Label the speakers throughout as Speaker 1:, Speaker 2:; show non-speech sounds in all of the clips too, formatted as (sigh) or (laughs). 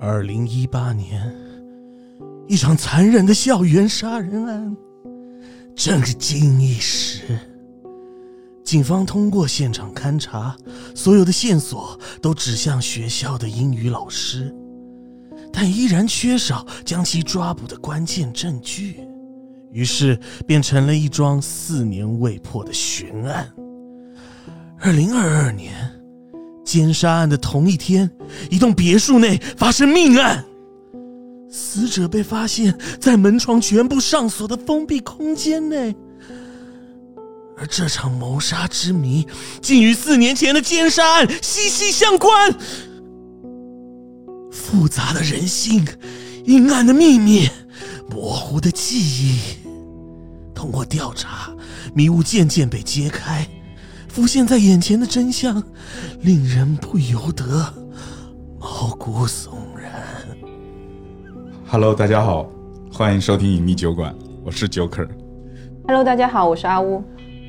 Speaker 1: 二零一八年，一场残忍的校园杀人案震惊一时。警方通过现场勘查，所有的线索都指向学校的英语老师，但依然缺少将其抓捕的关键证据，于是变成了一桩四年未破的悬案。二零二二年，奸杀案的同一天，一栋别墅内发生命案，死者被发现在门窗全部上锁的封闭空间内。而这场谋杀之谜，竟与四年前的奸杀案息息相关。复杂的人性，阴暗的秘密，模糊的记忆，通过调查，迷雾渐渐被揭开，浮现在眼前的真相，令人不由得毛骨悚然。
Speaker 2: Hello，大家好，欢迎收听隐秘酒馆，我是 Joker。 (laughs)
Speaker 3: Hello，大家好，我是阿乌。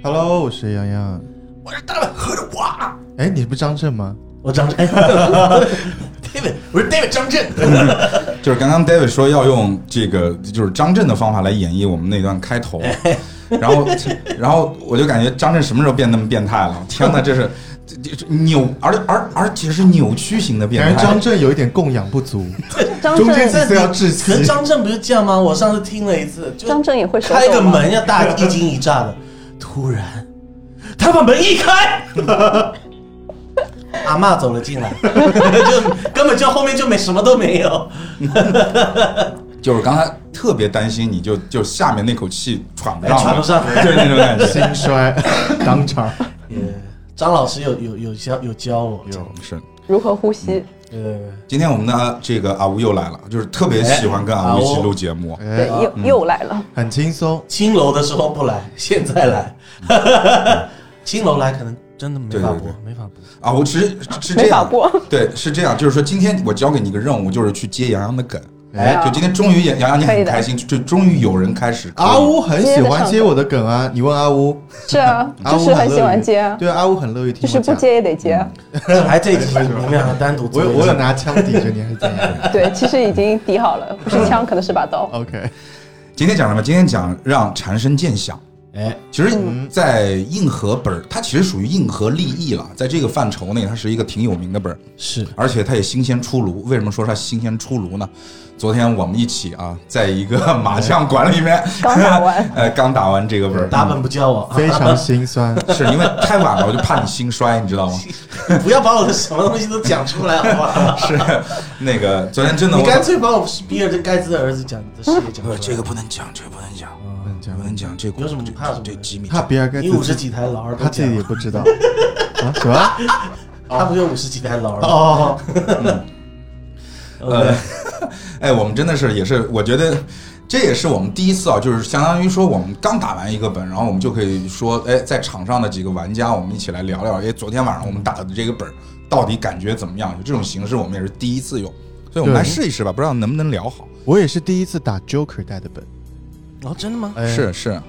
Speaker 4: Hello，我是洋洋。
Speaker 1: 我啊是大碗喝着哇，
Speaker 4: 哎，你不是张震吗？
Speaker 1: (laughs) 我张震，David，我是 David 张震。
Speaker 2: 就是刚刚 David 说要用这个就是张震的方法来演绎我们那段开
Speaker 1: (laughs)
Speaker 2: 头，然后然后我就感觉张震什么时候变那么变态了？天哪，这是 (laughs) 这这扭，而而而且是扭曲型的变
Speaker 4: 感觉
Speaker 2: 态。
Speaker 4: 张震有一点供养不足，
Speaker 3: 张
Speaker 4: 中间几
Speaker 3: 震，
Speaker 4: 次要窒
Speaker 1: 可是
Speaker 4: 息。
Speaker 1: 张震不是这样吗？我上次听了一次，就
Speaker 3: 张震也会手抖吗
Speaker 1: 开个门要大一惊一乍的，突然他把门一开，阿嬷走了进来， (laughs) 就根本就后面就没什么都没有。
Speaker 2: 就是刚才特别担心你就就下面那口气喘不
Speaker 1: 哎
Speaker 2: 上了，
Speaker 1: 喘不上
Speaker 2: (laughs)
Speaker 1: 来
Speaker 2: 就是那种感
Speaker 1: (laughs)
Speaker 2: 觉。
Speaker 4: 心衰，当场
Speaker 1: 也张老师有有有教有教我，
Speaker 4: 有
Speaker 2: 是，
Speaker 3: 如何呼吸？
Speaker 1: 呃，
Speaker 2: 今天我们的这个阿吴又来了，就是特别喜欢跟阿吴一起录节目。
Speaker 4: 哎
Speaker 3: 对，又
Speaker 2: 嗯
Speaker 3: 又来了。
Speaker 4: 很轻松。
Speaker 1: 青楼的时候不来，现在来，青楼来可能真的没法播
Speaker 2: 对对，
Speaker 1: 没法播。
Speaker 2: 阿吴其实啊是这
Speaker 3: 没法
Speaker 2: 样，
Speaker 3: 播，
Speaker 2: 对，是这样，就是说今天我交给你一个任务，就是去接洋洋的
Speaker 3: (laughs)
Speaker 2: 梗。
Speaker 3: 哎
Speaker 2: 就今天终于洋洋你
Speaker 3: 可以
Speaker 2: 很
Speaker 3: 的
Speaker 2: 开心，就终于有人开始可以
Speaker 4: 阿乌很喜欢接我的梗啊，你问阿乌，
Speaker 3: 是啊，
Speaker 2: 嗯
Speaker 4: 阿
Speaker 3: 就
Speaker 4: 乌
Speaker 3: 是很
Speaker 4: 乐
Speaker 3: 喜欢
Speaker 4: 于
Speaker 3: 接啊，
Speaker 4: 对，阿乌很乐意听
Speaker 3: 就
Speaker 4: 我
Speaker 3: 是
Speaker 4: 讲。
Speaker 3: 不接也得接。啊
Speaker 1: 来这一集我们俩单独
Speaker 4: 我
Speaker 1: 做一
Speaker 4: 有
Speaker 1: 集，
Speaker 4: 我有拿枪抵着你，还是怎样
Speaker 3: (laughs)
Speaker 2: 嗯
Speaker 3: 对，其实已经抵好了，不是枪，可能是把刀。
Speaker 4: ？OK，
Speaker 2: 今天讲什么？今天讲让蝉声渐响。
Speaker 1: 哎，
Speaker 2: 其实，
Speaker 3: 嗯
Speaker 2: 在硬核本儿，它其实属于硬核立意了，在这个范畴内，它是一个挺有名的本儿，
Speaker 1: 是
Speaker 2: 而且它也新鲜出炉。为什么说它新鲜出炉呢？昨天我们一起啊，在一个 (laughs) 麻将馆里面，
Speaker 3: 刚打完 (laughs)
Speaker 2: 呃，刚打完这个本儿，嗯
Speaker 1: 大本不教我，
Speaker 4: 非常心酸。
Speaker 2: 是因为太晚了，我就怕你心衰，你知道吗？
Speaker 1: 你 (laughs) 不要把我的什么东西都讲出来，好不好？
Speaker 2: 是那个昨天真的
Speaker 1: 你
Speaker 2: 我，
Speaker 1: 干脆把我比尔这盖茨的儿子讲的事业讲出
Speaker 2: 呃
Speaker 1: 来。
Speaker 2: (laughs) 这个不能讲，这个不能讲，
Speaker 4: 不能这样
Speaker 2: 不能讲，这个
Speaker 1: 有什么怕什么
Speaker 2: 这这机密。
Speaker 4: 怕比尔盖
Speaker 1: 你五十
Speaker 4: 茨，
Speaker 1: 几台老二都
Speaker 4: 他自
Speaker 1: 讲
Speaker 4: 己也
Speaker 1: 了，
Speaker 4: 不知道啊？什么？
Speaker 1: 他不就五十几台老二嗯吗？ (laughs)
Speaker 4: 哦，
Speaker 1: 呃，
Speaker 2: (laughs) 哎，我们真的是也是，我觉得这也是我们第一次啊，就是相当于说我们刚打完一个本，然后我们就可以说，哎，在场上的几个玩家，我们一起来聊聊，哎，昨天晚上我们打的这个本到底感觉怎么样？就这种形式，我们也是第一次用，所以我们
Speaker 4: 对
Speaker 2: 来试一试吧，不知道能不能聊好。
Speaker 4: 我也是第一次打 Joker 带的本，
Speaker 1: 哦，真的吗？哎
Speaker 4: 哎
Speaker 2: 是是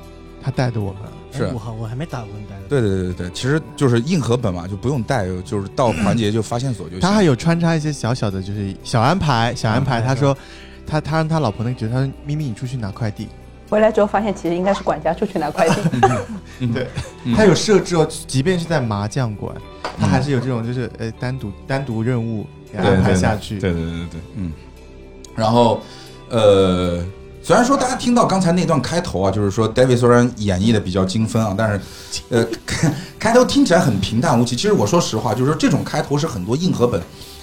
Speaker 4: 他带的我们。
Speaker 2: 是
Speaker 1: 我。好，我还没打过你带的。
Speaker 2: 对对对对对，其实就是硬核本嘛，就不用带，就是到环节就发线索就行。
Speaker 4: 他还有穿插一些小小的，就是小安排，小安排。
Speaker 1: 嗯
Speaker 4: 他说，他他让他老婆那个角色，他说咪咪你出去拿快递。
Speaker 3: 回来之后发现，其实应该是管家出去拿快递。
Speaker 2: 嗯
Speaker 4: (laughs) 他有设置哦，即便是在麻将馆，他还是有这种就是呃单独单独任务给他
Speaker 2: 对
Speaker 4: 安排
Speaker 2: 对
Speaker 4: 下去。
Speaker 2: 对对对对对，嗯。然后，呃，虽然说大家听到刚才那段开头啊，就是说 David 虽然演绎的比较精分啊，但是，呃，开开头听起来很平淡无奇。其实我说实话，就是说这种开头是很多硬核本。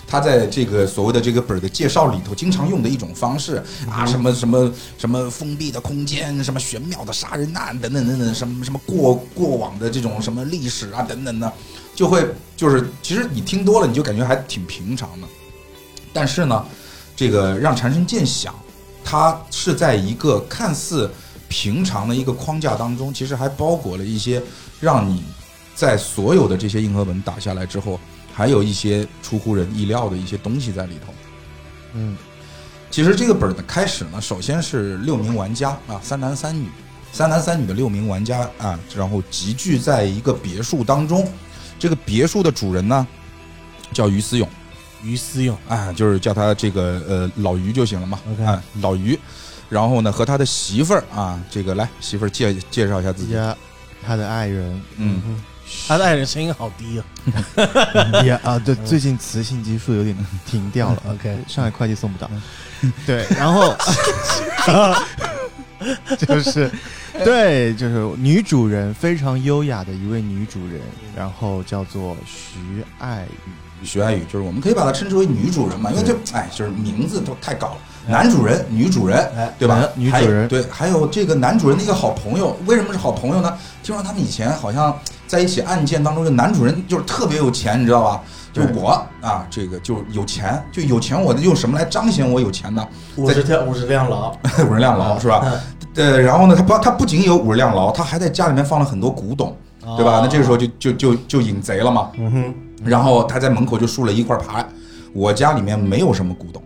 Speaker 2: 他在这个所谓的这个本儿的介绍里头，经常用的一种方式啊，什么什么什么封闭的空间，什么玄妙的杀人案等等等等，什么什么过过往的这种什么历史啊等等的，就会就是其实你听多了，你就感觉还挺平常的。但是呢，这个让蝉声渐响，它是在一个看似平常的一个框架当中，其实还包裹了一些让你在所有的这些硬核本打下来之后，还有一些出乎人意料的一些东西在里头。
Speaker 4: 嗯，
Speaker 2: 其实这个本儿的开始呢，首先是六名玩家啊，三男三女，三男三女的六名玩家啊，然后集聚在一个别墅当中。这个别墅的主人呢，叫于思勇，
Speaker 5: 于思勇，
Speaker 2: 啊，就是叫他这个呃老于就行了嘛
Speaker 5: OK
Speaker 2: 啊老于，然后呢和他的媳妇儿啊，这个来媳妇儿介介绍一下自己，
Speaker 4: 也他的爱人
Speaker 2: 嗯，
Speaker 5: 他的爱人声音好低啊。
Speaker 4: (laughs) 也啊，对，最近雌性激素有点停掉了。
Speaker 5: OK
Speaker 4: 上海快递送不到。对，然后就是对，就是女主人非常优雅的一位女主人，然后叫做徐爱宇。
Speaker 2: 徐爱宇就是我们可以把她称之为女主人嘛，因为这哎就是名字都太搞了。男主人、女主人
Speaker 5: 哎，
Speaker 2: 对吧？
Speaker 4: 哎女
Speaker 2: 还有
Speaker 4: 主人
Speaker 2: 对，还有这个男主人的一个好朋友，为什么是好朋友呢？听说他们以前好像在一起案件当中，这男主人就是特别有钱，你知道吧？就是
Speaker 4: 对
Speaker 2: 我啊，这个就有钱，就有钱，我用什么来彰显我有钱呢？
Speaker 5: 五十条五十辆牢，
Speaker 2: 五十辆
Speaker 5: 嗯
Speaker 2: 牢是吧？呃，然后呢，他不，他不仅有五十辆牢，他还在家里面放了很多古董，对吧？那这个时候就就就就引贼了嘛。
Speaker 5: 哦嗯哼，
Speaker 2: 然后他在门口就竖了一块牌，我家里面没有什么古董，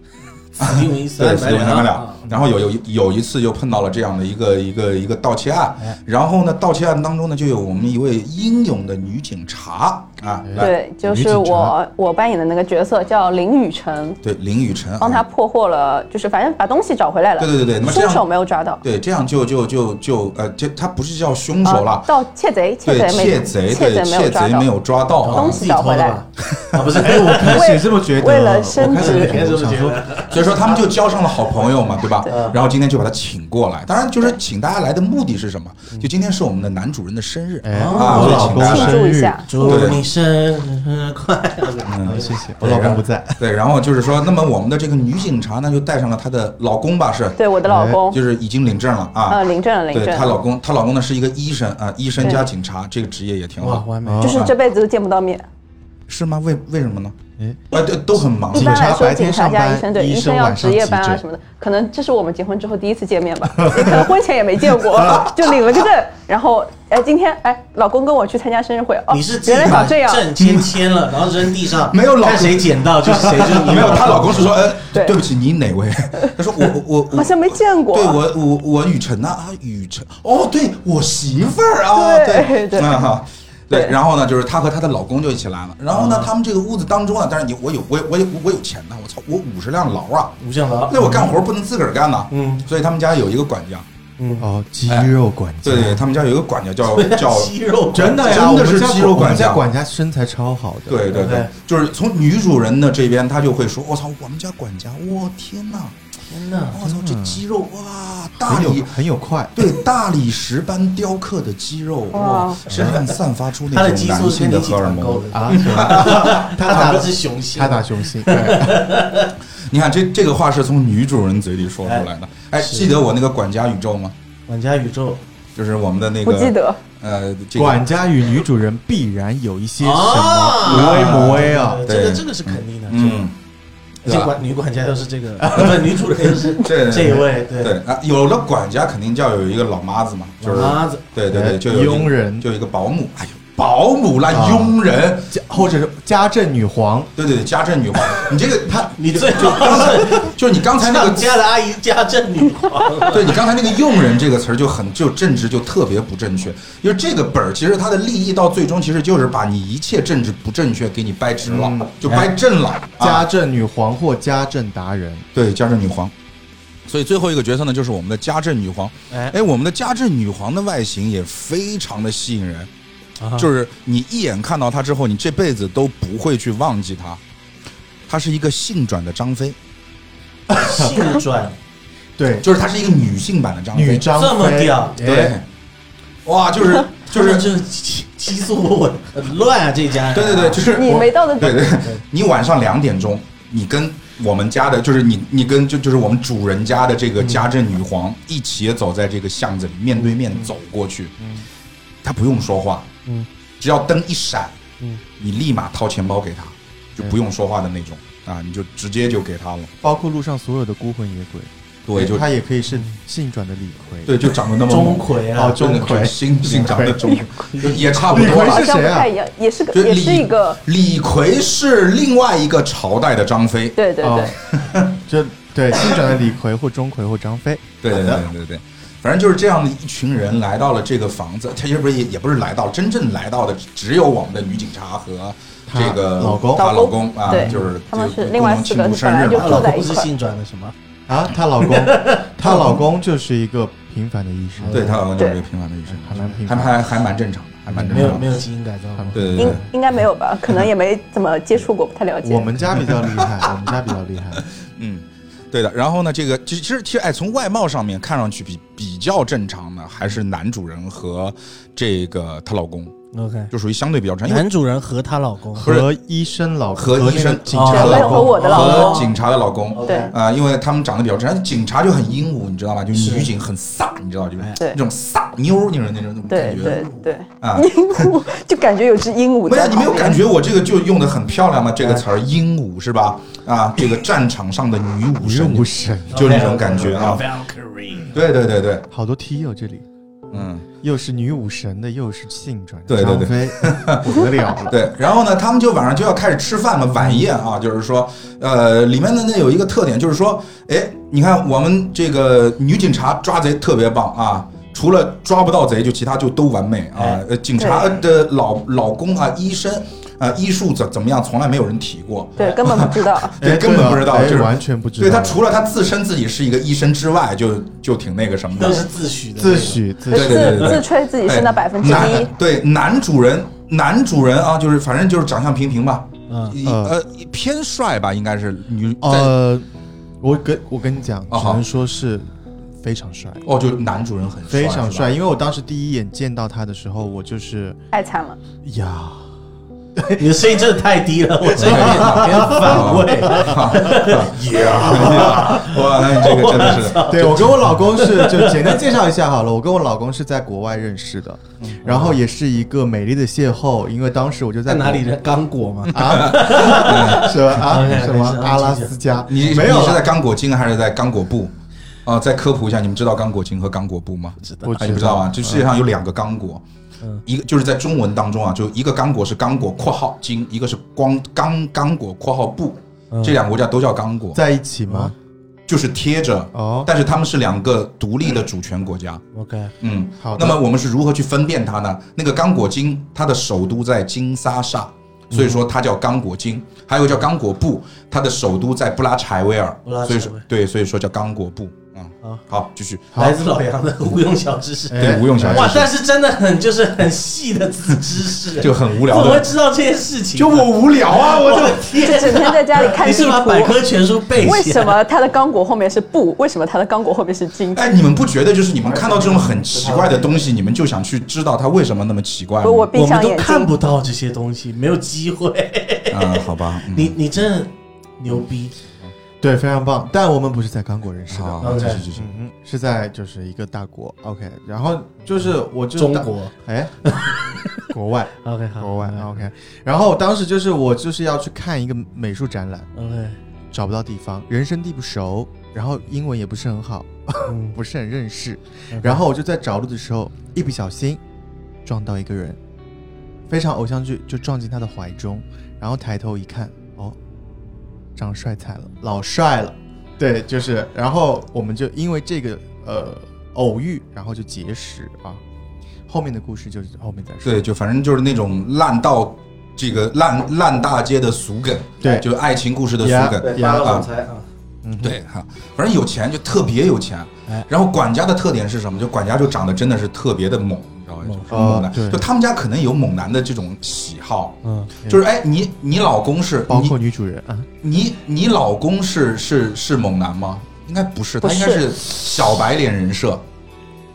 Speaker 5: 死定为
Speaker 2: 对，
Speaker 5: 三
Speaker 2: 死
Speaker 5: 百
Speaker 2: 定
Speaker 5: 两，
Speaker 2: 他们俩。
Speaker 5: 嗯
Speaker 2: 然后有有有一次就碰到了这样的一个一个一个盗窃案
Speaker 5: 哎，
Speaker 2: 然后呢，盗窃案当中呢，就有我们一位英勇的女警察啊，
Speaker 5: 哎
Speaker 2: 来，
Speaker 3: 对，就
Speaker 4: 女
Speaker 3: 是
Speaker 4: 警察
Speaker 3: 我我扮演的那个角色叫林雨辰，
Speaker 2: 对林雨辰啊，
Speaker 3: 帮他破获了，就是反正把东西找回来了。
Speaker 2: 对对对对那么这
Speaker 3: 凶
Speaker 2: 样
Speaker 3: 手没有抓到。
Speaker 2: 对，这样就就就就呃，这他不是叫凶手
Speaker 3: 啊
Speaker 2: 了，
Speaker 3: 到窃贼，窃
Speaker 2: 对，
Speaker 3: 贼没
Speaker 2: 窃贼，
Speaker 3: 窃
Speaker 2: 对，
Speaker 3: 贼没有
Speaker 2: 窃
Speaker 3: 抓
Speaker 2: 贼
Speaker 3: 到
Speaker 2: 没。有抓
Speaker 5: 哦
Speaker 2: 到啊
Speaker 3: 东。西找回来
Speaker 5: (laughs) 啊，不是？哎，我
Speaker 4: 开
Speaker 3: (laughs)
Speaker 4: 始也这么觉得，
Speaker 3: 为了
Speaker 4: 我
Speaker 3: 升
Speaker 4: 开始
Speaker 3: 职
Speaker 4: 也
Speaker 5: 我
Speaker 4: 这么哦
Speaker 5: 开始也这
Speaker 4: 想
Speaker 5: 么觉
Speaker 4: 说，
Speaker 2: 所以说他们就交上了好朋友嘛，对吧
Speaker 3: 对？
Speaker 2: 然后今天就把他请过来，当然就是请大家来的目的是什么？就今天是我们的男主人的生日
Speaker 4: 哎，
Speaker 2: 啊，
Speaker 5: 我
Speaker 4: 我
Speaker 2: 所以
Speaker 4: 老
Speaker 2: 请
Speaker 4: 公
Speaker 2: 大家
Speaker 3: 庆
Speaker 2: 来。
Speaker 3: 祝
Speaker 4: 生
Speaker 3: 一
Speaker 4: 日，
Speaker 3: 下
Speaker 5: 祝你生日快乐！
Speaker 3: 嗯
Speaker 4: 谢谢，我老公不在，
Speaker 2: 对，然后就是说，那么我们的这个女警察呢，就带上了她的老公吧，是，
Speaker 3: 对，我的老公，
Speaker 2: 哎就是已经领证了啊
Speaker 3: 呃，。领证了，领
Speaker 2: 对
Speaker 3: 证
Speaker 2: 她
Speaker 3: 了，
Speaker 2: 老公，她老公呢是一个医生啊，医生加
Speaker 3: 对
Speaker 2: 警察，这个职业也挺
Speaker 5: 哇，
Speaker 2: 好，
Speaker 5: 完美！
Speaker 4: 哦
Speaker 3: 就是这辈子都见不到面。
Speaker 2: 是吗？为为什么呢？
Speaker 4: 哎，
Speaker 2: 呃，对，都很忙
Speaker 3: 一
Speaker 4: 警
Speaker 3: 般
Speaker 4: 察
Speaker 3: 来说，
Speaker 4: 白
Speaker 3: 警
Speaker 4: 天
Speaker 3: 察
Speaker 4: 上
Speaker 3: 加
Speaker 4: 班
Speaker 3: 医生，对，
Speaker 4: 医
Speaker 3: 医
Speaker 4: 生
Speaker 3: 生要
Speaker 4: 晚上
Speaker 3: 值夜
Speaker 4: 急
Speaker 3: 班啊
Speaker 4: 诊
Speaker 3: 什么的，可能这是我们结婚之后第一次见面吧，可能婚前也没见过，就领了个证，然后哎，今天哎，老公跟我去参加生日会，哦，
Speaker 5: 你是自己
Speaker 3: 原来
Speaker 5: 把
Speaker 3: 搞这样，
Speaker 5: 证签签了，然后扔地上，
Speaker 2: 没有老公
Speaker 5: 看谁捡到就是谁
Speaker 2: (laughs)
Speaker 5: 就是你。
Speaker 2: 没有，她老公是说，呃，
Speaker 3: 对
Speaker 2: 对不起，你哪
Speaker 3: (laughs)
Speaker 2: 位？她说我我我
Speaker 3: 好像没见过，
Speaker 2: 对我我我雨辰呐啊雨辰哦，对我媳妇儿啊，
Speaker 3: 对对
Speaker 2: 嗯哈对，
Speaker 3: 对
Speaker 2: 然后呢，就是她和她的老公就一起来了。然后呢，他们这个屋子当中啊，但是你我有我有我有我有钱呐，我操，我五十辆劳啊，
Speaker 1: 嗯
Speaker 5: 吴向劳， (laughs)
Speaker 2: 那我干活不能自个儿干呐，
Speaker 5: 嗯，
Speaker 2: 所以他们家有一个管家，
Speaker 5: 嗯，
Speaker 4: 哦，肌肉管家，
Speaker 2: 对对，他们家有一个管
Speaker 1: (laughs)
Speaker 2: 家叫叫，
Speaker 5: (laughs) 肌肉
Speaker 4: 真的
Speaker 2: 真
Speaker 4: 呀，
Speaker 2: 的
Speaker 4: 我们
Speaker 2: 是
Speaker 4: 家
Speaker 2: 肌肉管
Speaker 4: 我们
Speaker 2: 家
Speaker 4: 家管家身材超好
Speaker 2: (laughs)
Speaker 4: 的，
Speaker 2: 对对对
Speaker 5: 对，
Speaker 2: 就是从女主人的这边，她就会说，我操，我们家管家，我天呐，
Speaker 5: 天哪！
Speaker 2: 我操，这肌肉哇，大
Speaker 4: 很
Speaker 2: 理
Speaker 4: 有很有块，
Speaker 2: 对大理石般雕刻的肌肉，
Speaker 3: 哇
Speaker 2: 哇，身上散发出
Speaker 5: 他
Speaker 2: 那
Speaker 5: 的
Speaker 2: 种
Speaker 5: 激
Speaker 2: 男
Speaker 5: 素是
Speaker 2: 性
Speaker 5: 跟
Speaker 2: 的
Speaker 5: 你一起
Speaker 2: 荷尔
Speaker 5: 团购
Speaker 2: 蒙。
Speaker 5: 的， (laughs)
Speaker 4: 啊，
Speaker 5: 他打的是雄性，
Speaker 4: 他打雄哎性，
Speaker 2: 你看，这这个话是从女主人嘴里说出来的。哎，
Speaker 5: 是
Speaker 2: 记得我那个管家宇宙吗？
Speaker 5: 管家宇宙
Speaker 2: 就是我们的那
Speaker 3: 不记
Speaker 2: 个
Speaker 3: 得，
Speaker 2: 呃，这个
Speaker 4: 管家与女主人必然有一些什么
Speaker 5: 啊
Speaker 4: 挪威挪威啊，
Speaker 5: 这个
Speaker 2: 对
Speaker 5: 这个是肯定的，这个
Speaker 2: 嗯，
Speaker 5: 而且管女管家又是
Speaker 2: (laughs)
Speaker 5: 这个，不女主人又是
Speaker 2: 对
Speaker 5: 这一位，对，
Speaker 2: 对啊，有了管家肯定就要有一个老妈子嘛，就是
Speaker 5: 妈子，
Speaker 2: 对对
Speaker 4: 哎
Speaker 2: 对，就有一个
Speaker 4: 佣人
Speaker 2: 就有一个保姆。哎呦，保姆啦，
Speaker 4: 啊
Speaker 2: 佣人，
Speaker 4: 家或者是家政女皇，
Speaker 2: 对对对，家政女皇，你这个他
Speaker 5: 你最好是
Speaker 2: 就是你刚才那个哎
Speaker 5: 上家的阿姨家政女
Speaker 2: (laughs)
Speaker 5: 皇，
Speaker 2: 对你刚才那个“用人”这个词儿就很就政治就特别不正确，因为这个本儿其实它的利益到最终其实就是把你一切政治不正确给你掰直了，
Speaker 4: 嗯
Speaker 2: 就掰正了。
Speaker 4: 家
Speaker 2: 啊、
Speaker 4: 政女皇或家政达人，
Speaker 2: 对家政女皇，所以最后一个角色呢就是我们的家政女皇。
Speaker 5: 哎，
Speaker 2: 哎，我们的家政女皇的外形也非常的吸引人，
Speaker 4: 啊
Speaker 5: 是
Speaker 2: 就是你一眼看到她之后，你这辈子都不会去忘记她。她是一个性转的张飞，
Speaker 5: 性
Speaker 2: (laughs)
Speaker 5: 转，
Speaker 4: 对，
Speaker 2: 就是她是一个女性版的张飞。
Speaker 4: 女张
Speaker 5: 这么
Speaker 4: 飞哎
Speaker 5: 屌
Speaker 2: 对，哇，就是
Speaker 5: 就
Speaker 2: 就
Speaker 4: (laughs)
Speaker 5: 是
Speaker 2: 是
Speaker 5: 这个激激素我很乱啊，这家，
Speaker 2: 嗯对对对，就是
Speaker 3: 你
Speaker 2: 我
Speaker 3: 没到的
Speaker 2: 对
Speaker 3: 点，
Speaker 2: 对，你晚上两点钟，你跟我们家的，就是你，你跟就就是我们主人家的这个家政女皇一起走在这个巷子里，面对面走过去，她不用说话，
Speaker 5: 嗯
Speaker 2: 只要灯一闪，
Speaker 5: 嗯
Speaker 2: 你立马掏钱包给她，就不用说话的那种啊，你就直接就给她了，
Speaker 4: 包括路上所有的孤魂野鬼，
Speaker 2: 对，就嗯
Speaker 4: 她也可以是性转的李逵，
Speaker 2: 对，就长得那么
Speaker 5: 钟
Speaker 2: 猛，
Speaker 5: 馗啊
Speaker 4: 哦，钟馗
Speaker 2: 馗新新长得钟馗就也差不多
Speaker 4: 李逵
Speaker 2: 了
Speaker 3: 好
Speaker 4: 是。
Speaker 3: 像不
Speaker 4: 谁啊
Speaker 3: 太一样，也是个
Speaker 2: 就
Speaker 3: 也是一个，
Speaker 2: 李逵是另外一个朝代的张飞，
Speaker 3: 对对对
Speaker 4: 哦， (laughs) 就对性转的李逵或钟馗或张飞，
Speaker 2: 对对对对对对，反正就是这样的一群人 (laughs) 来到了这个房子，他其实不是也也不是来到，真正来到的只有我们的女警察和
Speaker 4: 她
Speaker 2: 这个
Speaker 4: 老公
Speaker 2: 她老
Speaker 3: 老
Speaker 2: 公
Speaker 3: 公
Speaker 2: 啊，
Speaker 3: 对
Speaker 2: 就是
Speaker 3: 他们
Speaker 2: 就是共
Speaker 3: 另外
Speaker 2: 同
Speaker 3: 四
Speaker 2: 庆
Speaker 3: 个
Speaker 2: 祝
Speaker 3: 是
Speaker 2: 生
Speaker 3: 本来
Speaker 2: 日
Speaker 3: 就
Speaker 2: 嘛
Speaker 5: 她老
Speaker 3: 住在
Speaker 5: 公
Speaker 3: 一
Speaker 5: 不是
Speaker 3: 块儿
Speaker 5: 性转的什么？
Speaker 4: 啊，
Speaker 2: (laughs)
Speaker 4: 她老公，她老公就是一个平凡的医生，
Speaker 2: 对她老公就是一
Speaker 3: 对
Speaker 2: 个平凡的医生，
Speaker 4: 还蛮平
Speaker 2: 还
Speaker 4: 凡
Speaker 2: 还还蛮正常的，还蛮正
Speaker 5: 没有
Speaker 2: 常
Speaker 5: 没
Speaker 2: 的。
Speaker 5: 有基因改造吗？
Speaker 2: 对对
Speaker 3: 应
Speaker 2: 对，
Speaker 3: 应该没有吧？可能也没怎么接触过，不太了解
Speaker 4: 我。们家比较厉
Speaker 2: (laughs)
Speaker 4: 害，我们家比较厉害，
Speaker 2: 嗯，对的。然后呢，这个其实其实其实哎，从外貌上面看上去比比较正常的还是男主人和这个她老公，
Speaker 5: OK，
Speaker 2: 就属于相对比较正常，因为
Speaker 5: 男主人和她老公
Speaker 2: 是
Speaker 4: 和医生老公
Speaker 2: 和
Speaker 4: 那
Speaker 2: 医
Speaker 4: 个
Speaker 2: 生
Speaker 4: 警察
Speaker 3: 对没
Speaker 4: 老
Speaker 3: 有
Speaker 4: 公
Speaker 3: 和我的老
Speaker 2: 和
Speaker 3: 公，
Speaker 2: 警察的老公。
Speaker 3: 对
Speaker 2: 啊、因为他们长得比较正常，警察就很英武，你知道吗？就是女警很飒，你知道，就是
Speaker 3: 对
Speaker 2: 那种飒妞，那种那种那种
Speaker 3: 对
Speaker 2: 感觉。
Speaker 3: 对对，
Speaker 2: 啊，
Speaker 3: (laughs) 鹦鹉就感觉有只鹦鹉
Speaker 2: 没有，
Speaker 3: 在
Speaker 2: 你没有
Speaker 3: 旁边
Speaker 2: 感觉我这个就用的很漂亮吗？这个词儿，鹦鹉是吧？啊，这个战场上的女武神，
Speaker 4: 女武神，
Speaker 2: 就那种感觉啊。
Speaker 1: 哦
Speaker 5: Valkyrie，
Speaker 2: 对对对对，
Speaker 4: 好多 T 啊友这里。
Speaker 2: 嗯，
Speaker 4: 又是女武神的，又是性转，
Speaker 2: 对对对
Speaker 4: 张飞不得了了。
Speaker 2: 对。然后呢，他们就晚上就要开始吃饭了，晚宴啊，就是说，呃，里面的那有一个特点就是说，哎，你看我们这个女警察抓贼特别棒啊。除了抓不到贼，就其他就都完美啊
Speaker 5: 哎！
Speaker 2: 呃，警察的老老公啊，医生啊，医术怎怎么样，从来没有人提过。
Speaker 3: 对，根本不知道。
Speaker 2: 对
Speaker 4: 哎
Speaker 2: 根本不知道
Speaker 4: 对了哎
Speaker 2: 就是
Speaker 4: 完全不知道。
Speaker 2: 对他，除了他自身自己是一个医生之外，就就挺那个什么的。
Speaker 5: 那是自诩的那
Speaker 4: (laughs) 自
Speaker 5: 个
Speaker 4: 诩自
Speaker 2: 对对
Speaker 4: 诩，
Speaker 2: 对对哎
Speaker 3: 自自吹自己是那百分之
Speaker 2: 男
Speaker 3: 一，
Speaker 2: 对男主人，男主人啊，就是反正就是长相平平吧，
Speaker 5: 嗯
Speaker 2: 一
Speaker 4: 呃
Speaker 2: 呃偏帅吧，应该是女在
Speaker 4: 呃，我跟我跟你讲，
Speaker 2: 哦
Speaker 4: 只
Speaker 2: 好
Speaker 4: 能说是非常啊帅，
Speaker 2: 哦，就男主人很帅
Speaker 4: 非常帅。
Speaker 2: 是吧
Speaker 4: 因为我当时第一眼见到他的时候，我就是
Speaker 3: 爱惨了。
Speaker 4: 呀，
Speaker 5: 你的声音真的太低了，
Speaker 2: 哎
Speaker 5: 我真的反胃。
Speaker 2: (laughs) 哇，那你这个真的
Speaker 4: (laughs)
Speaker 2: 是
Speaker 4: (laughs) 对我跟我老公 (laughs) 是就简单介绍一下好了，我跟我老公是在国外认识的，然后也是一个美丽的邂逅，因为当时我就在
Speaker 5: 在哪里
Speaker 4: 国
Speaker 5: 人？刚果吗？
Speaker 4: 啊？ (laughs) 什么啊？
Speaker 5: OK，
Speaker 4: 什么
Speaker 5: 没事
Speaker 4: 阿拉斯加？
Speaker 2: 你
Speaker 4: 没
Speaker 2: 你
Speaker 4: 有了
Speaker 2: 是在刚果金还是在刚果布？啊、再科普一下，你们知道刚果金和刚果布吗？
Speaker 5: 知道
Speaker 4: 我
Speaker 2: 啊，你不知道吗？这世界上有两个刚果，
Speaker 5: 嗯
Speaker 2: 一个就是在中文当中啊，就一个刚果是刚果（括号金），一个是光刚刚果（括号布），
Speaker 5: 嗯
Speaker 2: 这两个国家都叫刚果，
Speaker 4: 在一起吗？
Speaker 2: 就是贴着，
Speaker 4: 哦，
Speaker 2: 但是他们是两个独立的主权国家。
Speaker 5: OK，
Speaker 2: 嗯，
Speaker 4: 好的
Speaker 2: 那么我们是如何去分辨它呢？那个刚果金，它的首都在金沙萨，
Speaker 4: 嗯
Speaker 2: 所以说它叫刚果金；还有个叫刚果布，它的首都在布拉柴维尔
Speaker 5: 布拉，柴维
Speaker 2: 所以
Speaker 5: 尔
Speaker 2: 说对，所以说叫刚果布。嗯
Speaker 5: 好，
Speaker 2: 好，继续。
Speaker 4: 好
Speaker 5: 来自老杨的无用小知识。
Speaker 4: 哎
Speaker 2: 对，无用小知
Speaker 5: 哇，
Speaker 2: 识
Speaker 5: 但是真的很就是很细的知识，
Speaker 2: 就很无
Speaker 5: 我
Speaker 2: 聊
Speaker 5: 怎么会
Speaker 2: 的，
Speaker 5: 知道这些事情？
Speaker 2: 就我无聊啊，我就。
Speaker 5: 天
Speaker 3: 这整天在家里看
Speaker 5: 你
Speaker 3: 地
Speaker 5: 是把百
Speaker 3: 图，
Speaker 5: 科全书背起来？
Speaker 3: (laughs) 为什么他的刚果后面是布？为什么他的刚果后面是金？
Speaker 2: (laughs) 哎，你们不觉得就是你们看到这种很奇怪的东西，你们就想去知道它为什么那么奇怪吗？
Speaker 3: 我我
Speaker 5: 我
Speaker 3: 闭
Speaker 5: 们
Speaker 3: 上
Speaker 5: 都
Speaker 3: 眼
Speaker 5: 看
Speaker 3: 睛，
Speaker 5: 不到这些东西，没有机
Speaker 4: 嗯
Speaker 5: 会。
Speaker 2: 啊，好吧，嗯
Speaker 5: 你你真的牛逼，
Speaker 4: 对，非常棒。但我们不是在刚果认识的，
Speaker 2: 好，
Speaker 5: OK
Speaker 2: 继续继续。
Speaker 4: 嗯，是在就是一个大国，OK。然后就是我就
Speaker 5: 中
Speaker 4: 当，
Speaker 5: 国。
Speaker 4: 哎，国外，
Speaker 5: OK，好，
Speaker 4: 国外，OK。然
Speaker 3: 嗯
Speaker 4: 后当时就是我就是要去看一个美术展览，
Speaker 5: OK，
Speaker 4: 找不到地方，人生地不熟，然后英文也不是很好，
Speaker 5: 嗯
Speaker 4: 不是很认识。嗯然后我就在找路的时候，一不小心撞到一个人，非常偶像剧，就撞进他的怀中，然后抬头一看，哦，长帅惨了，老帅了，对，就是，然后我们就因为这个呃偶遇，然后就结识啊，后面的故事就是后面再说。
Speaker 2: 对，就反正就是那种烂到这个烂烂大街的俗梗，
Speaker 4: 对
Speaker 2: 就爱情故事的俗
Speaker 4: Yeah
Speaker 2: 梗。
Speaker 4: 对霸道
Speaker 2: 总
Speaker 5: 裁啊，
Speaker 4: 嗯哼，
Speaker 2: 对哈，反正有钱就特别有钱
Speaker 5: 哎，
Speaker 2: 然后管家的特点是什么？就管家就长得真的是特别的猛，你知道吗？
Speaker 5: 猛
Speaker 2: 就是猛男，
Speaker 4: 哦对
Speaker 2: 就他们家可能有猛男的这种喜好，
Speaker 5: 嗯，
Speaker 2: 就是哎，你你老公是
Speaker 4: 包
Speaker 2: 你
Speaker 4: 括女主人啊，
Speaker 2: 你你老公是是是猛男吗？应该不是，他
Speaker 3: 不
Speaker 2: 应该是
Speaker 3: 是
Speaker 2: 小白脸人设，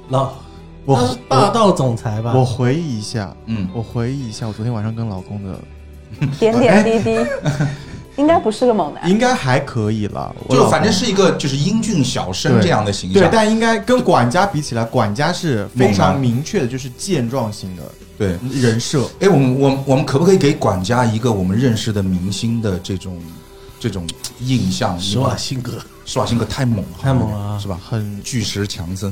Speaker 5: 老
Speaker 4: 我
Speaker 5: 他是霸道总裁吧？
Speaker 4: 我回忆一下，
Speaker 2: 嗯，
Speaker 4: 我回忆一下，我昨天晚上跟老公的，
Speaker 3: 点点滴滴，应该不是个猛男。
Speaker 4: 应该还可以了，我
Speaker 2: 就
Speaker 4: 老
Speaker 2: 反正
Speaker 4: 公
Speaker 2: 是一个就是英俊小生
Speaker 4: 对
Speaker 2: 这样的形
Speaker 4: 对
Speaker 2: 象，，
Speaker 4: 但应该跟管家比起来，管家是
Speaker 2: 猛
Speaker 4: 非
Speaker 2: 男
Speaker 4: 常明确的，就是健壮型的
Speaker 2: 对。
Speaker 4: 人设。
Speaker 2: 哎，我们我们我们可不可以给管家一个我们认识的明星的这种这种印象？
Speaker 5: 施瓦辛格，
Speaker 2: 施瓦辛格太猛了，
Speaker 5: 太猛了啊
Speaker 2: 是吧？
Speaker 4: 很
Speaker 2: 巨石强森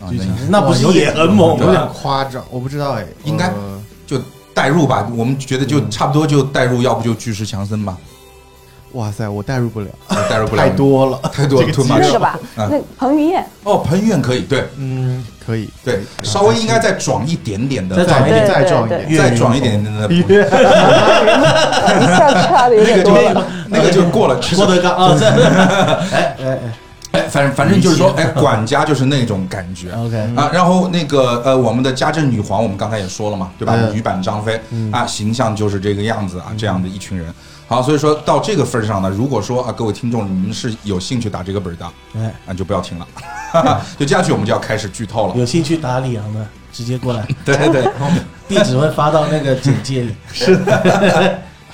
Speaker 2: 啊，
Speaker 5: 剧情
Speaker 2: 那
Speaker 5: 那不是也很猛
Speaker 4: 嗯有点
Speaker 5: 吗？
Speaker 4: 夸张，我不知道哎，
Speaker 2: 应该
Speaker 4: 啊呃嗯 (laughs)
Speaker 2: 就代入吧。我们觉得就差不多就代入，要不就巨石强森吧。
Speaker 4: 哇塞，我代入不了，
Speaker 2: 我代入不了
Speaker 4: 太多了，
Speaker 2: 太多
Speaker 4: 这个
Speaker 2: too
Speaker 4: 肌
Speaker 3: 那
Speaker 2: much
Speaker 3: 个吧，
Speaker 2: 嗯
Speaker 3: 那彭于晏，
Speaker 2: 哦，彭于晏可以，对
Speaker 4: 嗯，可以，
Speaker 2: 对，稍微应该再壮一点点的，
Speaker 4: 再壮一
Speaker 3: 对
Speaker 4: 点，
Speaker 3: 对
Speaker 4: 再壮一
Speaker 3: 对
Speaker 4: 点，
Speaker 2: 再壮一点点
Speaker 4: (laughs)
Speaker 2: 的，
Speaker 3: 一下差的有点
Speaker 2: 那个
Speaker 3: 多了。
Speaker 2: 就那个就
Speaker 4: (laughs)
Speaker 2: 过了，其实
Speaker 1: 郭德纲
Speaker 5: (laughs)
Speaker 1: 啊，这，哎哎哎
Speaker 2: 哎，反反正就是说，哎，管家就是那种感觉。
Speaker 1: ，OK，
Speaker 2: 啊，然后那个呃，我们的家政女皇，我们刚才也说了嘛，对吧？
Speaker 4: 嗯
Speaker 2: 女版张飞啊，形象就是这个样子啊，这样的一群人。好，所以说到这个份儿上呢，如果说啊，各位听众你们是有兴趣打这个本儿的，
Speaker 5: 哎，
Speaker 2: 啊，就不要听了， (laughs) 就接下去我们就要开始剧透了。
Speaker 5: 有兴趣打李阳的，直接过来，
Speaker 2: 对对对，
Speaker 1: 地址会发到那个简介
Speaker 4: (laughs)
Speaker 1: 里。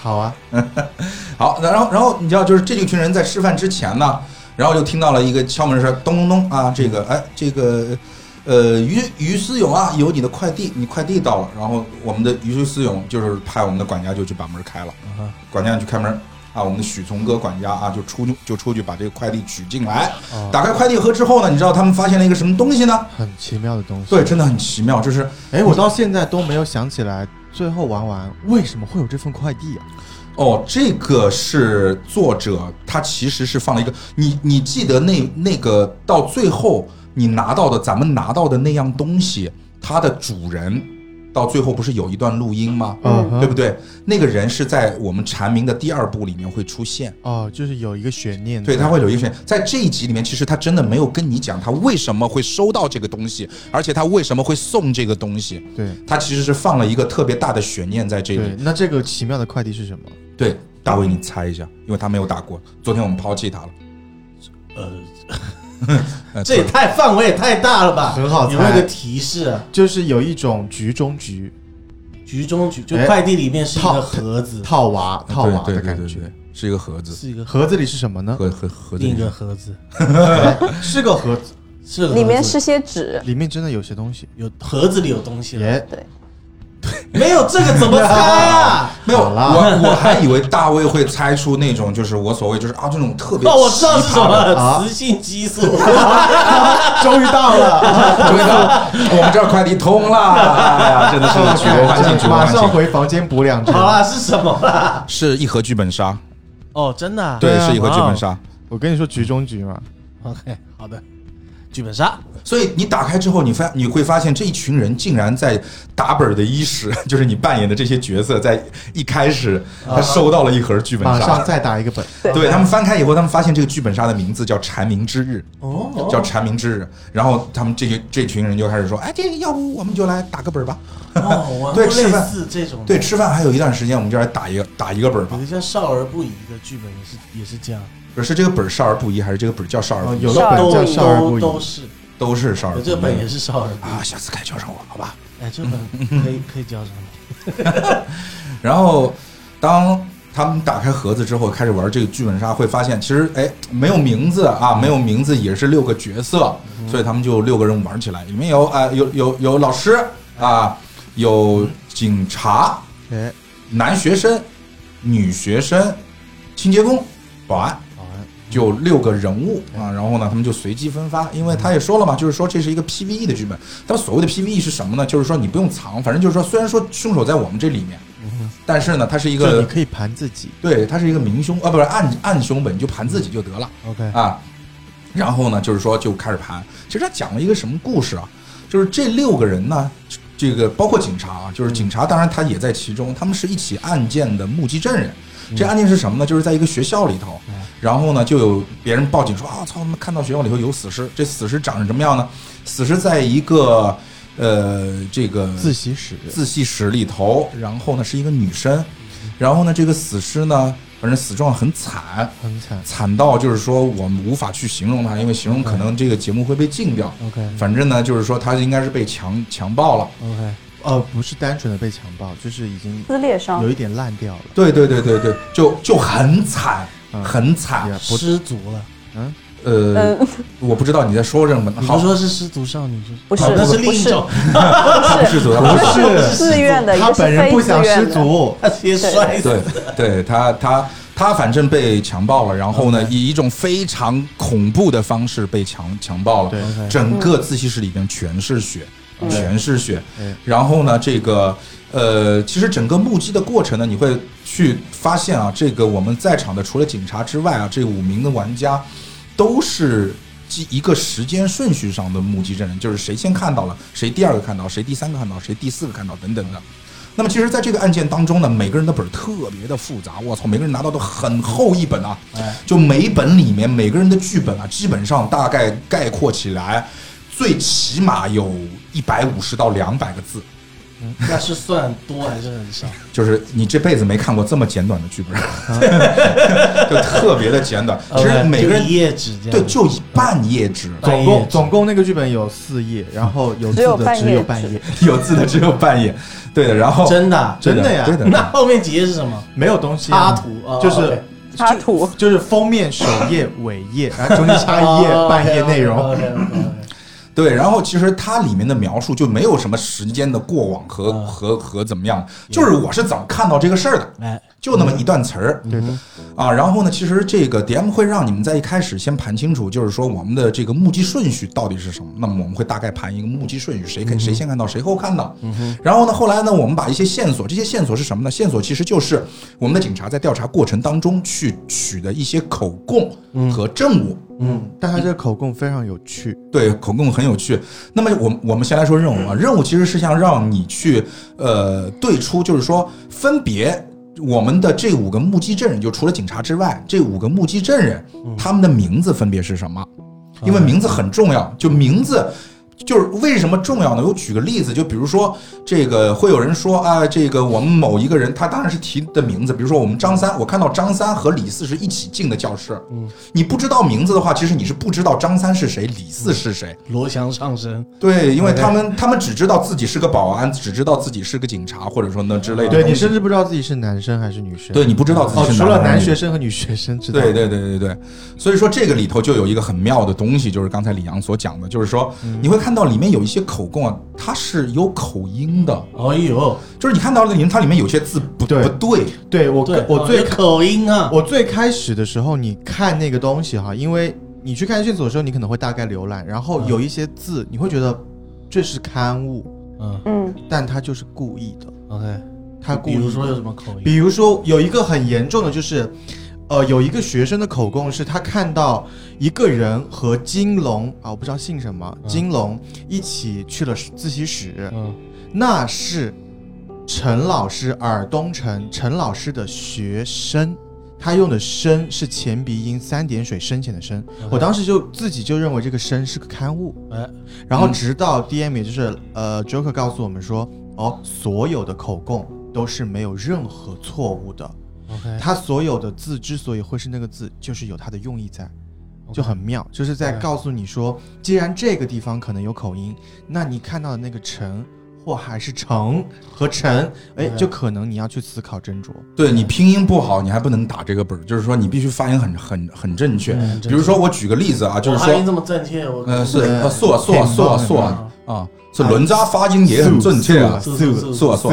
Speaker 4: 好啊，
Speaker 2: 好，然后然后你知道，就是这一群人在吃饭之前呢，然后就听到了一个敲门声，咚咚咚啊，这个哎这个呃于于思勇啊，有你的快递，你快递到了。然后我们的于思勇就是派我们的管家就去把门开了，管家就去开门。啊，我们的许从哥管家啊，就出去就出去把这个快递取进来。打开快递盒之后呢，你知道他们发现了一个什么东西呢？
Speaker 4: 很奇妙的东西，
Speaker 2: 对，真的很奇妙，就是
Speaker 4: 哎，我到现在都没有想起来，最后玩完为什么会有这份快递啊？
Speaker 2: 哦，这个是作者他其实是放了一个，你你记得那那个到最后你拿到的咱们拿到的那样东西，它的主人到最后不是有一段录音吗？
Speaker 3: 嗯
Speaker 4: 哼
Speaker 2: 对不对？那个人是在我们蝉鸣的第二部里面会出
Speaker 3: 嗯
Speaker 2: 现，
Speaker 4: 哦，就是有一个悬念，
Speaker 2: 对，他会有一个悬在这一集里面，其实他真的没有跟你讲他为什么会收到这个东西，而且他为什么会送这个东西，
Speaker 4: 对
Speaker 2: 他其实是放了一个特别大的悬念在这里
Speaker 4: 对。，那这个奇妙的快递是什么？
Speaker 2: 对，大卫，你猜一下，因为他没有打过。昨天我们抛弃他了。
Speaker 4: (laughs)
Speaker 2: 呃，
Speaker 1: 这也太范围也太大了吧？
Speaker 4: 很好猜
Speaker 1: 有没有个提示啊？
Speaker 4: 就是有一种局中局
Speaker 1: 局中局，就
Speaker 4: 哎
Speaker 1: 快递里面是一个盒子，
Speaker 4: 套娃套娃
Speaker 2: 对对
Speaker 4: 的
Speaker 2: 对
Speaker 4: 感
Speaker 2: 对
Speaker 4: 觉。
Speaker 2: 对，是一个盒子，
Speaker 1: 是一个盒，
Speaker 4: 盒子里是什么呢？
Speaker 2: 盒盒盒子
Speaker 5: 另
Speaker 2: 里
Speaker 5: 一个
Speaker 2: 面。
Speaker 5: 盒子
Speaker 4: 是个盒子，
Speaker 1: 是个盒子
Speaker 3: 里面是些纸，
Speaker 4: 里面真的有些东西。
Speaker 1: 有盒子里有东西了，
Speaker 4: 耶，
Speaker 1: 没有这个怎么猜啊？
Speaker 2: (laughs) 没有，
Speaker 4: 好啦
Speaker 2: 我我还以为大卫会猜出那种，就是我所谓就是啊这种特别
Speaker 1: 哦，我知道是
Speaker 2: 奇
Speaker 1: 什
Speaker 2: 葩的。
Speaker 1: 么，雌性激素。
Speaker 4: 终于到了，
Speaker 2: 终于到了，我们这儿快递通了，哎呀，真的是
Speaker 4: (laughs)
Speaker 2: 举国欢庆，举国
Speaker 4: 马
Speaker 2: 欢
Speaker 4: 上
Speaker 2: 庆，
Speaker 4: 回房间补两针。
Speaker 1: 好啦，是什么啦？
Speaker 2: 是一盒剧本杀，
Speaker 5: 哦，真的啊、
Speaker 2: 对，
Speaker 4: 对啊
Speaker 2: 是一盒剧本杀。
Speaker 4: 我跟你说，局中局嘛，
Speaker 5: OK，好的，剧本杀，
Speaker 2: 所以你打开之后，你发你会发现这一群人竟然在打本儿的伊始， (laughs) 就是你扮演的这些角色，在一开始他收到了一盒剧本
Speaker 4: 马上
Speaker 2: (laughs) 杀，
Speaker 4: 再打一个本。
Speaker 2: 对他们翻开以后，他们发现这个剧本杀的名字叫《蝉鸣之日》，
Speaker 1: 哦，
Speaker 2: 叫《蝉鸣之日》，然后他们这些这群人就开始说，哎，这个要不我们就来打个本儿吧？
Speaker 1: 哦，我
Speaker 2: 对
Speaker 1: 类
Speaker 2: 吃饭
Speaker 1: 似这种，
Speaker 2: 对，，吃饭还有一段时间，我们就来打一个打一个本儿吧
Speaker 5: 有个。叫少儿不宜的剧本也是也是这样，
Speaker 2: 不是这个本儿少儿不宜，还是这个本儿叫少儿不
Speaker 4: 哦
Speaker 2: 宜？
Speaker 4: 有个本叫少儿
Speaker 1: 都
Speaker 4: 不宜
Speaker 1: 都是，
Speaker 2: 都是少儿不
Speaker 5: 有
Speaker 2: 宜。
Speaker 5: 这本也是少儿不宜。
Speaker 2: 啊，下次该叫上我好吧？
Speaker 5: 哎，这本可以可以叫什么？
Speaker 2: 然后当他们打开盒子之后，开始玩这个剧本杀，会发现其实哎没有名字啊，没有名字也是六个角色，所以他们就六个人玩起来。里面有啊、有有有老师啊，有警察，
Speaker 4: 哎，
Speaker 2: 男学生、女学生、清洁工、保安。
Speaker 4: 保安，
Speaker 2: 就六个人物啊，然后呢，他们就随机分发，因为他也说了嘛，就是说这是一个 PVE 的剧本。但所谓的 PVE 是什么呢？就是说你不用藏，反正就是说，虽然说凶手在我们这里面，但是呢，它是一
Speaker 4: 嗯就
Speaker 2: 个
Speaker 4: 你可以盘自己。
Speaker 2: 对，它是一个明凶啊，不是暗暗凶本，你就盘自己就得了
Speaker 4: OK，
Speaker 2: 啊。然后呢，就是说就开始盘。其实他讲了一个什么故事啊？就是这六个人呢，这个包括警察啊，就是警察，当然他也在其中，他们是一起案件的目击证人。这案件是什么呢？就是在一个学校里头，然后呢，就有别人报警说啊，操，他们看到学校里头有死尸。这死尸长成什么样呢？死尸在一个呃，这个
Speaker 4: 自习室。
Speaker 2: 自习室里头，然后呢是一个女生，然后呢这个死尸呢，反正死状很惨，
Speaker 4: 很惨。
Speaker 2: 惨到就是说我们无法去形容它，因为形容可能这个节目会被禁掉。
Speaker 4: OK
Speaker 2: 反正呢就是说她应该是被强强暴了。
Speaker 4: OK，呃，不是单纯的被强暴，就是已经
Speaker 3: 撕裂伤
Speaker 4: 有一点烂掉了。
Speaker 2: 对对对对对，就就很惨，
Speaker 4: 嗯
Speaker 2: 很惨。
Speaker 4: 也不
Speaker 5: 失足了，
Speaker 4: 嗯，
Speaker 2: 呃，
Speaker 3: 嗯，
Speaker 2: 我不知道你在说什么。
Speaker 5: 你不
Speaker 2: 好，
Speaker 5: 说是失足少女，就是
Speaker 3: 不是
Speaker 1: 哦那是
Speaker 3: 不
Speaker 1: 另一
Speaker 3: 是
Speaker 1: 种，
Speaker 2: 不是左
Speaker 4: 不
Speaker 3: (laughs)
Speaker 2: 不是。
Speaker 3: 那
Speaker 4: 是
Speaker 3: 是自愿的，一
Speaker 4: 他
Speaker 3: 个是
Speaker 4: 本人
Speaker 3: 非
Speaker 4: 不
Speaker 3: 自
Speaker 4: 想失
Speaker 3: 愿的。
Speaker 4: 足。
Speaker 1: 他直接摔死。
Speaker 2: 对对，他他他反正被强暴了，然后呢，以一种非常恐怖的方式被强强暴了。
Speaker 4: 对
Speaker 2: 整个自习室里面全是血，全是血
Speaker 4: 嗯。
Speaker 2: 然后呢，这个呃，其实整个目击的过程呢，你会去发现啊，这个我们在场的除了警察之外啊，这五名的玩家都是。记一个时间顺序上的目击证人，就是谁先看到了，谁第二个看到，谁第三个看到，谁第四个看到，等等
Speaker 4: 嗯
Speaker 2: 的。那么其实，在这个案件当中呢，每个人的本儿特别的复杂，我操，每个人拿到的很厚一本啊，就每本里面每个人的剧本啊，基本上大概概括起来，最起码有一百五十到两百个字，
Speaker 1: 那是算多还是很少？
Speaker 2: 就是你这辈子没看过这么简短的剧本， (laughs) 就特别的简短。其实
Speaker 1: OK，
Speaker 2: 每个人
Speaker 1: 就一页纸这样，
Speaker 2: 对就一半页纸， (laughs)
Speaker 1: 半
Speaker 4: 总
Speaker 1: 页
Speaker 4: 共
Speaker 1: 纸
Speaker 4: 总共那个剧本有四页，然后有字
Speaker 3: 只有
Speaker 4: 的
Speaker 3: 半
Speaker 4: 只
Speaker 3: 页
Speaker 4: 有
Speaker 3: 纸
Speaker 4: 半页，
Speaker 2: 有字的只有半页，对的。然后
Speaker 1: 真的啊，
Speaker 2: 对
Speaker 4: 真的呀
Speaker 2: 对的，
Speaker 1: 那后面几页是什么？
Speaker 4: 没有东西啊
Speaker 1: 插图啊，
Speaker 4: 就是
Speaker 3: 插图 (laughs)
Speaker 4: 就就是封面首页尾页，然后中间插一页
Speaker 1: 哦
Speaker 4: 半页内容。
Speaker 1: OK，OK，OK，OK，
Speaker 2: 对，然后其实它里面的描述就没有什么时间的过往和、
Speaker 1: 嗯
Speaker 2: 和和怎么样，就是我是怎么看到这个事儿的，
Speaker 1: 哎，
Speaker 2: 就那么一段词儿、
Speaker 4: 嗯对的，
Speaker 2: 啊。然后呢，其实这个 DM 会让你们在一开始先盘清楚，就是说我们的这个目击顺序到底是什么。那么我们会大概盘一个目击顺序，
Speaker 4: 嗯
Speaker 2: 谁看谁先看到，谁后看到。然后呢，后来呢，我们把一些线索，这些线索是什么呢？线索其实就是我们的警察在调查过程当中去取的一些口供和证物。
Speaker 1: 嗯，
Speaker 4: 但他这个口供非常有趣，
Speaker 2: 对，口供很有趣。那么我我们先来说任务啊，任务其实是想让你去呃对出，就是说分别我们的这五个目击证人，就除了警察之外，这五个目击证人他们的名字分别是什么？因为名字很重要，就名字。就是为什么重要呢？我举个例子，就比如说这个会有人说啊，这个我们某一个人，他当然是提的名字，比如说我们张三，我看到张三和李四是一起进的教室，你不知道名字的话，其实你是不知道张三是谁，李四是谁。
Speaker 1: 罗翔上身，
Speaker 2: 对，因为他们他们只知道自己是个保安，只知道自己是个警察，或者说那之类的东西。
Speaker 4: 对你甚至不知道自己是男生还是女生。
Speaker 2: 对你不知道自己
Speaker 4: 哦，
Speaker 2: 是
Speaker 4: 除了
Speaker 2: 男
Speaker 4: 男
Speaker 2: 人
Speaker 4: 学生和女学生知道。
Speaker 2: 对对对对对，所以说这个里头就有一个很妙的东西，就是刚才李阳所讲的，就是说你会看到里面有一些口供啊，它是有口音的，
Speaker 1: 哎呦，
Speaker 2: 就是你看到的里面它里面有些字不
Speaker 4: 对
Speaker 2: 不对，
Speaker 4: 对我
Speaker 1: 对，
Speaker 4: 我
Speaker 1: 哦
Speaker 4: 最
Speaker 1: 有口音啊，
Speaker 4: 我最开始的时候，你看那个东西哈，因为你去看线索的时候，你可能会大概浏览，然后有一些字你会觉得这是刊物，
Speaker 1: 嗯
Speaker 3: 嗯，
Speaker 4: 但他就是故意的，
Speaker 1: ，OK，
Speaker 4: 他故
Speaker 1: 比如
Speaker 4: 意。
Speaker 1: 说有什么口音？
Speaker 4: 比如说有一个很严重的就是，呃，有一个学生的口供是他看到一个人和金龙啊，我不知道姓什么，
Speaker 1: 嗯
Speaker 4: 金龙一起去了自习室，
Speaker 1: 嗯，
Speaker 4: 那是陈老师尔东城陈老师的学生，他用的“生”是前鼻音三点水深浅的“深”，我当时就自己就认为这个“生”是个刊物，
Speaker 1: 哎，
Speaker 4: 然后直到 DM 也就是呃 Joker 告诉我们说，哦，所有的口供都是没有任何错误的，
Speaker 1: ，OK，
Speaker 4: 他所有的字之所以会是那个字，就是有它的用意在。就很妙，就是在
Speaker 1: 对
Speaker 4: 告诉你说，既然这个地方可能有口音，那你看到的那个“城”或还是“城”和“城”，哎，
Speaker 1: 对
Speaker 4: 就可能你要去思考斟酌。
Speaker 2: 对你拼音不好，你还不能打这个本儿，就是说你必须发音很很很正确。
Speaker 1: 嗯
Speaker 2: 比如说我举个例子啊，就
Speaker 1: 我
Speaker 2: 是说
Speaker 1: 发音这么正确，我
Speaker 2: 呃，是
Speaker 4: 对
Speaker 2: 呃，硕硕硕硕
Speaker 1: 棒
Speaker 2: 啊，这轮渣发音也很正确啊，
Speaker 1: 素素素
Speaker 2: 硕硕，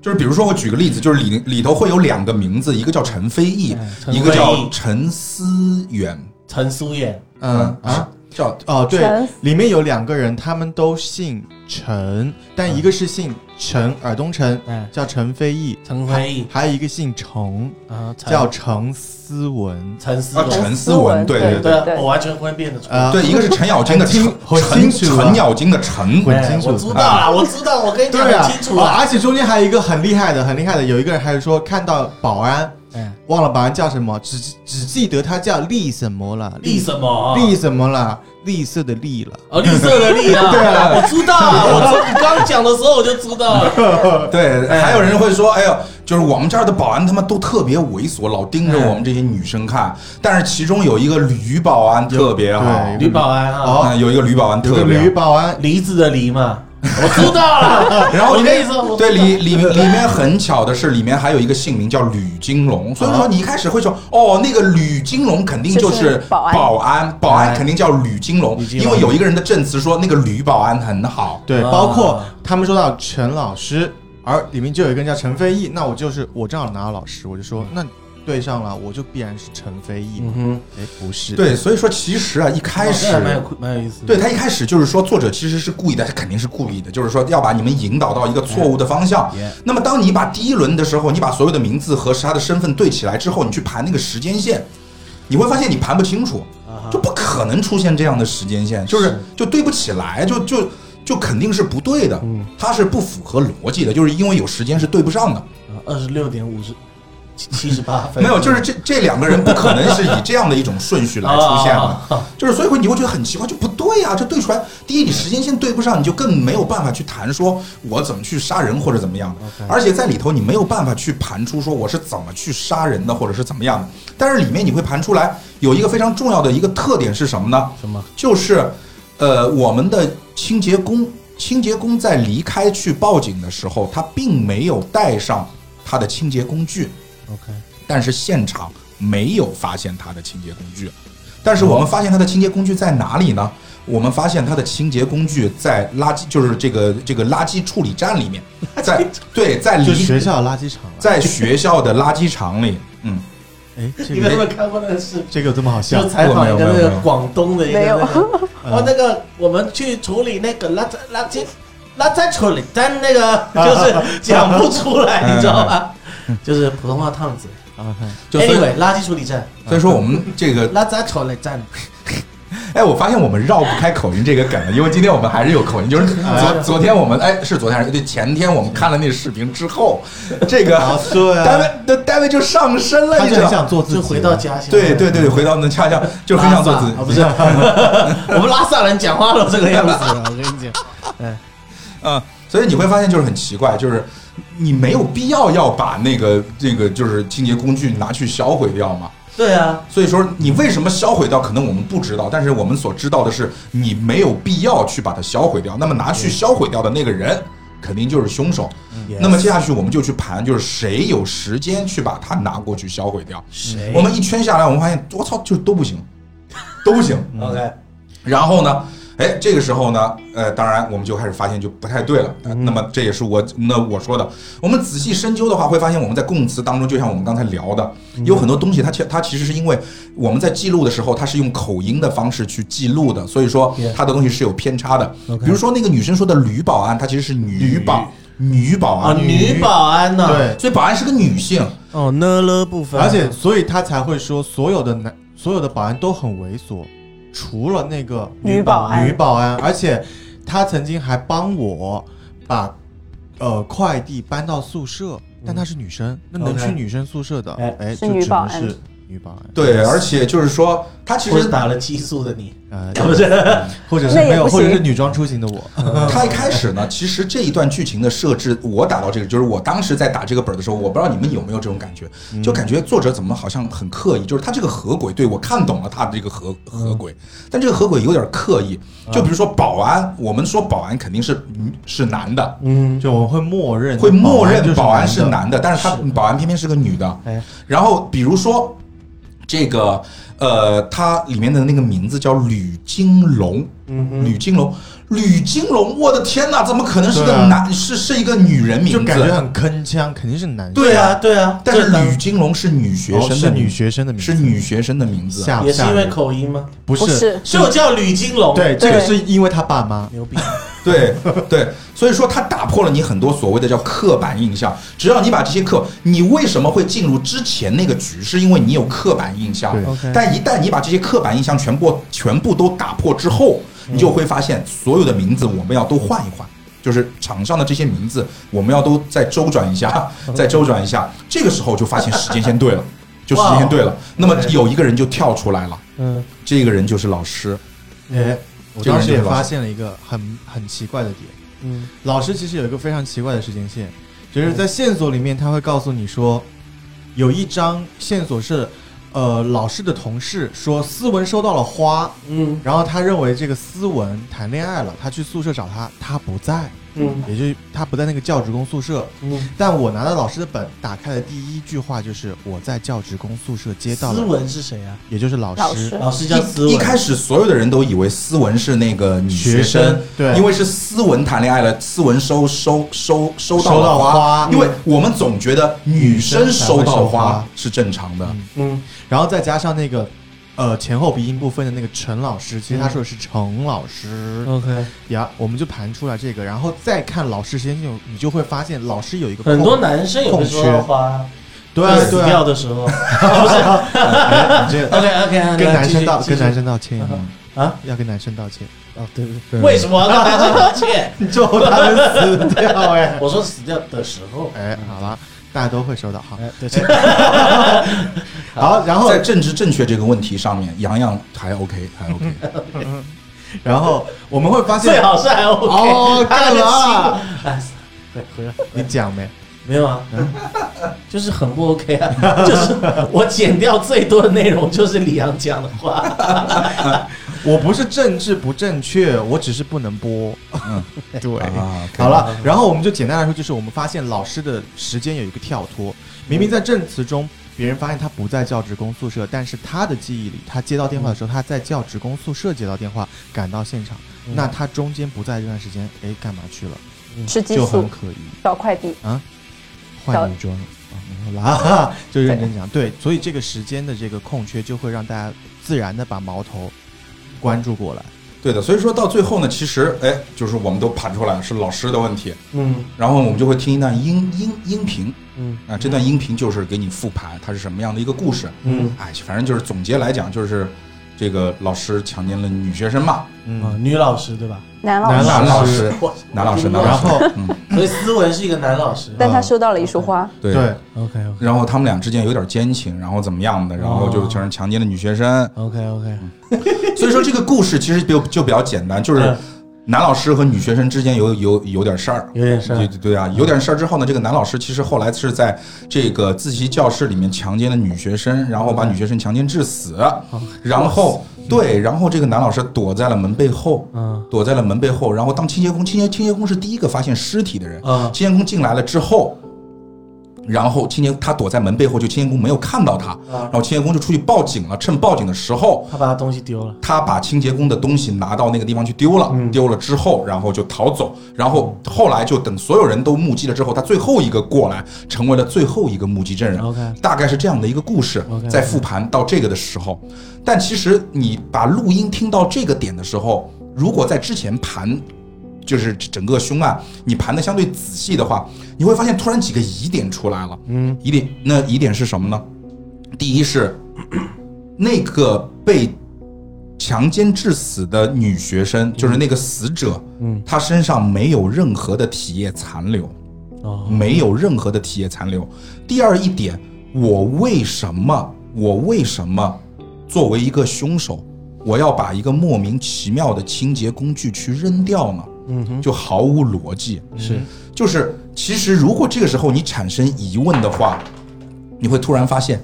Speaker 2: 就是比如说我举个例子，就是里里头会有两个名字，一个叫陈飞毅
Speaker 1: 嗯，陈
Speaker 2: 一个
Speaker 1: 飞
Speaker 2: 叫
Speaker 1: 毅
Speaker 2: 陈思远，
Speaker 1: 陈苏燕，
Speaker 4: 嗯啊，，
Speaker 2: 叫
Speaker 4: 哦对
Speaker 3: 陈，
Speaker 4: 里面有两个人，他们都姓陈，但一个是姓陈尔东陈，
Speaker 1: 哎，
Speaker 4: 叫陈飞毅，
Speaker 1: 陈飞毅
Speaker 4: 还有一个姓程，
Speaker 1: 啊，陈
Speaker 4: 叫程思文。
Speaker 1: 陈思
Speaker 2: 啊
Speaker 3: 哦
Speaker 1: 文，
Speaker 2: 陈思文，对
Speaker 3: 对
Speaker 2: 对
Speaker 1: 对
Speaker 2: 对
Speaker 1: 啊，我完全分辨得出来。
Speaker 4: 啊，
Speaker 2: 对，一个是程咬金的
Speaker 4: 很清
Speaker 2: 程，
Speaker 4: 很
Speaker 2: 陈
Speaker 4: 清楚啊
Speaker 2: 程咬金的陈，啊
Speaker 4: 很
Speaker 1: 哎
Speaker 4: 清楚
Speaker 1: 我知道了，我知道，我跟你讲
Speaker 4: 对啊
Speaker 1: 很清楚
Speaker 4: 哦
Speaker 1: 了。
Speaker 4: 而且中间还有一个很厉害的，很厉害的，有一个人还有说看到保安，
Speaker 1: 哎，
Speaker 4: 忘了保安叫什么，只只记得他叫厉什么了，
Speaker 1: 绿什么？啊
Speaker 4: 厉什么了，绿色的绿了。
Speaker 1: 哦，绿色的绿 (laughs) 啊！
Speaker 4: 对啊
Speaker 1: 我知道啊，我知你刚讲的时候我就知道 (laughs) 了。
Speaker 2: 对，
Speaker 1: 哎
Speaker 2: 还有人会说，哎呦，就是我们这儿的保安他们都特别猥琐，老盯着我们这些女生看。但是其中有一个吕保安特别好，
Speaker 4: 对
Speaker 1: 吕保安啊，
Speaker 2: 嗯有一个吕保安
Speaker 4: 有个
Speaker 2: 特别好
Speaker 4: 驴。保安，
Speaker 1: 梨子的梨嘛， (laughs) 我知道 (laughs) 了。
Speaker 2: (laughs) 然后
Speaker 1: 我
Speaker 2: 里
Speaker 1: 跟
Speaker 2: 面
Speaker 1: 你说，我
Speaker 2: 对
Speaker 1: 知道
Speaker 2: 里里里面很巧的是，里面还有一个姓名叫吕金龙，所以说你一开始会说哦，那个吕金龙肯定就
Speaker 3: 就是是保安
Speaker 2: 保安，保安肯定叫吕金龙，
Speaker 1: 嗯吕金
Speaker 2: 因
Speaker 1: 龙
Speaker 2: 为有一个人的证词说那个吕保安很好。
Speaker 4: 对，
Speaker 1: 啊
Speaker 4: 包括他们说到陈老师，而里面就有一个人叫陈飞毅，那我就是我正好拿到老师，我就说那对上了，我就必然是陈非议嘛。
Speaker 5: 嗯
Speaker 4: 哎、不是，
Speaker 2: 对，所以说其实啊，一开始
Speaker 5: 哼，
Speaker 1: 哦
Speaker 5: 还蛮有蛮有意思的。
Speaker 2: 对他一开始就是说，作者其实是故意的，他肯定是故意的，就是说要把你们引导到一个错误的方向
Speaker 1: Yeah. Yeah.。
Speaker 2: 那么，当你把第一轮的时候，你把所有的名字和他的身份对起来之后，你去盘那个时间线，你会发现你盘不清楚，就不可能出现这样的时间线，就是就对不起来，就就就肯定是不对的，它是不符合逻辑的，就是因为有时间是对不上的。
Speaker 5: 二十六点五十七十八
Speaker 1: (laughs)
Speaker 5: 分，
Speaker 2: (laughs) 没有，就是这这两个人不可能是以这样的一种顺序来出现的，就是所以会你会觉得很奇怪，就不对啊，这对出来，第一你时间线对不上，你就更没有办法去谈说我怎么去杀人或者怎么样的，而且在里头你没有办法去盘出说我是怎么去杀人的或者是怎么样的，但是里面你会盘出来有一个非常重要的一个特点是什么呢？
Speaker 5: 什么？
Speaker 2: 就是，呃，我们的清洁工，清洁工在离开去报警的时候，他并没有带上他的清洁工具。
Speaker 5: OK
Speaker 2: 但是现场没有发现他的清洁工具。但是我们发现他的清洁工具在哪里呢？我们发现他的清洁工具在垃圾，就是这个这个垃圾处理站
Speaker 4: (laughs)
Speaker 2: 里面，在对，在
Speaker 4: 就
Speaker 2: 离
Speaker 4: 学校垃圾场了。啊
Speaker 2: 在学校的垃圾场里，嗯，
Speaker 4: 哎，这
Speaker 1: 你们有没有
Speaker 4: 个
Speaker 1: 看过那个视频？
Speaker 4: 这个有这么好笑
Speaker 1: 就？采访一个
Speaker 2: 没有
Speaker 1: 那
Speaker 2: 没有
Speaker 1: 个
Speaker 2: 没有
Speaker 1: 广东的一个
Speaker 3: 没有
Speaker 1: 那个， (laughs) 哦，那个我们去处理那个垃圾垃圾垃圾处理，但那个 (laughs) 就是讲不出来，你知道吧？就是普通话趟子。
Speaker 4: 啊，看
Speaker 2: 就所以
Speaker 1: Anyway，垃圾处理站，
Speaker 4: 啊
Speaker 2: 所以说我们这个，
Speaker 1: 垃圾处理站，
Speaker 2: 哎，我发现我们绕不开口音这个梗了，因为今天我们还是有口音，就是
Speaker 4: 啊
Speaker 2: 昨昨天我们哎是昨天还是对前天我们看了那个视频之
Speaker 4: (laughs)
Speaker 2: 后，这个
Speaker 4: 啊，对
Speaker 2: 单位
Speaker 4: 啊，
Speaker 2: 那单位就上身了，
Speaker 4: 他
Speaker 2: 你
Speaker 4: 就
Speaker 2: 知
Speaker 4: 很
Speaker 2: 道
Speaker 4: 想做自己
Speaker 1: 就
Speaker 4: 了，
Speaker 1: 回到家乡。
Speaker 2: 对对对，回到那家乡就很想做自己
Speaker 1: 拉萨啊，不是，我们拉萨人讲话都这个样子啊，我跟你讲，
Speaker 2: 嗯，所以你会发现就是很奇怪，就是你没有必要要把那个这个就是清洁工具拿去销毁掉嘛。
Speaker 1: (laughs) 对啊，
Speaker 2: 所以说你为什么销毁掉，可能我们不知道，但是我们所知道的是你没有必要去把它销毁掉。那么拿去销毁掉的那个人肯定就是凶手。那么接下去我们就去盘，就是谁有时间去把它拿过去销毁掉。
Speaker 1: 谁
Speaker 2: 我们一圈下来，我们发现我操，就是都不行，都不行。
Speaker 1: OK，
Speaker 2: 然后呢，哎，这个时候呢，呃，当然我们就开始发现就不太对了。呃那么这也是我那我说的，我们仔细深究的话，会发现我们在供词当中，就像我们刚才聊的，有很多东西它其它其实是因为我们在记录的时候，它是用口音的方式去记录的，所以说它的东西是有偏差的。比如说那个女生说的吕保安，她其实是女保女保
Speaker 1: 啊，
Speaker 2: 安，
Speaker 1: 女保安呢？
Speaker 4: 对，
Speaker 2: 所以保安是个女性。
Speaker 5: 哦呢了部
Speaker 2: 嗯
Speaker 5: 分，
Speaker 4: 而且所以他才会说所有的男所有的保安都很猥琐，除了那个
Speaker 3: 女保安
Speaker 4: 女保安，而且他曾经还帮我把呃快递搬到宿舍，
Speaker 2: 嗯
Speaker 4: 但她是女生，那能
Speaker 1: OK
Speaker 4: 去女生宿舍的，
Speaker 1: 哎
Speaker 4: 哎，
Speaker 3: 是
Speaker 4: 就
Speaker 3: 女
Speaker 4: 只
Speaker 3: 保
Speaker 4: 能
Speaker 3: 安
Speaker 4: 是女保安，
Speaker 2: 对，而且就是说，她其
Speaker 1: 或者
Speaker 2: 实
Speaker 1: 打了激素的你，
Speaker 4: 呃，
Speaker 2: (laughs)
Speaker 1: 不是？
Speaker 4: 或者是
Speaker 3: 那也
Speaker 4: 没有，
Speaker 3: 不
Speaker 4: 或者是
Speaker 3: 行
Speaker 4: 女装出行的我，
Speaker 2: 他一开始呢，其实这一段剧情的设置，我打到这个，就是我当时在打这个本儿的时候，我不知道你们有没有这种感觉，就感觉作者怎么好像很刻意，就是他这个合轨，对我看懂了他的这个合合轨，但这个合轨有点刻意。就比如说保安，我们说保安肯定是是男的，
Speaker 5: 嗯，
Speaker 4: (laughs) 就我会默认
Speaker 2: 会默认保
Speaker 4: 保
Speaker 2: 安
Speaker 4: 安
Speaker 2: 是
Speaker 4: 就是的，
Speaker 2: 男的，但是他保安偏偏是个女的
Speaker 5: 哎。
Speaker 2: 然后比如说这个呃，它里面的那个名字叫吕金龙，
Speaker 4: 嗯
Speaker 2: 吕金龙，吕金龙，我的天哪，怎么可能是
Speaker 4: 对
Speaker 2: 个
Speaker 4: 啊
Speaker 2: 男是是一个女人名
Speaker 4: 就
Speaker 2: 字？
Speaker 4: 感觉很铿锵，肯定是男生，
Speaker 2: 对
Speaker 1: 啊，
Speaker 2: 啊，
Speaker 1: (laughs) 对啊，
Speaker 2: 但是
Speaker 1: 这当
Speaker 2: 吕金龙是女学
Speaker 4: 哦
Speaker 2: 生
Speaker 4: 是
Speaker 2: 的名
Speaker 4: 女学生的名字，
Speaker 2: 是女学生的名字。
Speaker 4: 吓不
Speaker 1: 也是
Speaker 4: 吓
Speaker 1: 因为
Speaker 4: 人
Speaker 1: 口音吗？
Speaker 4: 不
Speaker 3: 不是
Speaker 1: 是我叫吕金
Speaker 2: 哦
Speaker 1: 龙，
Speaker 4: 对，这个
Speaker 3: 对
Speaker 4: 是因为他爸妈
Speaker 1: 牛逼，
Speaker 2: 对对，所以说它打破了你很多所谓的叫刻板印象。只要你把这些刻，你为什么会进入之前那个局，是因为你有刻板印象
Speaker 4: 对。
Speaker 5: OK
Speaker 2: 但一旦你把这些刻板印象全部全部都打破之后，你就会发现所有的名字我们要都换一换。就是场上的这些名字，我们要都再周转一
Speaker 4: (laughs)
Speaker 2: 下，再周转一下。这个时候就发现时间线对了，就时间线对
Speaker 4: 哦
Speaker 2: 了。那么有一个人就跳出来了，
Speaker 5: 嗯
Speaker 2: 这个人就是老师。
Speaker 4: 哎，我
Speaker 2: 这个
Speaker 4: 当
Speaker 2: 人
Speaker 4: 时
Speaker 2: 就
Speaker 4: 也
Speaker 2: 是老
Speaker 4: 发
Speaker 2: 师
Speaker 4: 现了一个很很奇怪的点，
Speaker 5: 嗯
Speaker 4: 老师其实有一个非常奇怪的时间线，就是
Speaker 2: 嗯
Speaker 4: 在线索里面他会告诉你说，有一张线索是，呃，老师的同事说思文收到了花，
Speaker 1: 嗯，
Speaker 4: 然后他认为这个思文谈恋爱了，他去宿舍找他，他不在，
Speaker 1: 嗯
Speaker 4: 也就是他不在那个教职工宿舍。
Speaker 1: 嗯，
Speaker 4: 但我拿到老师的本，打开的第一句话就是我在教职工宿舍接到
Speaker 1: 思
Speaker 4: 了，
Speaker 1: 文是谁啊？
Speaker 4: 也就是老师。
Speaker 3: 老师
Speaker 1: 老师叫思文。
Speaker 2: 一开始所有的人都以为思文是那个女
Speaker 4: 学
Speaker 2: 生，
Speaker 4: 生对
Speaker 2: 因为是思文谈恋爱了，思文收收收收到
Speaker 4: 收
Speaker 2: 了
Speaker 4: 到
Speaker 2: 花，
Speaker 4: 花嗯
Speaker 2: 因为我们总觉得女生收
Speaker 4: 女生才
Speaker 2: 到
Speaker 4: 会收
Speaker 2: 花
Speaker 4: 花
Speaker 2: 是正常的，
Speaker 1: 嗯
Speaker 4: 然后再加上那个，呃，前后鼻音不分的那个陈老师，其实他说的是程老师
Speaker 1: 嗯，OK，
Speaker 4: 呀，我们就盘出来这个，然后再看老师时间就你就会发现老师有一个
Speaker 1: 很多
Speaker 4: 空
Speaker 1: 男生也会说到花，
Speaker 4: 对
Speaker 1: 在死
Speaker 4: 对
Speaker 1: 掉
Speaker 4: (laughs) 啊，
Speaker 1: 的时 (laughs) 候，不是
Speaker 4: 哎你这个
Speaker 1: OK OK，
Speaker 4: 跟男生道
Speaker 1: 继续
Speaker 4: 跟男生道歉
Speaker 1: 嗯啊
Speaker 4: 啊，要跟男生道歉哦，对对
Speaker 1: 继续 (laughs) 为什么要跟男生道歉？ (laughs)
Speaker 4: 对，就他们死掉哎
Speaker 1: 我说死掉的时候，
Speaker 4: 哎，好了，大家都会收到哈，
Speaker 1: 哎，对，这
Speaker 4: (laughs) 好，然后
Speaker 2: 在政治正确这个问题上面，洋洋还 OK 还 OK，
Speaker 4: (laughs)
Speaker 2: (laughs)
Speaker 4: 然后我们会
Speaker 1: (laughs)
Speaker 4: 发
Speaker 1: 最
Speaker 4: 现
Speaker 1: 好是还 OK，
Speaker 4: 哦
Speaker 1: 他那个
Speaker 4: 干了
Speaker 1: 气 (laughs) 氛哎，对，回来。
Speaker 4: 你讲没？
Speaker 1: 没有 (laughs) 啊，就是很不 OK 啊， (laughs) 就是我剪掉最多的内容就是李阳讲的话，
Speaker 4: 我不是政治不正确，我只是不能播。 (laughs) 对，
Speaker 2: 啊，OK
Speaker 4: 哎好了，然后我们就简单来说，就是我们发现老师的时间有一个跳脱，明明在证词中，别人发现他不在教职工宿舍，但是他的记忆里，他接到电话的时候，他在教职工宿舍接到电话，赶到现场，那他中间不在这段时间，哎，干嘛去了？
Speaker 3: 吃激
Speaker 4: 就
Speaker 3: 素
Speaker 4: 很可疑。啊
Speaker 3: 找快递，
Speaker 4: 换女装了啊，没有啦， (laughs) 就认真讲。对，所以这个时间的这个空缺，就会让大家自然的把矛头关注过来。
Speaker 2: 对的，所以说到最后呢，其实哎，就是我们都盘出来是老师的问题，
Speaker 1: 嗯
Speaker 2: 然后我们就会听一段音音音频
Speaker 1: 嗯
Speaker 2: 啊，这段音频就是给你复盘它是什么样的一个故事，
Speaker 1: 嗯
Speaker 2: 哎，反正就是总结来讲就是这个老师强奸了女学生嘛，
Speaker 1: 啊，女老师对吧？
Speaker 3: 男老
Speaker 4: 男
Speaker 3: 师，
Speaker 2: 男老
Speaker 4: 老
Speaker 2: 师
Speaker 4: 师，
Speaker 2: 男老师，男
Speaker 4: 然
Speaker 2: 老师，
Speaker 4: 后
Speaker 2: 嗯，
Speaker 1: 所以思文是一个男老师。
Speaker 3: 但他收到了一束花，
Speaker 2: 对。
Speaker 4: 对，
Speaker 1: OK OK
Speaker 2: 然后他们俩之间有点奸情，然后怎么样的，然后
Speaker 4: 哦
Speaker 2: 就全是强奸了女学生。
Speaker 1: OK OK， (laughs)
Speaker 2: 所以说这个故事其实就就比较简单，就是
Speaker 1: 嗯
Speaker 2: 男老师和女学生之间有有有点事儿。
Speaker 1: 有点事
Speaker 2: 对
Speaker 1: 儿。嗯
Speaker 2: 对对啊，有点事儿之后呢，这个男老师其实后来是在这个自习教室里面强奸了女学生，然后把女学生强奸致死，
Speaker 1: 哦
Speaker 2: 然后对，然后这个男老师躲在了门背后，
Speaker 1: 嗯
Speaker 2: 躲在了门背后，然后当清洁工，清洁清洁工是第一个发现尸体的人，
Speaker 1: 嗯
Speaker 2: 清洁工进来了之后，然后清洁他躲在门背后，就清洁工没有看到他，
Speaker 1: 啊
Speaker 2: 然，后清洁工就出去报警了，趁报警的时候。
Speaker 1: 他把他东西丢了。
Speaker 2: 他把清洁工的东西拿到那个地方去丢了，
Speaker 1: 嗯
Speaker 2: 丢了之后，然后就逃走，然后后来就等所有人都目击了之后，他最后一个过来，成为了最后一个目击证人。
Speaker 1: OK
Speaker 2: 大概是这样的一个故事
Speaker 1: OK，OK
Speaker 2: 在复盘到这个的时候，但其实你把录音听到这个点的时候，如果在之前盘。就是整个凶案，你盘的相对仔细的话，你会发现突然几个疑点出来了。
Speaker 1: 嗯
Speaker 2: 疑点那疑点是什么呢？第一是 (clears throat) 那个被强奸致死的女学生，就是那个死者，
Speaker 1: 嗯
Speaker 2: 她身上没有任何的体液残留，
Speaker 1: 哦
Speaker 2: 没有任何的体液残留。第二一点，我为什么我为什么作为一个凶手，我要把一个莫名其妙的清洁工具去扔掉呢？
Speaker 1: 嗯哼
Speaker 2: 就毫无逻辑。
Speaker 1: 是
Speaker 2: 就是其实如果这个时候你产生疑问的话，你会突然发现，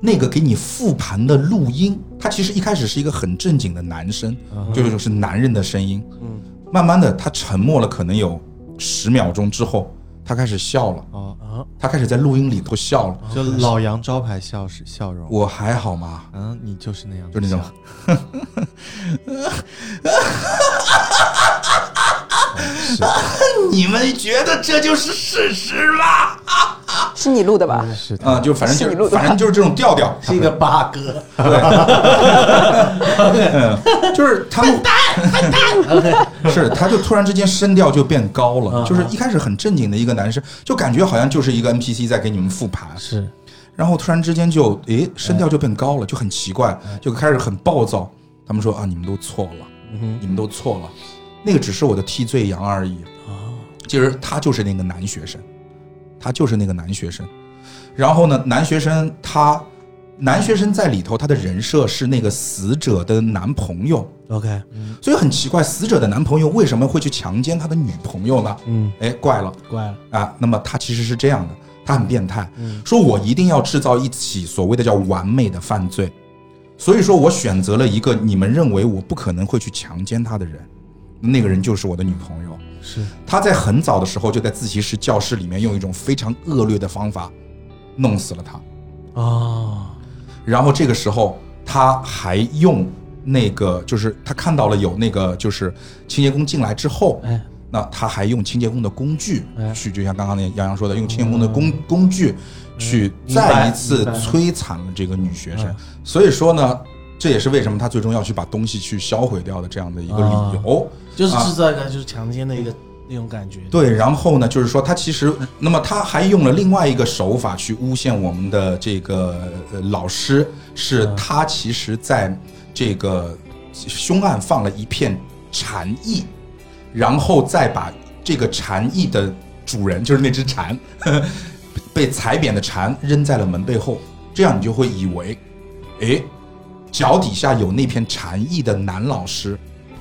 Speaker 2: 那个给你复盘的录音，他其实一开始是一个很正经的男生，就是就是男人的声音。
Speaker 1: 嗯
Speaker 2: 慢慢的，他沉默了，可能有十秒钟之后，他开始笑了，
Speaker 4: 哦，
Speaker 1: 啊
Speaker 2: 他开始在录音里头笑了。
Speaker 4: 就老杨招牌笑是笑容，
Speaker 2: 我还好吗？
Speaker 4: 嗯，你就是那样的
Speaker 2: 就
Speaker 4: 笑，
Speaker 2: 那种， (laughs) 哦 (laughs) 你们觉得这就是事实吗？
Speaker 3: 是你录的吧？
Speaker 4: 是 (laughs) 的，
Speaker 2: 啊、就反正
Speaker 3: 是你
Speaker 2: 就
Speaker 3: 录
Speaker 2: 是
Speaker 3: 的吧
Speaker 2: 反正就是这种调调，
Speaker 1: 是一个八哥。
Speaker 2: (laughs) 就是他们 (laughs) 是他就突然之间声调就变高了，
Speaker 1: 嗯
Speaker 2: 就是一开始很正经的一个男生，就感觉好像就是一个 NPC 在给你们复盘，
Speaker 1: 是
Speaker 2: 然后突然之间就诶声调就变高了，就很奇怪，
Speaker 1: 嗯
Speaker 2: 就开始很暴躁。他们说啊，你们都错了，
Speaker 1: 嗯
Speaker 2: 你们都错了，那个只是我的替罪羊而已。
Speaker 1: 啊
Speaker 2: 其实他就是那个男学生，他就是那个男学生。然后呢，男学生他男学生在里头，他的人设是那个死者的男朋友。
Speaker 1: OK
Speaker 4: 嗯
Speaker 2: 所以很奇怪，死者的男朋友为什么会去强奸他的女朋友呢？
Speaker 1: 嗯
Speaker 2: 哎，怪了
Speaker 1: 怪了
Speaker 2: 啊！那么他其实是这样的，他很变态，
Speaker 1: 嗯
Speaker 2: 说我一定要制造一起所谓的叫完美的犯罪，所以说我选择了一个你们认为我不可能会去强奸他的人，那个人就是我的女朋友。
Speaker 5: 是
Speaker 2: 他在很早的时候就在自习室教室里面用一种非常恶劣的方法弄死了她。
Speaker 5: 哦，
Speaker 2: 然后这个时候他还用那个，就是他看到了有那个，就是清洁工进来之后，
Speaker 5: 哎
Speaker 2: 那他还用清洁工的工具
Speaker 5: 哎嗯
Speaker 2: 去，就像刚刚那杨洋说的，用清洁工的工工具去
Speaker 1: 明白
Speaker 2: 再一次
Speaker 1: 明白
Speaker 2: 摧残了这个女学
Speaker 5: 嗯
Speaker 2: 生。所以说呢，这也是为什么他最终要去把东西去销毁掉的这样的一个理由。
Speaker 1: (laughs) 就是
Speaker 2: 啊
Speaker 1: 制造一个就是强奸的一个那种感觉。
Speaker 2: 对，然后呢，就是说他其实，那么他还用了另外一个手法去诬陷我们的这个呃老师，是他其实在这个凶案放了一片蝉翼，然后再把这个蝉翼的主人，就是那只蝉，呵呵 (laughs) 被踩扁的蝉扔在了门背后，这样你就会以为，诶，脚底下有那片蝉翼的男老师，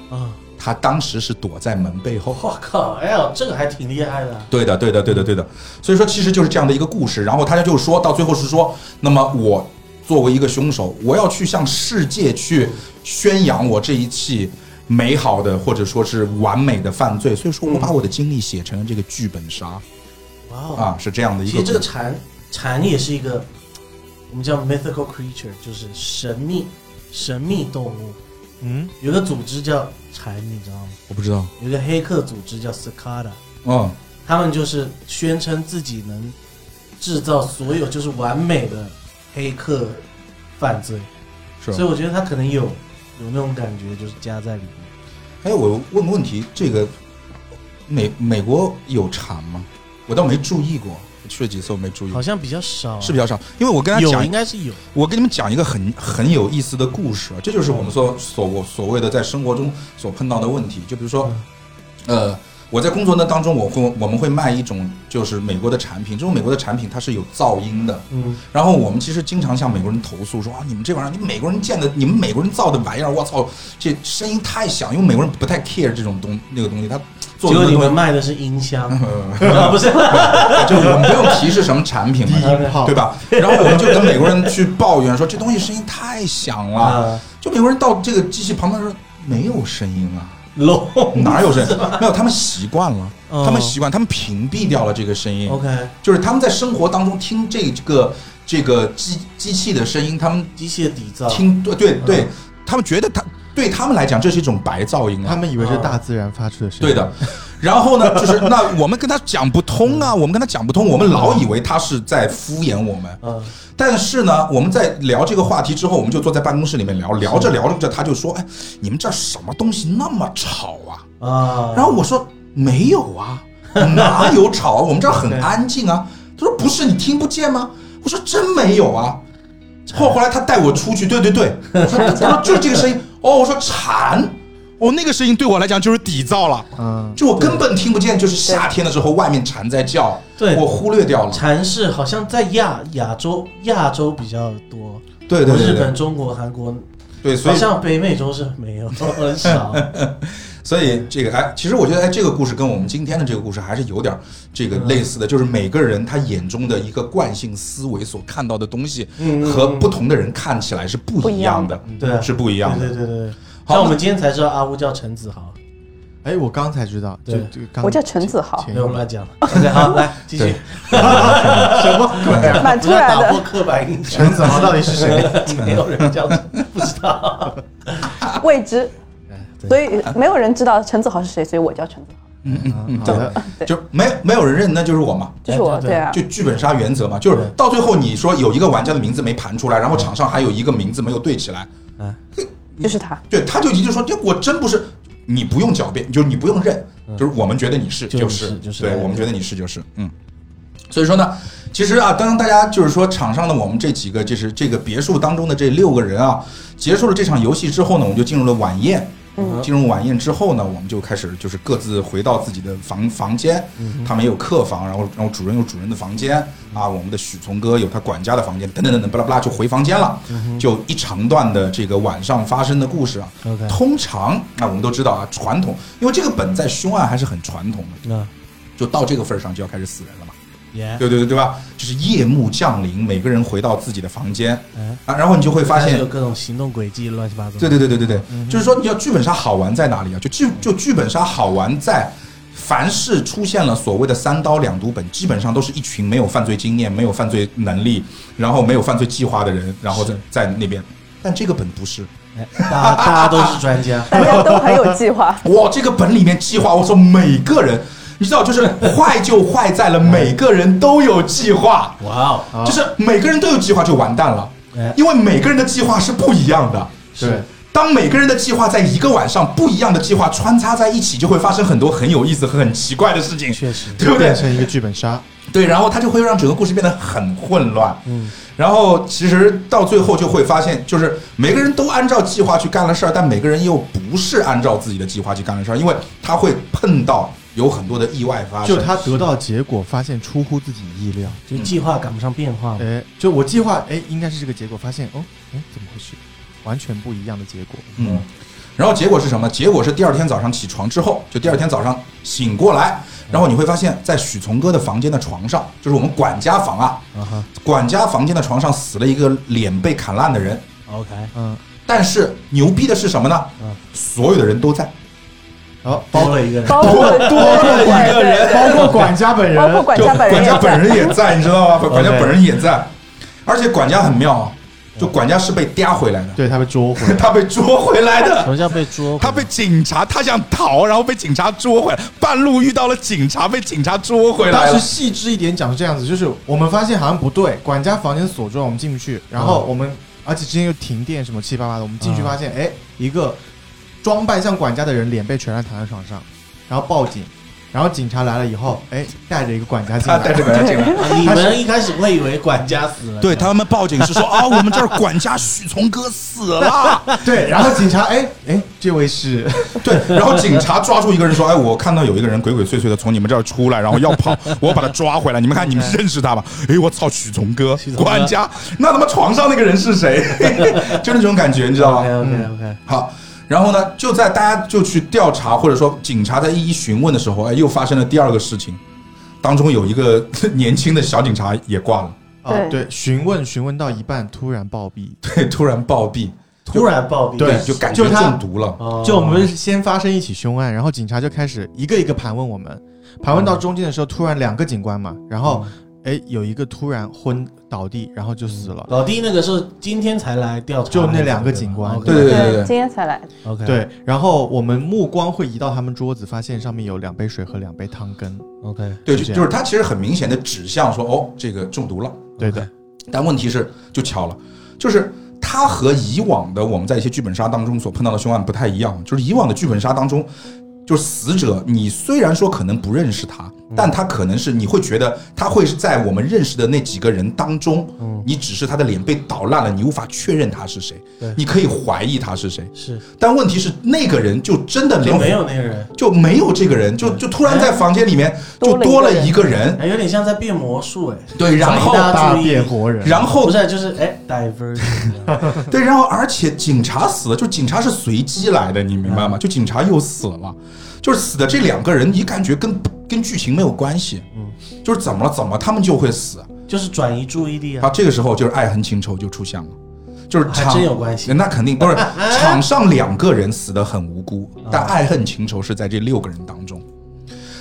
Speaker 1: 啊，
Speaker 2: 他当时是躲在门背后。
Speaker 1: 我靠，哎呦，这个还挺厉害的。
Speaker 2: 对的，对的，对的，对的。所以说，其实就是这样的一个故事。然后大家就说到最后是说，那么我作为一个凶手，我要去向世界去宣扬我这一起美好的或者说是完美的犯罪。所以说我把我的经历写成了这个剧本杀啊
Speaker 1: 哇哦，
Speaker 2: 啊，是这样的一
Speaker 1: 其
Speaker 2: 个
Speaker 1: 实这
Speaker 2: 故事。
Speaker 1: 个蝉蝉也是一个我们叫 mythical creature，就是神秘神秘动物。
Speaker 4: 嗯，
Speaker 1: 有个组织叫蝉，你知道吗？
Speaker 2: 我不知道，
Speaker 1: 有一个黑客组织叫 Cicada，
Speaker 2: 嗯，
Speaker 1: 他们就是宣称自己能制造所有就是完美的黑客犯罪，
Speaker 2: 是。
Speaker 1: 所以我觉得他可能有有那种感觉，就是加在里面。
Speaker 2: 哎，我问个问题，这个美美国有蝉吗？我倒没注意过，去了几次我没注意
Speaker 1: 好，像比较少、
Speaker 2: 嗯
Speaker 1: 啊
Speaker 2: 是比较少。因为我跟他
Speaker 1: 有
Speaker 2: 讲
Speaker 1: 应该是有，
Speaker 2: 我给你们讲一个很很有意思的故事，啊这就是我们所所所谓的在生活中所碰到的问题。就比如说，呃，我在工作的当中，我会我们会卖一种就是美国的产品，这种美国的产品它是有噪音的。
Speaker 1: 嗯，
Speaker 2: 然后我们其实经常向美国人投诉说啊，你们这玩意儿，你们美国人建的，你们美国人造的玩意儿，我操，这声音太响，因为美国人不太 care 这种东那个东西，他做
Speaker 1: 结
Speaker 2: 的
Speaker 1: 果
Speaker 2: 东
Speaker 1: 你
Speaker 2: 西。
Speaker 1: 们卖的是音箱，
Speaker 2: (laughs) 呃
Speaker 1: 啊不是，
Speaker 2: 就我们不用提示什么产品
Speaker 4: 低
Speaker 2: 嘛，
Speaker 4: 音炮
Speaker 2: 对吧？然后我们就跟美国人去抱怨说这东西声音太响了，
Speaker 1: 啊，
Speaker 2: 就美国人到这个机器旁边说没有声音啊，
Speaker 1: 聋
Speaker 2: 哪有声音？没有，他们习惯了，
Speaker 1: 哦
Speaker 2: 他们习惯，他们屏蔽掉了这个声
Speaker 1: (laughs)
Speaker 2: 音，
Speaker 1: ？OK，
Speaker 2: 就是他们在生活当中听这个这个机机器的声音，他们
Speaker 1: 机械底噪，
Speaker 2: 听对对对
Speaker 1: 嗯，
Speaker 2: 他们觉得他对他们来讲这是一种白噪音
Speaker 4: 嗯他
Speaker 2: 啊。
Speaker 4: 们以为是大自然发出的
Speaker 2: (laughs)
Speaker 4: 声音。
Speaker 2: 对的，然后 (laughs) 呢，就是那我们跟他讲不通啊，我们跟他讲不通，我们老以为他是在敷衍我们，
Speaker 1: 嗯，
Speaker 2: 但是呢，我们在聊这个话题之后，我们就坐在办公室里面聊，聊着聊着，他就说：“哎，你们这儿什么东西那么吵啊
Speaker 1: 啊，？”
Speaker 2: 然后我说：“没有 (laughs) 啊，哪有吵啊？我们这儿很安静啊。”他说：“不是，你听不见吗？”我说：“真没有啊。”后后来他带我出去，对对对，我说我说就是这个声音。哦，我说蝉，哦那个声音对我来讲就是底噪了，
Speaker 4: 嗯，
Speaker 2: 就我根本听不见，就是夏天的时候外面蝉在叫，
Speaker 1: 对
Speaker 2: 我忽略掉了。
Speaker 1: 禅是好像在亚亚洲亚洲比较多，
Speaker 2: 对对对
Speaker 1: 日
Speaker 2: 对
Speaker 1: 本、中国、韩国，
Speaker 2: 对，所
Speaker 1: 好
Speaker 2: 以
Speaker 1: 像北美洲是没有， (laughs) 很少。
Speaker 2: 所以这个哎，其实我觉得哎，这个故事跟我们今天的这个故事还是有点儿这
Speaker 1: 嗯
Speaker 2: 个类似的，就是每个人他眼中的一个惯性思维所看到的东西，
Speaker 1: 嗯嗯嗯
Speaker 2: 和不同的人看起来是不一样的，
Speaker 1: 对啊
Speaker 2: 是不一样的。
Speaker 1: 对对对对。
Speaker 2: 好
Speaker 1: 像我们今天才知道阿乌叫陈子豪，
Speaker 4: 哎，我刚才知道，就
Speaker 1: 对
Speaker 4: 这个刚
Speaker 3: 我叫陈子豪
Speaker 4: 前
Speaker 1: 没有乱讲了。OK，好，来继续
Speaker 2: 对。
Speaker 1: 什么鬼啊？
Speaker 3: (laughs) 蛮
Speaker 1: 不
Speaker 3: 突
Speaker 1: 要
Speaker 3: 然
Speaker 1: 打
Speaker 3: 的
Speaker 1: 破。刻板印象。
Speaker 4: 陈子豪到底是谁？
Speaker 1: (laughs) 没有人叫，不知道。
Speaker 3: 未知，
Speaker 2: 哎
Speaker 3: 所以没有人知道陈子豪是谁，所以我叫陈子豪，
Speaker 4: 嗯好的，
Speaker 3: 对
Speaker 2: 就没有没有人认，那就是我嘛。
Speaker 3: 就是我，
Speaker 1: 哎对对
Speaker 3: 对啊
Speaker 2: 就，剧本杀原则嘛，就是到最后你说有一个玩家的名字没盘出来，然后场上还有一个名字没有对起来，
Speaker 3: 就是他，，
Speaker 2: 对，他就一定说，这我真不是，你不用狡辩，就是你不用认，嗯就是我们觉得你是
Speaker 1: 就是
Speaker 2: 是，
Speaker 1: 就是
Speaker 2: 对
Speaker 1: 对
Speaker 2: 我们觉得你是就是，嗯。所以说呢，其实啊，当大家就是说场上的我们这几个，就是这个别墅当中的这六个人啊，结束了这场游戏之后呢，我们就进入了晚宴。进入晚宴之后呢，我们就开始就是各自回到自己的房房间，他们也有客房，然后然后主人有主人的房间啊，我们的许从哥有他管家的房间，等等等等，巴拉巴拉就回房间了，就一长段的这个晚上发生的故事啊。
Speaker 1: OK
Speaker 2: 通常啊，我们都知道啊，传统，因为这个本在凶案还是很传统的，
Speaker 1: 那
Speaker 2: 就到这个份儿上就要开始死人了嘛。
Speaker 1: 耶
Speaker 2: 对对对对吧？就是夜幕降临，每个人回到自己的房间
Speaker 1: 嗯
Speaker 2: 啊，然后你就会发现
Speaker 1: 有各种行动轨迹乱七八糟。
Speaker 2: 对对对对对对，就是说，你要剧本杀好玩在哪里啊？就剧就剧本杀好玩在，凡是出现了所谓的三刀两读本，基本上都是一群没有犯罪经验、没有犯罪能力，然后没有犯罪计划的人，然后在在那边。但这个本不是，。
Speaker 1: 哎，大大家都是专家
Speaker 3: 大家都很有计划
Speaker 2: (laughs) 哇，这个本里面计划，我说每个人，你知道，就是坏就坏在了每个人都有计划，
Speaker 1: 哇哦，
Speaker 2: 就是每个人都有计划就完蛋了
Speaker 1: 哎，
Speaker 2: 因为每个人的计划是不一样的。
Speaker 4: 对，
Speaker 2: 当每个人的计划在一个晚上不一样的计划穿插在一起，就会发生很多很有意思和很奇怪的事情，
Speaker 1: 确实
Speaker 2: 对不对
Speaker 4: 变？成一个剧本杀，
Speaker 2: 对，然后它就会让整个故事变得很混乱。嗯，然后其实到最后就会发现，就是每个人都按照计划去干了事儿，但每个人又不是按照自己的计划去干了事儿，因为他会碰到有很多的意外发生。
Speaker 4: 就他得到结果，发现出乎自己意料。
Speaker 1: 就计划赶不上变
Speaker 2: 嗯
Speaker 1: 化嘛。
Speaker 4: 哎，就我计划，哎，应该是这个结果，发现哦，哎，怎么回事？完全不一样的结果。
Speaker 2: 嗯，然后结果是什么？结果是第二天早上起床之后，就第二天早上醒过来，然后你会发现在许从哥的房间的床上，就是我们管家房啊，
Speaker 1: 啊哈
Speaker 2: 管家房间的床上死了一个脸被砍烂的人。
Speaker 1: ，OK，
Speaker 4: 嗯，
Speaker 2: 但是牛逼的是什么呢？
Speaker 1: 嗯
Speaker 2: 所有的人都在，
Speaker 4: 然后包
Speaker 1: 包了一个人，
Speaker 3: 包括
Speaker 2: 多了一个人
Speaker 4: 包括管家本
Speaker 3: 对
Speaker 4: 人，
Speaker 3: 包括管
Speaker 2: 就
Speaker 3: 家本人
Speaker 2: 管
Speaker 3: 也
Speaker 2: 家本
Speaker 3: 在。
Speaker 2: 人也
Speaker 3: (laughs)
Speaker 2: 在，你知道吗？管家
Speaker 1: OK
Speaker 2: 本人也在，而且管家很妙啊，就管家是被嗲回来的，
Speaker 4: 对他被捉回来。
Speaker 2: (laughs) 他被捉回来的
Speaker 1: 什。么叫被捉？
Speaker 2: 他被警察，他想逃，然后被警察捉回来，半路遇到了警察，被警察捉回来
Speaker 4: 当时
Speaker 2: 了。
Speaker 4: 细致一点讲是这样子，就是我们发现好像不对，管家房间锁住了，我们进不去，然后我们、而且之前又停电什么七七八八的，我们进去
Speaker 1: 嗯
Speaker 4: 发现，哎、一个装扮像管家的人脸被全烂躺在床上，然后报警，然后警察来了以后，哎，带着一个管家进
Speaker 2: 他
Speaker 4: 来，
Speaker 2: 啊带着管家进来，
Speaker 1: 啊你们一开始会以为管家死了，
Speaker 2: 对他们报警是说啊，我们这儿管家许从哥死了。
Speaker 4: 对，然后警察，哎哎，这位是，
Speaker 2: (laughs) 对，然后警察抓住一个人说，哎，我看到有一个人鬼鬼祟祟的从你们这儿出来，然后要 (laughs) 跑，我把他抓回来。你们看，你们认识他 (laughs) 吧？哎，我操，许从哥
Speaker 1: 许，从哥
Speaker 2: 管家，那他妈床上那个人是谁？ (laughs) 就那种感觉，你知道吗？
Speaker 1: 哎，OK OK OK，
Speaker 2: 好，然后呢，就在大家就去调查，或者说警察在一一询问的时候，哎，又发生了第二个事情，当中有一个 (laughs) 年轻的小警察也挂了， (laughs)
Speaker 4: 啊
Speaker 3: 对
Speaker 4: 对，询问询问到一半突然暴毙，
Speaker 2: 对，突然暴毙，
Speaker 1: 突然暴毙，
Speaker 4: 对
Speaker 2: 就感觉
Speaker 4: 就他
Speaker 2: 中毒了。
Speaker 1: 哦
Speaker 4: 就我们先发生一起凶案，然后警察就开始一个一个盘问我们，盘问到中间的时候，突然两个警官嘛，
Speaker 2: 嗯
Speaker 4: 然后哎、有一个突然昏倒地，然后就死
Speaker 2: 哦嗯
Speaker 4: 了。
Speaker 1: 老弟那个是今天才来调查的，
Speaker 4: 就那两个警官
Speaker 2: 对对对对
Speaker 3: 今天才来，
Speaker 1: ，OK，
Speaker 4: 对，然后我们目光会移到他们桌子，发现上面有两杯水和两杯汤羹。
Speaker 1: ，OK，
Speaker 2: 对，
Speaker 4: 是这
Speaker 2: 就就
Speaker 4: 样
Speaker 2: 是他其实很明显的指向说，哦，这个中毒了。
Speaker 4: 对的，
Speaker 2: 但问题是，就巧了，就是它和以往的我们在一些剧本杀当中所碰到的凶案不太一样，就是以往的剧本杀当中。就是死者，你虽然说可能不认识他，但他可能是你会觉得他会是在我们认识的那几个人当中，你只是他的脸被捣烂了，你无法确认他是谁
Speaker 1: 对，
Speaker 2: 你可以怀疑他是谁。
Speaker 1: 是
Speaker 2: 但问题是，那个人就真的
Speaker 1: 就
Speaker 2: 连
Speaker 1: 没有那个人，
Speaker 2: 就没有这个人，就就突然在房间里面就多
Speaker 3: 多了一个
Speaker 2: 了
Speaker 3: 人
Speaker 2: 一个人，
Speaker 1: 哎，有点像在变魔术哎，
Speaker 2: 对，然后
Speaker 1: 转移大
Speaker 4: 大
Speaker 1: 家注意
Speaker 4: 变活人，
Speaker 2: 然后
Speaker 1: 不是就是哎 diversion， (laughs)
Speaker 2: (laughs) 对，然后而且警察死了，就警察是随机来的，你明白吗？就警察又死了，就是死的这两个人，你感觉跟跟剧情没有关系，嗯，就是怎么了怎么他们就会死
Speaker 1: 就是转移注意力
Speaker 2: 啊？
Speaker 1: 啊，
Speaker 2: 这个时候就是爱恨情仇就出现了，就是
Speaker 1: 还
Speaker 2: 场
Speaker 1: 真有关系
Speaker 2: 那肯定不
Speaker 1: (laughs)
Speaker 2: 是场上两个人死的很无辜，
Speaker 1: 啊
Speaker 2: 但爱恨情仇是在这六个人当中。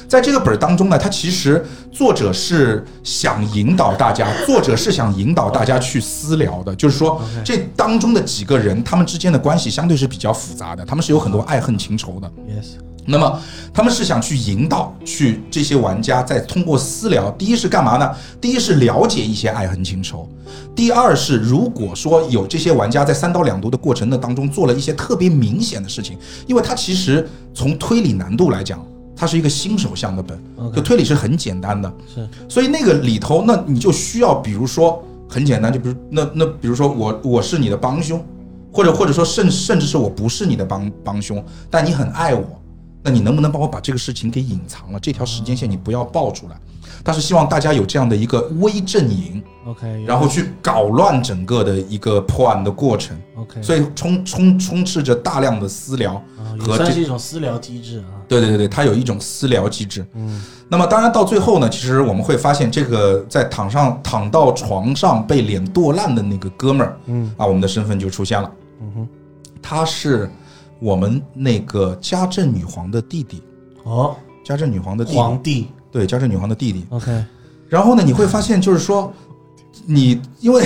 Speaker 2: 在这个本儿当中呢，他其实作者是想引导大家，作者是想引导大家去私聊的，就是说这当中的几个人，他们之间的关系相对是比较复杂的，他们是有很多爱恨情仇的。
Speaker 1: ，yes，
Speaker 2: 那么他们是想去引导去这些玩家，再通过私聊，第一是干嘛呢？第一是了解一些爱恨情仇，第二是如果说有这些玩家在三刀两毒的过程的当中做了一些特别明显的事情，因为它其实从推理难度来讲，它是一个新手向的本
Speaker 1: OK
Speaker 2: 就推理是很简单的，
Speaker 1: 是
Speaker 2: 所以那个里头，那你就需要，比如说很简单，就比如那那比如说我我是你的帮凶，或者或者说甚甚至是我不是你的帮帮凶，但你很爱我，那你能不能帮我把这个事情给隐藏了？这条时间线你不要爆出来。但是希望大家有这样的一个微阵营，
Speaker 1: ，OK，
Speaker 2: 然后去搞乱整个的一个破案的过程，
Speaker 1: OK，
Speaker 2: 所以充充充斥着大量的私聊
Speaker 1: 啊也
Speaker 2: 和
Speaker 1: 算
Speaker 2: 这
Speaker 1: 是一种私聊机制啊，
Speaker 2: 对对对对，它有一种私聊机制。嗯，那么当然到最后呢，其实我们会发现，这个在躺上躺到床上被脸剁烂的那个哥们儿
Speaker 5: 嗯
Speaker 2: 啊，我们的身份就出现了，
Speaker 5: 嗯哼，
Speaker 2: 他是我们那个嘉镇女皇的弟弟，
Speaker 1: 哦，
Speaker 2: 嘉镇女皇的弟弟，
Speaker 1: 皇帝
Speaker 2: 对，嘉镇女皇的弟弟。
Speaker 1: ，OK， (laughs)
Speaker 2: 然后呢，你会发现就是说，你因为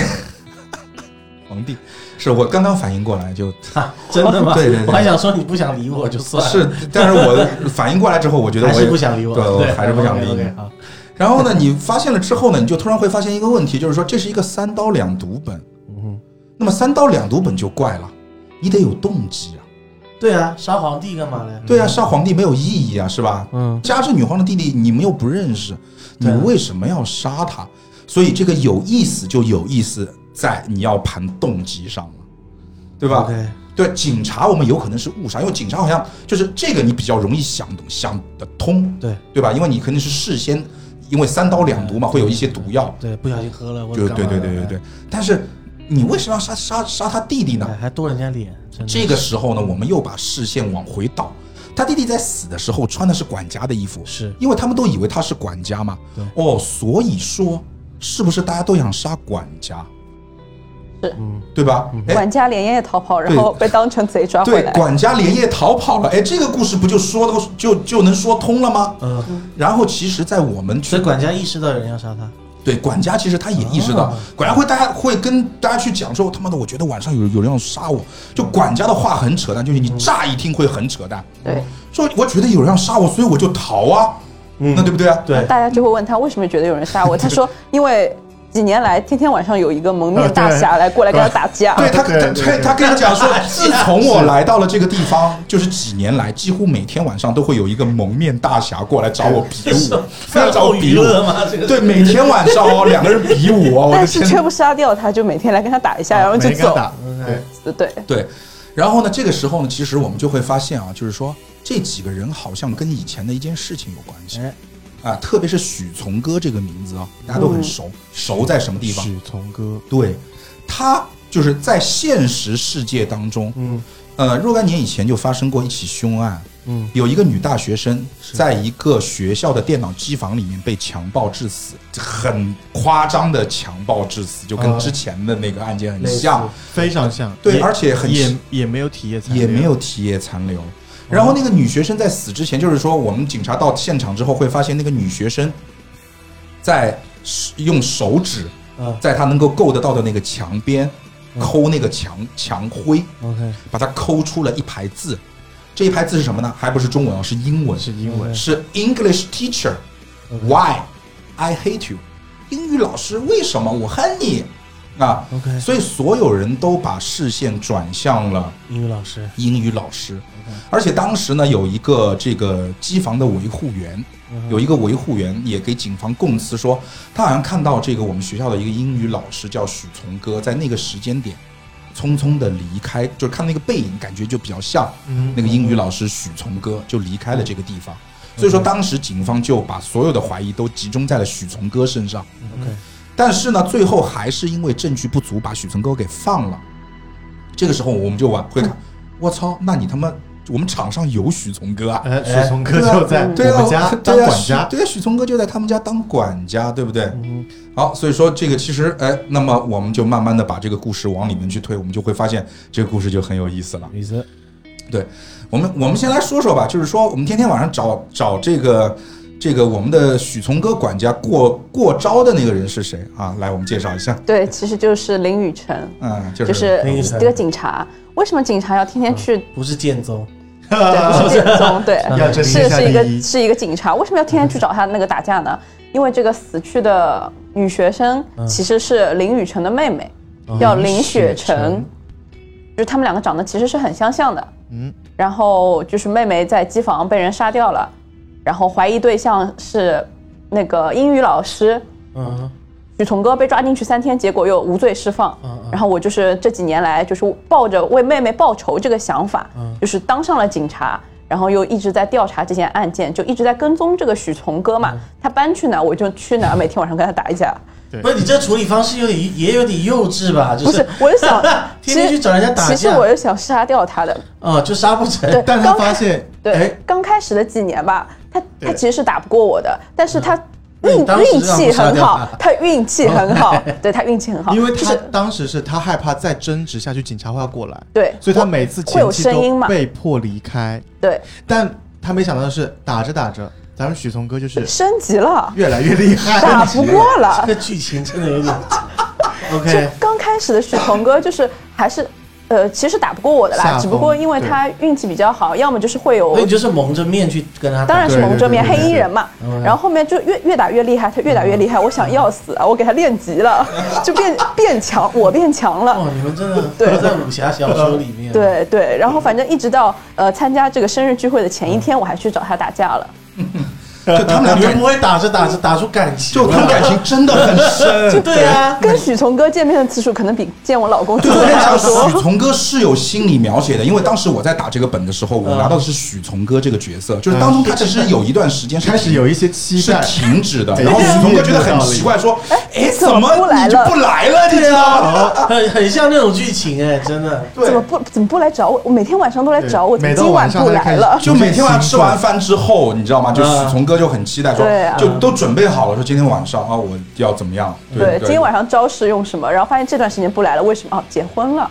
Speaker 2: 皇帝是我刚刚反应过来就
Speaker 1: 哈，真的吗？
Speaker 2: 对对对
Speaker 1: 我还想说你不想理我就算了，
Speaker 2: 是，但是我反应过来之后，我觉得
Speaker 1: 还
Speaker 2: 我
Speaker 1: 是
Speaker 2: 也
Speaker 1: 不想理我，
Speaker 2: 对我
Speaker 1: 对，
Speaker 2: 还是不想理
Speaker 1: OK，
Speaker 2: 你
Speaker 1: OK，好
Speaker 2: 然后呢，你发现了之后呢，你就突然会发现一个问题，就是说这是一个三刀两读本。
Speaker 5: 嗯哼，
Speaker 2: 那么三刀两读本就怪了，你得有动
Speaker 1: 嗯
Speaker 2: 机啊。
Speaker 1: 对啊，杀皇帝干嘛嘞？
Speaker 2: 对啊，杀皇帝没有意义啊，是吧？
Speaker 5: 嗯
Speaker 2: 嘉靖女皇的弟弟你们又不认识，你
Speaker 1: 对啊
Speaker 2: 为什么要杀他？所以这个有意思就有意思在你要盘动机上了，对
Speaker 1: 对
Speaker 2: 吧？
Speaker 1: ？OK，
Speaker 2: 对，警察我们有可能是误杀，因为警察好像就是这个你比较容易想懂、想得通，
Speaker 1: 嗯对
Speaker 2: 对吧？因为你肯定是事先，因为三刀两毒嘛，会有一些毒药，
Speaker 1: 对，不小心喝了，我
Speaker 2: 就
Speaker 1: 干嘛
Speaker 2: 对对对
Speaker 1: 了
Speaker 2: 对对。但是你为什么要杀杀杀他弟弟呢
Speaker 1: 哎？还剁人家脸，
Speaker 2: 嗯
Speaker 1: 真的
Speaker 2: 这个时候呢，我们又把视线往回倒，他弟弟在死的时候穿的是管家的衣服，
Speaker 1: 是
Speaker 2: 因为他们都以为他是管家嘛。哦，所以说是不是大家都想杀管家？
Speaker 3: 是
Speaker 2: 嗯，对吧？哎，
Speaker 3: 管家连夜逃跑，然后被当成贼抓回
Speaker 2: 对，
Speaker 3: 来。
Speaker 2: 管家连夜逃跑了。哎，这个故事不就说的就就能说通了吗？
Speaker 1: 嗯，
Speaker 2: 然后其实，在我们
Speaker 1: 所
Speaker 2: 去
Speaker 1: 以管家意识到有人要杀他，
Speaker 2: 对管家，其实他也意识到
Speaker 1: 哦，
Speaker 2: 管家会大家会跟大家去讲说，他妈的，我觉得晚上有有人要杀我。就管家的话很扯淡，就是
Speaker 1: 嗯
Speaker 2: 你乍一听会很扯淡，
Speaker 3: 对，
Speaker 2: 说我觉得有人要杀我，所以我就逃啊，
Speaker 4: 嗯
Speaker 2: 那对不对啊？
Speaker 1: 对，
Speaker 3: 大家就会问他为什么觉得有人杀我，他说因为几年来天天晚上有一个蒙面大侠来过来跟他打架。
Speaker 2: 哦对他，哦
Speaker 4: 对
Speaker 2: 他
Speaker 4: 对
Speaker 2: 他
Speaker 4: 对
Speaker 2: 他跟你讲
Speaker 4: (laughs)
Speaker 2: 说，自从我来到了这个地方，就是几年来，几乎每天晚上都会有一个蒙面大侠过来找我比
Speaker 4: (laughs)
Speaker 2: 武，
Speaker 1: 嗯
Speaker 2: (laughs) 非要找我
Speaker 1: 娱
Speaker 2: 比武。
Speaker 1: 乐吗？这个
Speaker 2: 对，每天晚上哦，两个人比武哦，我
Speaker 3: (laughs)
Speaker 2: 的
Speaker 3: 但是
Speaker 2: 天
Speaker 3: 却
Speaker 2: 哪！哦
Speaker 3: 不杀掉他，就每天来跟他打一下，然后就
Speaker 4: 没敢
Speaker 3: 走。
Speaker 4: 打，对，
Speaker 3: 对，
Speaker 2: 对，然后呢，这个时候呢，其实我们就会发现啊，就是说这几个人好像跟以前的一件事情有关系
Speaker 1: 哎
Speaker 2: 啊，特别是许从哥这个名字啊，大家都很
Speaker 3: 嗯
Speaker 2: 熟，熟在什么地方？
Speaker 4: 许从哥，
Speaker 2: 对，他就是在现实世界当中，
Speaker 5: 嗯
Speaker 2: 呃，若干年以前就发生过一起凶案，
Speaker 5: 嗯
Speaker 2: 有一个女大学生在一个学校的电脑机房里面被强暴致死，很夸张的强暴致死，就跟
Speaker 4: 啊
Speaker 2: 之前的那个案件很
Speaker 1: 类似
Speaker 2: 像，
Speaker 4: 非常像，
Speaker 2: 对，
Speaker 4: 也
Speaker 2: 而且很
Speaker 4: 也也没有体液残留，
Speaker 2: 也没有体液残留。然后那个女学生在死之前，就是说我们警察到现场之后会发现，那个女学生在手用手指
Speaker 1: 嗯
Speaker 2: 在她能够够得到的那个墙边
Speaker 4: 嗯
Speaker 2: 抠那个墙墙灰，
Speaker 1: ，OK，
Speaker 2: 把它抠出了一排字。这一排字是什么呢？还不是中文啊，是英文，
Speaker 4: 是英文，
Speaker 2: 是 English teacher。Why I hate you？英语老师为什么我恨你？啊
Speaker 1: OK
Speaker 2: 所以所有人都把视线转向了。
Speaker 1: 英语老师
Speaker 2: 英语老师，而且当时呢有一个这个机房的维护员，有一个维护员也给警方供词说，他好像看到这个我们学校的一个英语老师叫许从哥，在那个时间点匆匆的离开，就是看那个背影，感觉就比较像
Speaker 1: 嗯
Speaker 2: 那个英语老师许从哥就离开了这个地方，所以说当时警方就把所有的怀疑都集中在了许从哥身上。
Speaker 1: ，OK，
Speaker 2: 但是呢，最后还是因为证据不足，把许存哥给放了。这个时候我们就往会看，我操，那你他妈我们场上有许从哥啊？
Speaker 4: 哎，许从哥
Speaker 2: 对啊
Speaker 4: 就在
Speaker 2: 对
Speaker 4: 我
Speaker 2: 啊，
Speaker 4: 们家当
Speaker 2: 对啊，
Speaker 4: 管
Speaker 2: 许
Speaker 4: 家，嗯
Speaker 2: 对啊，许从哥就在他们家当管家，对不对？好，所以说这个其实，哎，那么我们就慢慢的把这个故事往里面去推，我们就会发现这个故事就很有意思了。
Speaker 1: 意思，
Speaker 2: 对，我们我们先来说说吧，就是说我们天天晚上找找这个这个我们的许从哥管家过过招的那个人是谁啊？来，我们介绍一下。
Speaker 3: 对，其实就是林雨辰，
Speaker 2: 嗯，就是
Speaker 3: 就是
Speaker 1: 林雨辰
Speaker 3: 这个警察。为什么警察要天天去？
Speaker 1: 不是剑宗，
Speaker 3: 对，不是剑宗，对，
Speaker 4: 嗯啊 (laughs) 要证明
Speaker 3: 是
Speaker 4: 一下
Speaker 3: 是一
Speaker 4: 第
Speaker 3: 个
Speaker 4: 一，
Speaker 3: 是一个警察，为什么要天天去找他那个打架呢？因为这个死去的女学生
Speaker 4: 嗯
Speaker 3: 其实是林雨辰的妹妹，叫林雪辰，就是他们两个长得其实是很相像的。
Speaker 4: 嗯，
Speaker 3: 然后就是妹妹在机房被人杀掉了，然后怀疑对象是那个英语老师，
Speaker 1: 嗯
Speaker 3: 许从哥被抓进去三天，结果又无罪释放。
Speaker 1: 嗯嗯
Speaker 3: 然后我就是这几年来，就是抱着为妹妹报仇这个想法，
Speaker 1: 嗯
Speaker 3: 就是当上了警察，然后又一直在调查这件案件，就一直在跟踪这个许从哥
Speaker 1: 嗯
Speaker 3: 嘛。他搬去哪儿我就去哪儿，每天晚上跟他打一架。
Speaker 1: (laughs) 不是你这处理方式有点也有点幼稚吧？就 (laughs)
Speaker 3: 不是，我是想，
Speaker 1: 天天去找人家打
Speaker 3: 其实
Speaker 1: 架，
Speaker 3: 我是想杀掉他的，
Speaker 1: 哦，就杀不成。
Speaker 3: 对
Speaker 4: 但他
Speaker 3: 刚开
Speaker 4: 发现，哎
Speaker 3: 对，，刚开始的几年吧，他
Speaker 4: 对
Speaker 3: 他其实是打不过我的，但是他
Speaker 1: 嗯那
Speaker 3: 运
Speaker 1: 你当时
Speaker 3: 运
Speaker 1: 让
Speaker 3: 气
Speaker 1: 他杀
Speaker 3: 很
Speaker 1: 掉
Speaker 3: 好
Speaker 1: 他，
Speaker 3: 他运气很
Speaker 1: (laughs)
Speaker 3: 好，对他运气很好，
Speaker 4: 因为
Speaker 3: 就
Speaker 4: 他
Speaker 3: 是
Speaker 4: 当时是他害怕再争执下去，警察会要过来，
Speaker 3: 对
Speaker 4: 所以他每次
Speaker 3: 会
Speaker 4: 前
Speaker 3: 有
Speaker 4: 期
Speaker 3: 声音
Speaker 4: 都
Speaker 3: 嘛
Speaker 4: 被迫离开。
Speaker 3: 对
Speaker 4: 但他没想到的是，打着打着，咱们许嵩哥就是
Speaker 3: 升级
Speaker 4: (laughs)
Speaker 3: 了，
Speaker 4: 越来越厉害。
Speaker 3: 打不过了
Speaker 1: 这。个剧情真的有点。
Speaker 3: 就 (laughs)
Speaker 4: 哎
Speaker 1: OK，
Speaker 3: 刚开始的许鹏哥就是还是。呃，其实打不过我的
Speaker 4: 下
Speaker 3: 啦，
Speaker 4: 风
Speaker 3: 只不过因为他运气比较好，要么就是会有
Speaker 1: 那你就是蒙着面去跟他打。
Speaker 3: 当然是
Speaker 4: 对
Speaker 3: 蒙着面
Speaker 4: 对对
Speaker 3: 黑
Speaker 4: 对嗯
Speaker 3: 衣人嘛，然后后面就越越打越厉害，他越打越厉害，我想要死啊！我给他练级
Speaker 4: (laughs)
Speaker 3: 了，就变变强，我变强了。
Speaker 1: 哦，你们真的
Speaker 3: 对
Speaker 1: 都在武侠小说里面。，
Speaker 3: 对对，然后反正一直到呃参加这个生日聚会的前一天，我还去找他打架了。
Speaker 2: 就 (laughs) 他们俩
Speaker 1: 你们
Speaker 2: 感
Speaker 1: 不，会打着打着打出感情
Speaker 2: 就
Speaker 1: 了，
Speaker 2: 他们感情真的很深。
Speaker 1: 对啊，
Speaker 3: 跟许从哥见面的次数可能比见我老公次
Speaker 2: 对，
Speaker 3: 数
Speaker 2: 我跟你
Speaker 3: 还要
Speaker 4: (laughs)
Speaker 2: 讲，许
Speaker 3: 多。
Speaker 2: 从哥是有心理描写的，因为当时我在打这个本的时候，我
Speaker 1: 嗯
Speaker 2: 拿到的是许从哥这个角色，就是当中他其实有一段时间是
Speaker 4: 嗯开始有一些期
Speaker 2: 是
Speaker 4: 待，哎
Speaker 2: 停止的，
Speaker 4: 对
Speaker 2: 然后许从哥觉得
Speaker 4: 有
Speaker 2: 很
Speaker 4: 道理
Speaker 2: 奇怪，说：“哎，
Speaker 3: 怎
Speaker 2: 怎
Speaker 3: 么
Speaker 2: 么
Speaker 3: 不来
Speaker 2: 你就
Speaker 3: 了
Speaker 2: 不来了？你知
Speaker 1: 对
Speaker 2: 道吗？”
Speaker 1: 啊，很很像那种剧情哎，真的。
Speaker 2: 对
Speaker 4: 啊
Speaker 3: 怎么不怎么不来找我？我每天晚上都来找我，怎么
Speaker 4: 对每到
Speaker 3: 今晚
Speaker 4: 晚上
Speaker 3: 不
Speaker 4: 他就开
Speaker 3: 来
Speaker 4: 始
Speaker 3: 了？
Speaker 2: 就每天晚上吃完饭之后，你知道吗？就
Speaker 1: 嗯
Speaker 2: 许从哥就很期待说
Speaker 3: 对啊，
Speaker 2: 就都准备好了，说今天晚上啊，我要怎么样？
Speaker 3: 对，今天晚
Speaker 2: 上
Speaker 3: 上招式用什么？然后发现这段时间不来了，为什么？哦，结婚
Speaker 4: (laughs)
Speaker 3: 了。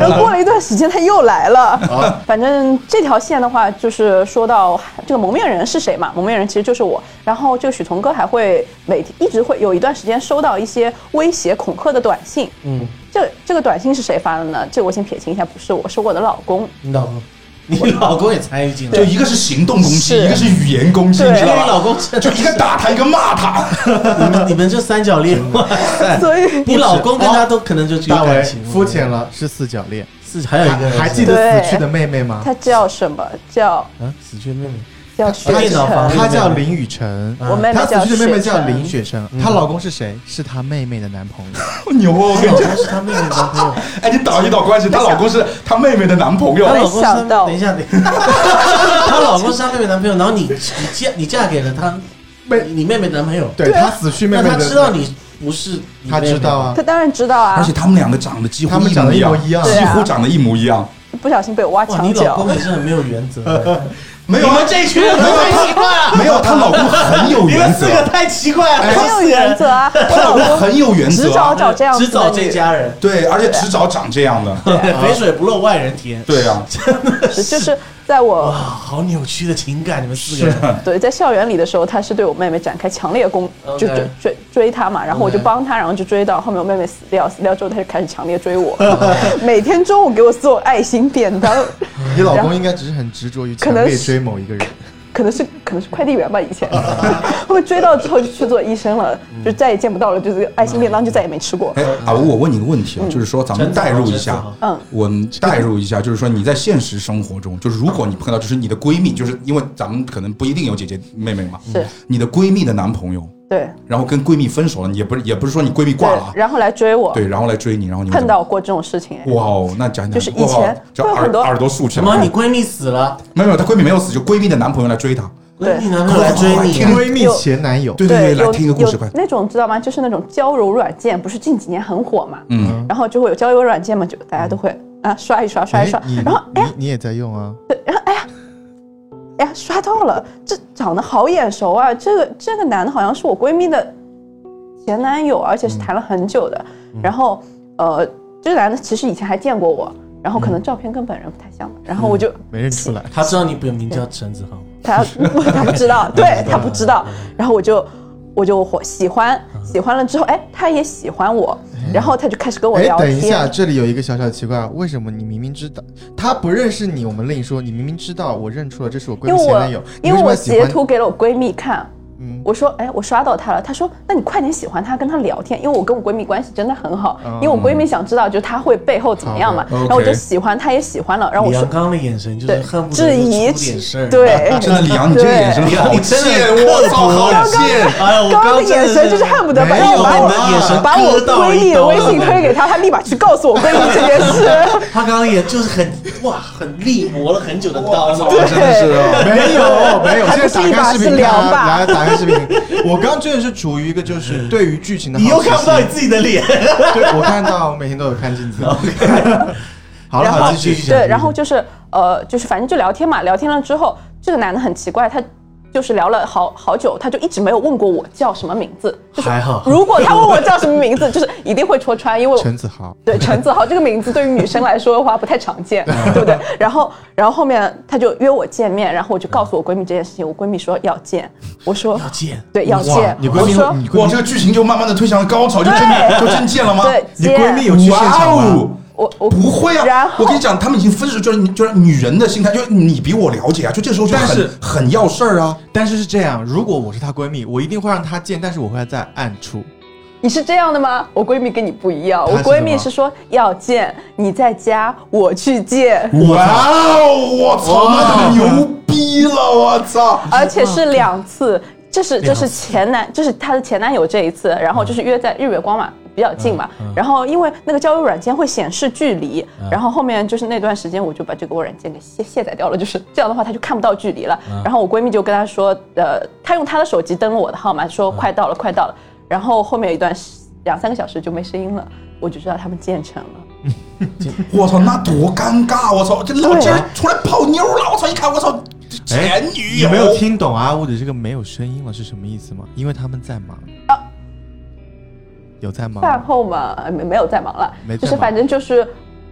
Speaker 3: 然后过了一段时间他又来
Speaker 4: 啊
Speaker 3: 了。反正这条线的话，就是说到这个蒙面人是谁嘛？蒙面人其实就是我。然后这个许从哥还会每天一直会有一段时间收到一些威胁恐吓的短信。
Speaker 1: 嗯，
Speaker 3: 这这个短信是谁发的呢？这个我先撇清一下，不是我，是我的老
Speaker 1: (laughs)
Speaker 3: 公。
Speaker 1: 你老公，你老公也参与进来，
Speaker 2: 就一个是行动攻击，
Speaker 3: 是
Speaker 2: 一个是语言攻击，
Speaker 3: 对
Speaker 2: 你知
Speaker 1: 因为
Speaker 2: 道
Speaker 1: 你老
Speaker 2: 吗？
Speaker 1: 公真
Speaker 2: 就
Speaker 1: 的
Speaker 2: 一个打他，一个骂他。 (laughs)
Speaker 1: 你们你们这三角恋，哇塞！
Speaker 3: 所
Speaker 1: (laughs)
Speaker 3: 以
Speaker 1: 你老公跟他都可能就只有
Speaker 4: 大
Speaker 1: 感
Speaker 4: 为
Speaker 1: 情，
Speaker 4: 肤浅了，是四角恋。
Speaker 1: 是还有一个人
Speaker 4: 还还记得死去的妹妹吗？
Speaker 3: 他叫什么？叫
Speaker 1: 啊，死去妹妹，
Speaker 3: 叫薛
Speaker 1: 他
Speaker 3: 之
Speaker 1: 电脑房
Speaker 3: 成。
Speaker 4: 她叫林雨辰，
Speaker 1: 嗯
Speaker 3: 我妹妹
Speaker 4: 她
Speaker 3: 叫
Speaker 4: 死去的妹妹叫
Speaker 3: 雪
Speaker 4: 林
Speaker 3: 晨
Speaker 4: 雪晨，她老公是谁？是她妹妹的男朋
Speaker 3: (laughs)
Speaker 2: 牛
Speaker 4: 友。
Speaker 2: 哦！我跟你讲，
Speaker 1: 他是他妹妹的男朋友，
Speaker 2: 哎，你倒一倒关系，她老公是她妹妹的男朋友
Speaker 1: 她。
Speaker 3: 没
Speaker 1: 老公是
Speaker 3: 想到
Speaker 1: 等一下，等一下，她老公是 (laughs) 她妹妹男朋友，然后你你嫁你嫁给了他妹你妹妹男朋友，
Speaker 4: 对，她死去妹
Speaker 1: 那
Speaker 4: 妹
Speaker 1: 他
Speaker 4: 的，
Speaker 1: 知道你不是你
Speaker 4: 她
Speaker 1: 妹妹
Speaker 4: 知道啊
Speaker 3: 他，当然啊知道啊，
Speaker 2: 而且他们两个长得几乎
Speaker 4: 他们长得
Speaker 2: 一
Speaker 4: 一
Speaker 2: 模
Speaker 4: 模
Speaker 2: 一
Speaker 4: 一
Speaker 2: 样，
Speaker 4: 样
Speaker 3: 对
Speaker 2: 几
Speaker 3: 啊
Speaker 2: 乎长得一模一样。
Speaker 3: 不小心被我挖
Speaker 1: 哇，
Speaker 3: 墙
Speaker 1: 你老
Speaker 3: 角
Speaker 1: 公。也是很没有原则的，
Speaker 2: (laughs) 没有
Speaker 1: 你
Speaker 2: 啊
Speaker 1: 们，这一群人太奇怪了，
Speaker 2: 没有，她老公很有
Speaker 1: 你们
Speaker 2: 原
Speaker 1: 四
Speaker 2: 则，
Speaker 1: 个太奇怪了，
Speaker 3: 很哎有原则啊，
Speaker 2: 她老公很有原
Speaker 3: 只
Speaker 2: 则
Speaker 3: 找
Speaker 2: 啊。
Speaker 3: 找这样子
Speaker 1: 只
Speaker 3: 的啊
Speaker 1: 找这
Speaker 3: 女
Speaker 1: 家人，
Speaker 2: 对，而且只找长这样的。
Speaker 1: 肥水不落外人田，
Speaker 2: 对啊，
Speaker 3: 是就是在我
Speaker 1: 哇，好扭曲的情感，你们四个人。
Speaker 2: 啊
Speaker 3: 对在校园里的时候，他是对我妹妹展开强烈攻，
Speaker 1: OK
Speaker 3: 就追追追她嘛，然后我就
Speaker 1: OK
Speaker 3: 帮她，然后就追到后面我妹妹死掉，死掉之后他就开始强烈追我， (laughs) 每天中午给我送爱心便当， (laughs)
Speaker 4: 你老公应该只是很执着于强
Speaker 3: 可能
Speaker 4: 烈
Speaker 3: 是
Speaker 4: 追某一个人。
Speaker 3: 可能是可能是快递员吧以前，后面追到之后就去做医生了，就再也见不到了，就是爱心便当就再也没吃过。
Speaker 2: 哎，啊，我问你个问题啊，就是说咱们代入一下，
Speaker 3: 嗯，
Speaker 2: 我们代入一下，就是说你在现实生活中，就是如果你碰到就是你的闺蜜，就是因为咱们可能不一定有姐姐妹妹嘛，
Speaker 3: 是
Speaker 2: 你的闺蜜的男朋友，
Speaker 3: 对
Speaker 2: 然后跟闺蜜分手了，你也不是也不是说你闺蜜挂
Speaker 3: 对
Speaker 2: 了，啊，
Speaker 3: 然后来追我，
Speaker 2: 对，然后来追你，然后你们
Speaker 3: 碰
Speaker 2: 怎么
Speaker 3: 到过这种事情，哎
Speaker 2: 哇哦，那讲讲，
Speaker 3: 就是以
Speaker 2: 哇哦
Speaker 3: 前
Speaker 2: 这
Speaker 3: 会有
Speaker 2: 耳
Speaker 3: 很多
Speaker 2: 耳朵竖起
Speaker 1: 什
Speaker 2: 来，
Speaker 1: 么？你闺蜜死了，
Speaker 2: 没有没有，她闺蜜没有死，就闺蜜的男朋友来追她，
Speaker 3: 对
Speaker 1: 闺蜜男朋友来追你啊，
Speaker 4: 闺蜜
Speaker 3: 有
Speaker 4: 前男友，
Speaker 2: 对对，来听一个故事快
Speaker 3: 有，那种知道吗？就是那种交友软件，不是近几年很火嘛？
Speaker 2: 嗯，
Speaker 3: 然后就会有交友软件嘛，就大家都会啊刷一刷，刷
Speaker 4: 哎
Speaker 3: 一刷
Speaker 4: 你，
Speaker 3: 然后哎呀
Speaker 4: 你你也在用啊？
Speaker 3: 哎呀刷到了，这长得好眼熟啊！这个这个男的好像是我闺蜜的前男友，而且是谈了很久的。
Speaker 2: 嗯
Speaker 3: 然后呃，这个男的其实以前还见过我，然后可
Speaker 2: 嗯
Speaker 3: 能照片跟本人不太像吧，然后我就
Speaker 4: 没认出来，
Speaker 1: 他知道你本名叫陈子豪，
Speaker 3: 他他不知道，对他不知道。然后我就我就火喜欢，喜欢了之后，哎，他也喜欢我，然后他就开始跟我
Speaker 4: 哎，
Speaker 3: 聊
Speaker 4: 等一下，
Speaker 3: 天。
Speaker 4: 这里有一个小小的奇怪，为什么你明明知道他不认识你，我们另说，你明明知道，我认出了这是我闺
Speaker 3: 因
Speaker 4: 蜜
Speaker 3: 为
Speaker 4: 前
Speaker 3: 我
Speaker 4: 男友，你
Speaker 3: 因为
Speaker 4: 什么
Speaker 3: 我
Speaker 4: 要喜
Speaker 3: 截
Speaker 4: 欢？
Speaker 3: 图给了我闺蜜看，
Speaker 4: 嗯
Speaker 3: 我说哎我刷到他了，她说那你快点喜欢他，跟他聊天，因为我跟我闺蜜关系真的很好，因为我闺蜜想知道就是他会背后怎么样嘛，
Speaker 2: 好的
Speaker 3: 然后我就
Speaker 2: OK，
Speaker 3: 喜欢他也喜欢了，然后
Speaker 1: 李
Speaker 3: 我说
Speaker 1: 阳刚的眼神就是
Speaker 3: 对
Speaker 1: 恨不得
Speaker 3: 质疑
Speaker 1: 就出点事儿，
Speaker 3: 对
Speaker 2: 真的李阳，你这个眼神
Speaker 1: 李阳
Speaker 2: 好
Speaker 1: 你真的
Speaker 2: 贱，
Speaker 1: 很
Speaker 2: 我操，
Speaker 1: 刻薄
Speaker 2: 好贱。
Speaker 1: 哎呀，我
Speaker 3: 刚刚的
Speaker 1: 真
Speaker 3: 眼神就是恨不得把
Speaker 4: 没有
Speaker 3: 我把
Speaker 1: 我的眼神
Speaker 3: 我把我
Speaker 1: 割到
Speaker 3: 闺
Speaker 1: 一
Speaker 3: 蜜的
Speaker 1: 刀
Speaker 3: 微
Speaker 1: 了
Speaker 3: 信推给他，他立马去告诉我闺蜜这件事。
Speaker 1: 他刚刚也就是很哇，很力磨了很久的刀，
Speaker 2: 真的是哦，
Speaker 4: 没有没有，
Speaker 3: 还
Speaker 4: 现
Speaker 3: 不
Speaker 4: 在
Speaker 3: 是一把是
Speaker 4: 打开视频看
Speaker 3: 两把
Speaker 4: 啊，来打开视频，我刚刚真的是处于一个就是对于剧情的好
Speaker 1: 你
Speaker 4: 奇
Speaker 1: 又
Speaker 4: 心，
Speaker 1: 看不到你自己的脸。
Speaker 4: 对我看到，我每天都有看镜子。 (laughs) 好了，
Speaker 3: 然后
Speaker 4: 好，继续继续。
Speaker 3: 对，然后就是呃，就是反正就聊天嘛，聊天了之后，这个男的很奇怪，他就是聊了好好久，他就一直没有问过我叫什么名字。就是
Speaker 1: 还好
Speaker 3: 如果他问我叫什么名字，就是一定会戳穿，因为我
Speaker 4: 陈子豪，
Speaker 3: 对陈子豪这个名字对于女生来说的话不太常见，
Speaker 4: 嗯
Speaker 3: 对不对？然后，然后后面他就约我见面，然后我就告诉我闺蜜这件事情，我闺蜜说要见，我说
Speaker 1: 要见，
Speaker 3: 对要见，
Speaker 4: 你闺
Speaker 3: 我
Speaker 4: 蜜
Speaker 3: 说
Speaker 4: 会，你闺
Speaker 2: 哇，
Speaker 4: 蜜
Speaker 2: 这个剧情就慢慢的推向高潮，就真的
Speaker 3: 对
Speaker 2: 就真见了吗？
Speaker 3: 对
Speaker 4: 你闺蜜有去现场
Speaker 2: 哇
Speaker 4: 吗
Speaker 2: 哦？
Speaker 3: 我我
Speaker 2: 不会
Speaker 3: 然
Speaker 2: 啊！
Speaker 3: 后
Speaker 2: 我跟你讲，他们已经分手，就是你就是女人的心态，就是你比我了解啊，就这时候就
Speaker 4: 但是
Speaker 2: 很很要事儿啊。
Speaker 4: 但是是这样，如果我是她闺蜜，我一定会让她见，但是我会在暗处。
Speaker 3: 你是这样的吗？我闺蜜跟你不一样，
Speaker 4: 她
Speaker 3: 我
Speaker 4: 是
Speaker 3: 闺蜜
Speaker 4: 什么
Speaker 3: 是说要见你在家，我去见，
Speaker 2: 哇哦！我操，那牛逼了！我操！
Speaker 3: 而
Speaker 4: 嗯
Speaker 3: 且是两次，这是这是前男，这是她的前男友这一次，然后就是约在日月光嘛。比较近
Speaker 4: 嗯
Speaker 3: 嘛，然后因为那个交友软件会显示距离，然后后面就是那段时间我就把这个软件给卸卸载掉了，就是这样的话她就看不到距离了。
Speaker 4: 嗯
Speaker 3: 然后我闺蜜就跟她说，呃，她用她的手机登录我的号码，说快到了，快到了。然后后面一段时两三个小时就没声音了，我就知道他们建成了。
Speaker 2: 我操，那多尴尬！我操，这老
Speaker 3: 对
Speaker 2: 姐
Speaker 3: 啊
Speaker 2: 出来泡妞了！我操，一看我操，前女
Speaker 4: 哎你
Speaker 2: 友
Speaker 4: 没有听懂阿乌的这个没有声音了是什么意思吗？因为他们在忙。有在忙
Speaker 3: 饭
Speaker 4: 吗
Speaker 3: 后嘛，呃没没有再忙了
Speaker 4: 嗯没，再
Speaker 3: 就
Speaker 4: 忙
Speaker 3: 是反正就是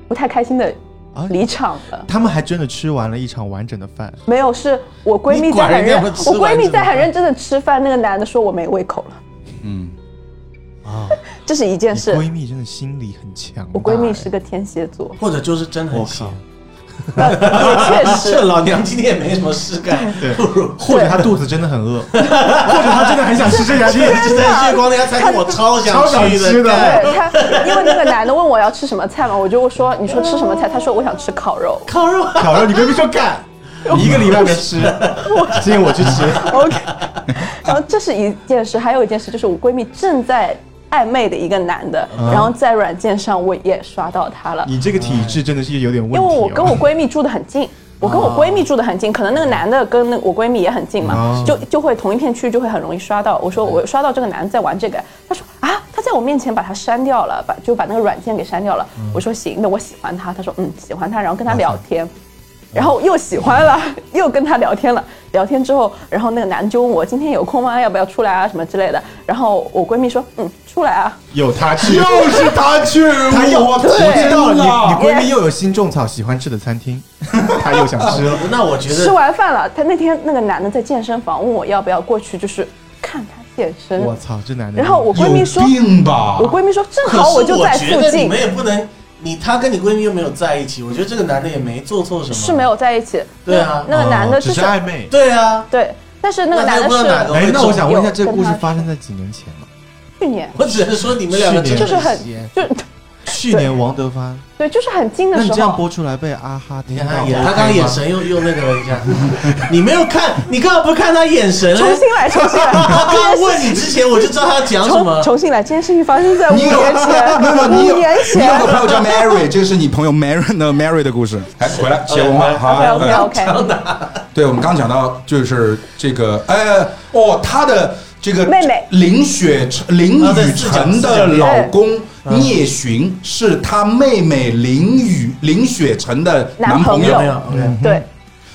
Speaker 3: 不太开心的
Speaker 4: 啊？
Speaker 3: 离场了。
Speaker 4: 他们还真的吃完了一场完整的饭。
Speaker 3: 没有，是我闺蜜在很
Speaker 1: 你管人家有
Speaker 3: 认，
Speaker 1: 没
Speaker 3: 我
Speaker 1: 有吃完
Speaker 3: 闺蜜
Speaker 1: 这个
Speaker 3: 在
Speaker 1: 饭
Speaker 3: 很认真的吃饭，那个男的说我没胃口了，
Speaker 2: 嗯，
Speaker 1: 啊
Speaker 3: (laughs) 这是一件
Speaker 4: 你
Speaker 3: 事。
Speaker 4: 闺蜜真的心理很强。哎
Speaker 3: 我
Speaker 1: 哎
Speaker 3: 闺蜜是，个天蝎
Speaker 1: (laughs)
Speaker 3: 座，
Speaker 1: 或者就是真的很
Speaker 4: 我
Speaker 1: 闲
Speaker 4: 靠。，
Speaker 3: 也确
Speaker 1: 这
Speaker 3: 实，
Speaker 1: 老娘今天也没什么事
Speaker 4: (laughs)
Speaker 1: 干，不如
Speaker 4: 或者她肚子真的
Speaker 3: (laughs)
Speaker 4: 很饿，或者她真的很想吃这家店。
Speaker 1: 真的月光那家餐厅我超
Speaker 4: (laughs)
Speaker 1: 想去
Speaker 4: 超想吃的
Speaker 1: 干
Speaker 3: 对他，因为那个男的问我要吃什么菜嘛，我就说你说吃什么菜，他说我想吃烤
Speaker 1: (laughs)
Speaker 3: 肉。
Speaker 1: 烤肉啊，
Speaker 4: 烤肉，你闺蜜
Speaker 3: (laughs)
Speaker 4: 说干，你一个礼拜没吃，今天我去吃。
Speaker 3: OK，然后这是一件事，还有一件事就是我闺蜜正在暧昧的一个男的，
Speaker 1: 嗯
Speaker 3: 然后在软件上我也刷到他了，
Speaker 4: 你这个体质真的是有点问题
Speaker 3: 因
Speaker 4: 哦。
Speaker 3: 为我跟我闺蜜住的很近，我跟我闺蜜住的很近，可能那个男的跟那我闺蜜也很近嘛
Speaker 4: 哦，
Speaker 3: 就就会同一片区，就会很容易刷到。我说我刷到这个男的在玩这个，他说啊，他在我面前把他删掉了，把就把那个软件给删掉了。
Speaker 4: 嗯
Speaker 3: 我说行，那我喜欢他。他说嗯，喜欢他，然后跟他聊天。然后又喜欢了， (laughs) 又跟他聊天了。聊天之后，然后那个男的就问我今天有空吗？要不要出来啊什么之类的。然后我闺蜜说，嗯，出来啊。
Speaker 4: 有
Speaker 3: (laughs)
Speaker 4: 她去，
Speaker 2: 又是他去，
Speaker 4: 她又
Speaker 2: 我
Speaker 4: 我知道
Speaker 2: 天
Speaker 4: 你，
Speaker 2: 哪
Speaker 4: 你闺蜜又有新种草喜欢吃的餐厅，她又想吃
Speaker 3: (laughs)
Speaker 4: 了。
Speaker 1: 那我觉
Speaker 3: 吃
Speaker 1: 得
Speaker 3: 完饭了，他那天那个男的在健身房问我要不要过去，就是看他健身。
Speaker 4: 我操，这男的！
Speaker 3: 然后我闺蜜说
Speaker 2: 有，啊病吧？
Speaker 3: 我闺蜜说正
Speaker 1: 可
Speaker 3: 好
Speaker 1: 是
Speaker 3: 我就在
Speaker 1: 觉
Speaker 3: 附
Speaker 1: 得你
Speaker 3: 近
Speaker 1: 们，也不能，你她跟你闺蜜又没有在一起，我觉得这个男的也没做错什么，
Speaker 3: 是没有在一起。
Speaker 1: 对啊
Speaker 3: 那那个男的
Speaker 4: 哦
Speaker 3: 就
Speaker 4: 只是
Speaker 3: 是
Speaker 4: 暧昧。
Speaker 1: 对啊，
Speaker 3: 对，但是那个
Speaker 1: 那他又
Speaker 3: 男的
Speaker 1: 不知道哪个
Speaker 3: 是
Speaker 4: 哎，那我想问一下，
Speaker 3: 有
Speaker 4: 这个故事
Speaker 3: 跟她
Speaker 4: 发生在几年前了？
Speaker 3: 去年，
Speaker 1: 我只能说你们两个
Speaker 4: 去年
Speaker 1: 真
Speaker 3: 就
Speaker 1: 的
Speaker 3: 是很
Speaker 1: 是
Speaker 3: 就
Speaker 4: 去年王德发，
Speaker 3: 对，就是很近的
Speaker 4: 那你
Speaker 3: 时
Speaker 4: 这样
Speaker 3: 候。
Speaker 4: 播出来被阿哈
Speaker 1: 你
Speaker 4: 听
Speaker 1: 看
Speaker 4: 到
Speaker 1: 他
Speaker 2: 啊
Speaker 4: ，OK
Speaker 1: 眼，
Speaker 4: 吗，
Speaker 1: 他刚刚眼神又又那个了一
Speaker 4: (laughs)
Speaker 1: 下，你没有看，你刚刚不是看他眼神了
Speaker 3: 重？新来，重新来， (laughs)
Speaker 1: 他刚刚问你之前，我就知道他要讲什么
Speaker 3: 重。重新来，这件事情发生在五
Speaker 2: 你有
Speaker 3: 年
Speaker 2: (laughs) 没有没有你有
Speaker 3: 前，五年
Speaker 2: 你有
Speaker 3: 前
Speaker 2: 个。朋友叫 Mary，这是你朋友 Mary 的 Mary 的故事。哎，回来写文化，好啊。
Speaker 3: OK
Speaker 2: 哎
Speaker 3: OK，
Speaker 2: 对，我们刚讲到就是这个，哎哦，她的这个
Speaker 3: 妹妹
Speaker 2: 林雪林
Speaker 1: 啊对
Speaker 2: 雨
Speaker 1: 是讲
Speaker 2: 辰
Speaker 1: 是
Speaker 2: 的
Speaker 1: 讲
Speaker 2: 老公
Speaker 3: 嗯
Speaker 2: 聂寻是她妹妹林雨林雪辰的男朋
Speaker 3: 男
Speaker 2: 友
Speaker 3: 朋
Speaker 1: 没有
Speaker 3: 友，
Speaker 1: OK
Speaker 3: 对，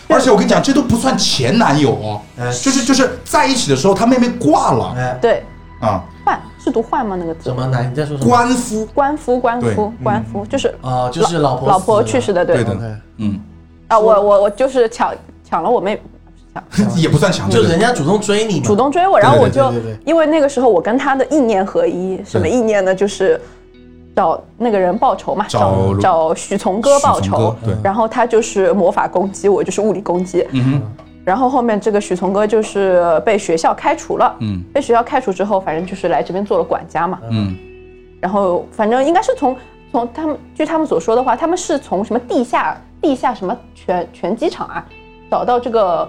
Speaker 2: 而且我跟你讲，这都不算前男友哦
Speaker 1: 哎，
Speaker 2: 就是就是在一起的时候，她妹妹挂了
Speaker 1: 哎，
Speaker 3: 对，
Speaker 2: 啊，
Speaker 3: 换是读换吗？那个字
Speaker 1: 什么男？你在说什么？
Speaker 2: 官夫，
Speaker 3: 官夫，官夫，
Speaker 4: 对
Speaker 3: 官夫，就是
Speaker 1: 哦就是老婆
Speaker 3: 老婆
Speaker 1: 死了
Speaker 3: 去世的，
Speaker 2: 对
Speaker 1: ，OK，
Speaker 2: 的，嗯，
Speaker 3: 啊，我我我就是抢抢了我妹，抢
Speaker 2: 嗯 (laughs) 也不算强制
Speaker 1: 就，人家主动追你嘛，
Speaker 3: 主动追我，然后我就
Speaker 1: 对对对对
Speaker 3: 因为那个时候我跟他的意念合一，什么意念呢？就是找那个人报仇嘛，
Speaker 2: 找
Speaker 3: 找找许从哥报
Speaker 2: 许从哥
Speaker 3: 仇
Speaker 2: 对，
Speaker 3: 然后他就是魔法攻击我，就是物理攻击，
Speaker 2: 嗯哼，
Speaker 3: 然后后面这个许从哥就是被学校开除了，
Speaker 2: 嗯
Speaker 3: 被学校开除之后，反正就是来这边做了管家嘛，
Speaker 2: 嗯，
Speaker 3: 然后反正应该是从从他们据他们所说的话，他们是从什么地下地下什么拳拳击场啊找到这个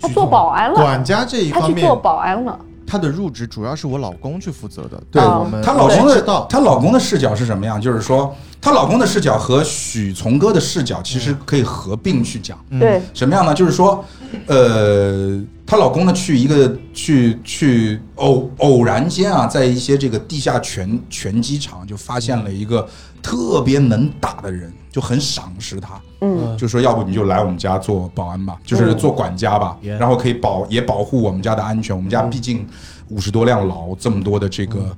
Speaker 3: 他做保安了，
Speaker 4: 管家这一
Speaker 3: 他
Speaker 4: 方
Speaker 3: 去
Speaker 4: 面
Speaker 3: 做，保安了。
Speaker 4: 她的入职主要是我老公去负责的。
Speaker 2: 对
Speaker 4: 我们
Speaker 2: 她老公
Speaker 4: 我知
Speaker 2: 的
Speaker 4: 道，
Speaker 2: 她老公的视角是什么样？就是说，她老公的视角和许从哥的
Speaker 4: 嗯
Speaker 2: 视角其实可以合并去讲。
Speaker 3: 对，
Speaker 2: 什么样呢？就是说，呃，她老公呢去一个去去偶偶然间啊，在一些这个地下拳拳击场就发现了一个特别能打的人，就很赏识他，
Speaker 3: 嗯，
Speaker 2: 就说要不你就来我们家做保安吧，就是做管家吧，
Speaker 1: Yeah
Speaker 2: 然后可以保也保护我们家的安全。我们家毕竟五十多辆老，这么多的这个